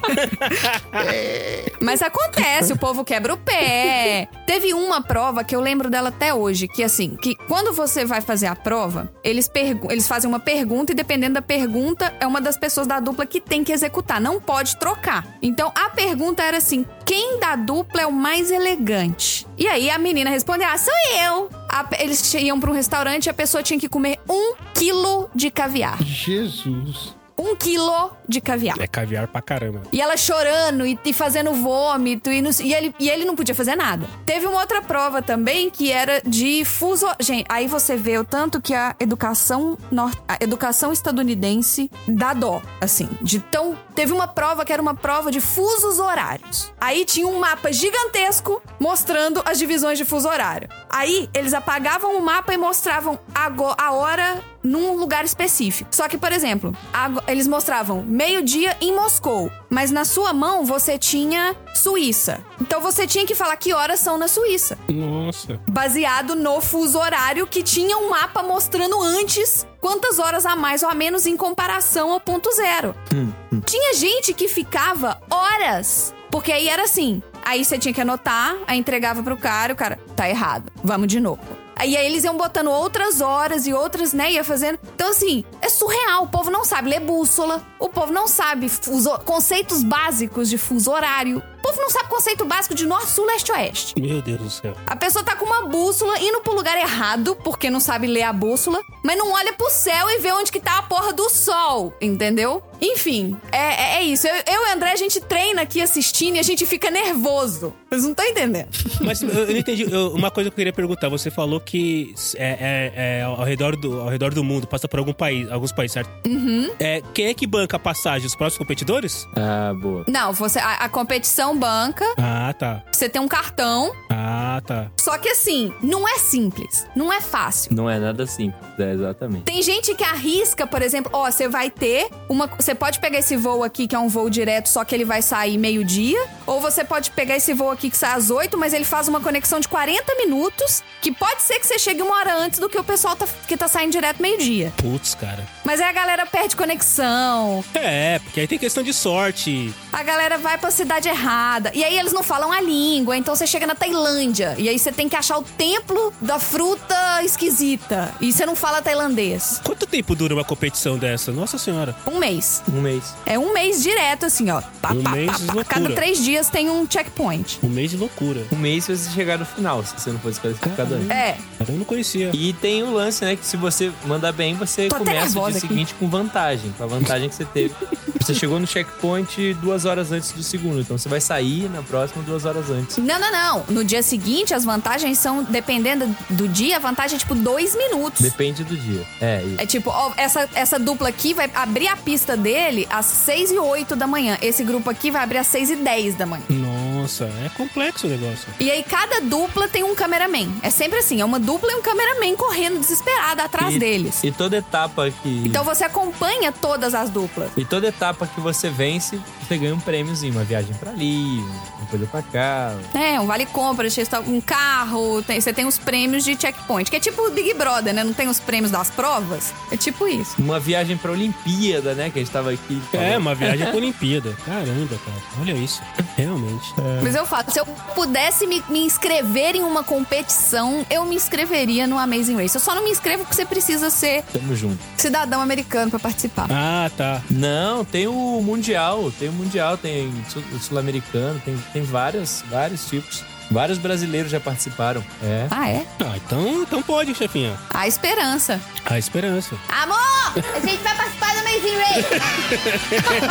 Speaker 2: Mas acontece, o povo quebra o pé. Teve uma prova que eu lembro dela até hoje. hoje que, assim, que quando você vai fazer a prova, eles, pergu- eles fazem uma pergunta e dependendo da pergunta, é uma das pessoas da dupla que tem que executar, não pode trocar. Então a pergunta era assim: quem da dupla é o mais elegante? E aí a menina respondeu: ah, sou eu! A- eles iam pra um restaurante e a pessoa tinha que comer um quilo de caviar.
Speaker 3: Jesus.
Speaker 2: Um quilo de caviar.
Speaker 1: É caviar pra caramba.
Speaker 2: E ela chorando e, e fazendo vômito. E, não sei- e ele, e ele não podia fazer nada. Teve uma outra prova também que era de fuso. Gente, aí você vê o tanto que a educação, nor- a educação estadunidense dá dó, assim. De tão. Teve uma prova que era uma prova de fusos horários. Aí tinha um mapa gigantesco mostrando as divisões de fuso horário. Aí eles apagavam o mapa e mostravam ago- a hora num lugar específico. Só que, por exemplo, ago- eles mostravam meio-dia em Moscou, mas na sua mão você tinha Suíça. Então você tinha que falar que horas são na Suíça,
Speaker 1: Nossa.
Speaker 2: baseado no fuso horário que tinha um mapa mostrando antes quantas horas a mais ou a menos em comparação ao ponto zero. Tinha gente que ficava horas, porque aí era assim. Aí você tinha que anotar, aí entregava pro cara, o cara, tá errado, vamos de novo. Aí, aí eles iam botando outras horas e outras, né? Ia fazendo. Então, assim, é surreal. O povo não sabe ler bússola. O povo não sabe fuso- conceitos básicos de fuso horário. O povo não sabe conceito básico de norte, sul, leste, oeste.
Speaker 1: Meu Deus do céu.
Speaker 2: A pessoa tá com uma bússola indo pro lugar errado, porque não sabe ler a bússola, mas não olha pro céu e vê onde que tá a porra do sol, entendeu? Enfim, é, é- é isso. Eu, eu e o André, a gente treina aqui assistindo e a gente fica nervoso. Vocês não estão entendendo.
Speaker 1: Mas eu, eu não entendi. Eu- uma coisa que eu queria perguntar: você falou que é, é- é ao, redor do, ao redor do mundo, passa por algum país, alguns países, certo? Uhum. É, quem é que banca a passagem? Os próprios competidores?
Speaker 4: Ah, boa.
Speaker 2: Não, você a, a competição banca,
Speaker 1: Ah, tá.
Speaker 2: você tem um cartão,
Speaker 1: Ah, tá.
Speaker 2: só que assim, não é simples, não é fácil.
Speaker 4: Não é nada simples, é exatamente.
Speaker 2: Tem gente que arrisca, por exemplo, ó, você vai ter uma. Você pode pegar esse voo aqui, que é um voo direto, só que ele vai sair meio-dia. Ou você pode pegar esse voo aqui que sai às 8, mas ele faz uma conexão de 40 minutos, que pode ser que você chegue uma hora antes do que o pessoal tá- que tá saindo direto meio-dia.
Speaker 1: Putz, cara.
Speaker 2: Mas aí a galera perde conexão,
Speaker 1: É, porque aí tem questão de sorte.
Speaker 2: a galera vai pra cidade errada. E aí eles não falam a língua, então você chega na Tailândia. E aí você tem que achar o templo da fruta esquisita. E você não fala tailandês.
Speaker 1: Quanto tempo dura uma competição dessa? Nossa senhora.
Speaker 2: Um mês.
Speaker 4: Um mês.
Speaker 2: É um mês direto, assim, ó. Pá,
Speaker 1: Um
Speaker 2: pá,
Speaker 1: mês
Speaker 2: pá,
Speaker 1: de
Speaker 2: pá.
Speaker 1: loucura.
Speaker 2: Cada três dias tem um checkpoint.
Speaker 1: Um mês de loucura.
Speaker 4: Um mês se você chegar no final, se você não fosse classificado antes.
Speaker 2: É,
Speaker 1: Cara, eu não conhecia.
Speaker 4: E tem o lance, né? Que se você mandar bem, você
Speaker 2: Tô até
Speaker 4: começa o dia
Speaker 2: nervosa aqui.
Speaker 4: seguinte com vantagem. Com a vantagem que você teve. você chegou no checkpoint duas horas antes do segundo. Então você vai sair na próxima duas horas antes.
Speaker 2: Não, não, não. No dia seguinte, as vantagens são, dependendo do dia, a vantagem é tipo dois minutos.
Speaker 4: Depende do dia. É, e
Speaker 2: É tipo, ó, essa, essa dupla aqui vai abrir a pista dele às 6 e 8 da manhã. Esse grupo aqui vai abrir às 6 e 10 da manhã.
Speaker 1: Nossa, é complexo o negócio.
Speaker 2: E aí, cada dupla tem um cameraman. É sempre assim, é uma dupla e um cameraman correndo desesperado atrás
Speaker 4: e-
Speaker 2: deles.
Speaker 4: E toda etapa que.
Speaker 2: Então você acompanha todas as duplas.
Speaker 4: E toda etapa que você vence, você ganha um prêmiozinho. Uma viagem pra ali, uma coisa pra cá.
Speaker 2: É, um vale compra, um carro, tem- você tem os prêmios de checkpoint, que é tipo o Big Brother, né? Não tem os prêmios das provas? É tipo isso.
Speaker 4: Uma viagem pra Olimpíada, né? Que a gente tava aqui.
Speaker 1: É,
Speaker 4: falando.
Speaker 1: uma viagem pra Olimpíada. Caramba, cara. Olha isso. Realmente.
Speaker 2: Mas eu falo, se eu pudesse me, me inscrever em uma competição, eu me inscreveria no Amazing Race. Eu só não me inscrevo porque você precisa ser
Speaker 4: Tamo junto.
Speaker 2: cidadão americano pra participar.
Speaker 1: Ah, tá.
Speaker 4: Não, tem o Mundial, tem o Mundial, tem sul- o Sul-Americano, tem, tem várias, vários tipos. Vários brasileiros já participaram. É.
Speaker 2: Ah, é?
Speaker 1: Ah, então, então pode, chefinha.
Speaker 2: A esperança.
Speaker 1: A esperança.
Speaker 2: Amor, a gente vai participar do Amazing Race.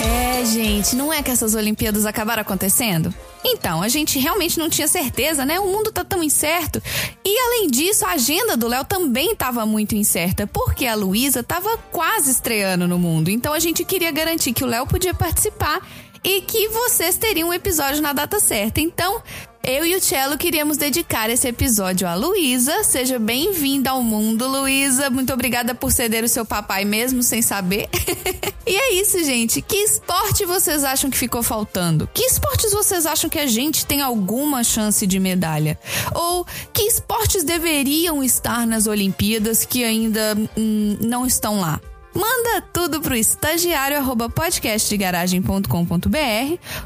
Speaker 2: É, gente, não é que essas Olimpíadas acabaram acontecendo? Então, a gente realmente não tinha certeza, né? O mundo tá tão incerto. E além disso, a agenda do Léo também tava muito incerta, porque a Luísa tava quase estreando no mundo. Então a gente queria garantir que o Léo podia participar e que vocês teriam um episódio na data certa. Então, Eu e o Cello queríamos dedicar esse episódio a Luísa. Seja bem-vinda ao mundo, Luísa. Muito obrigada por ceder o seu papai mesmo sem saber. e é isso, gente. Que esporte vocês acham que ficou faltando? Que esportes vocês acham que a gente tem alguma chance de medalha? Ou que esportes deveriam estar nas Olimpíadas que ainda hum, não estão lá? Manda tudo pro estagiário arroba podcastdegaragem.com.br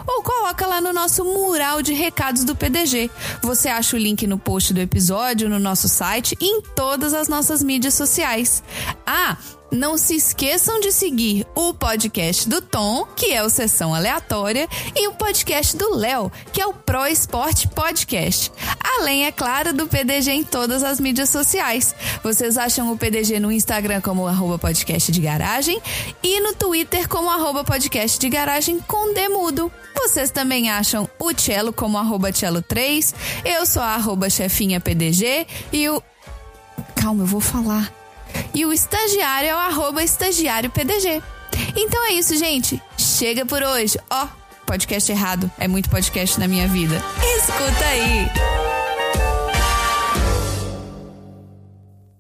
Speaker 2: ou coloca lá no nosso mural de recados do PDG. Você acha o link no post do episódio, no nosso site e em todas as nossas mídias sociais. Ah, não se esqueçam de seguir o podcast do Tom, que é o Sessão Aleatória, e o podcast do Léo, que é o Pro Esporte Podcast. Além, é claro, do PDG em todas as mídias sociais. Vocês acham o PDG no Instagram como arroba podcast de garagem e no Twitter como arroba podcast de garagem com demudo. Vocês também acham o Cello como arroba cello3, eu sou a arroba chefinha PDG e o... Calma, eu vou falar. E o estagiário é o arroba estagiário PDG. Então é isso, gente. Chega por hoje. Ó, podcast errado. É muito podcast na minha vida. Escuta aí.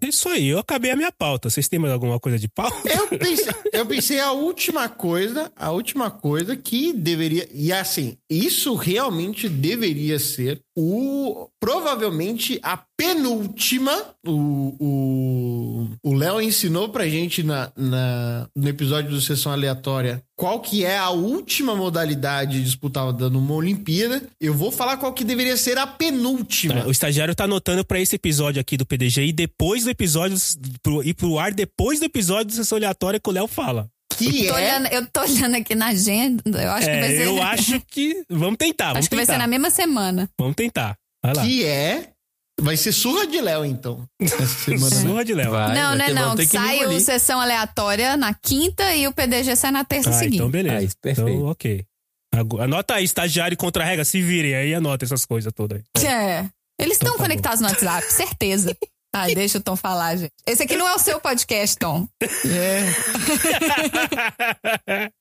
Speaker 1: É Isso aí, eu acabei a minha pauta. Vocês têm mais alguma coisa de pauta?
Speaker 3: Eu pensei, eu pensei a última coisa, a última coisa que deveria. E assim, isso realmente deveria ser o. Provavelmente a penúltima. O- O o Léo ensinou pra gente na, na- no episódio do Sessão Aleatória qual que é a última modalidade disputada numa Olimpíada. Eu vou falar qual que deveria ser a penúltima.
Speaker 1: Tá, O estagiário tá anotando pra esse episódio aqui do PDG e depois do episódio pro, e pro ar depois do episódio do sessão aleatória que o Léo fala.
Speaker 3: Que
Speaker 2: Tô
Speaker 3: é.
Speaker 2: olhando- eu tô olhando aqui na agenda. Eu acho que
Speaker 1: é,
Speaker 2: vai ser.
Speaker 1: eu acho que vamos tentar, vamos
Speaker 2: acho que
Speaker 1: tentar.
Speaker 2: vai ser na mesma semana.
Speaker 1: Vamos tentar. Vai lá.
Speaker 3: Que é. Vai ser surra de Léo, então. Essa semana. né?
Speaker 1: Surra de Léo.
Speaker 4: Vai,
Speaker 2: não,
Speaker 4: vai
Speaker 2: né,
Speaker 4: ter- vão
Speaker 2: não.
Speaker 4: ter que
Speaker 2: Sai o
Speaker 4: engolir.
Speaker 2: sessão aleatória na quinta e o PDG sai na terça
Speaker 1: Ah,
Speaker 2: seguinte.
Speaker 1: então
Speaker 4: Ah,
Speaker 1: beleza.
Speaker 4: isso, perfeito.
Speaker 1: então, ok. Agu- Anota aí, estagiário e contra-regra, se virem aí, anota essas coisas todas aí.
Speaker 2: É. Eles
Speaker 1: Então
Speaker 2: estão
Speaker 1: tá
Speaker 2: conectados no WhatsApp, certeza. Ah, deixa o Tom falar, gente. Esse aqui não é o seu podcast, Tom.
Speaker 3: É.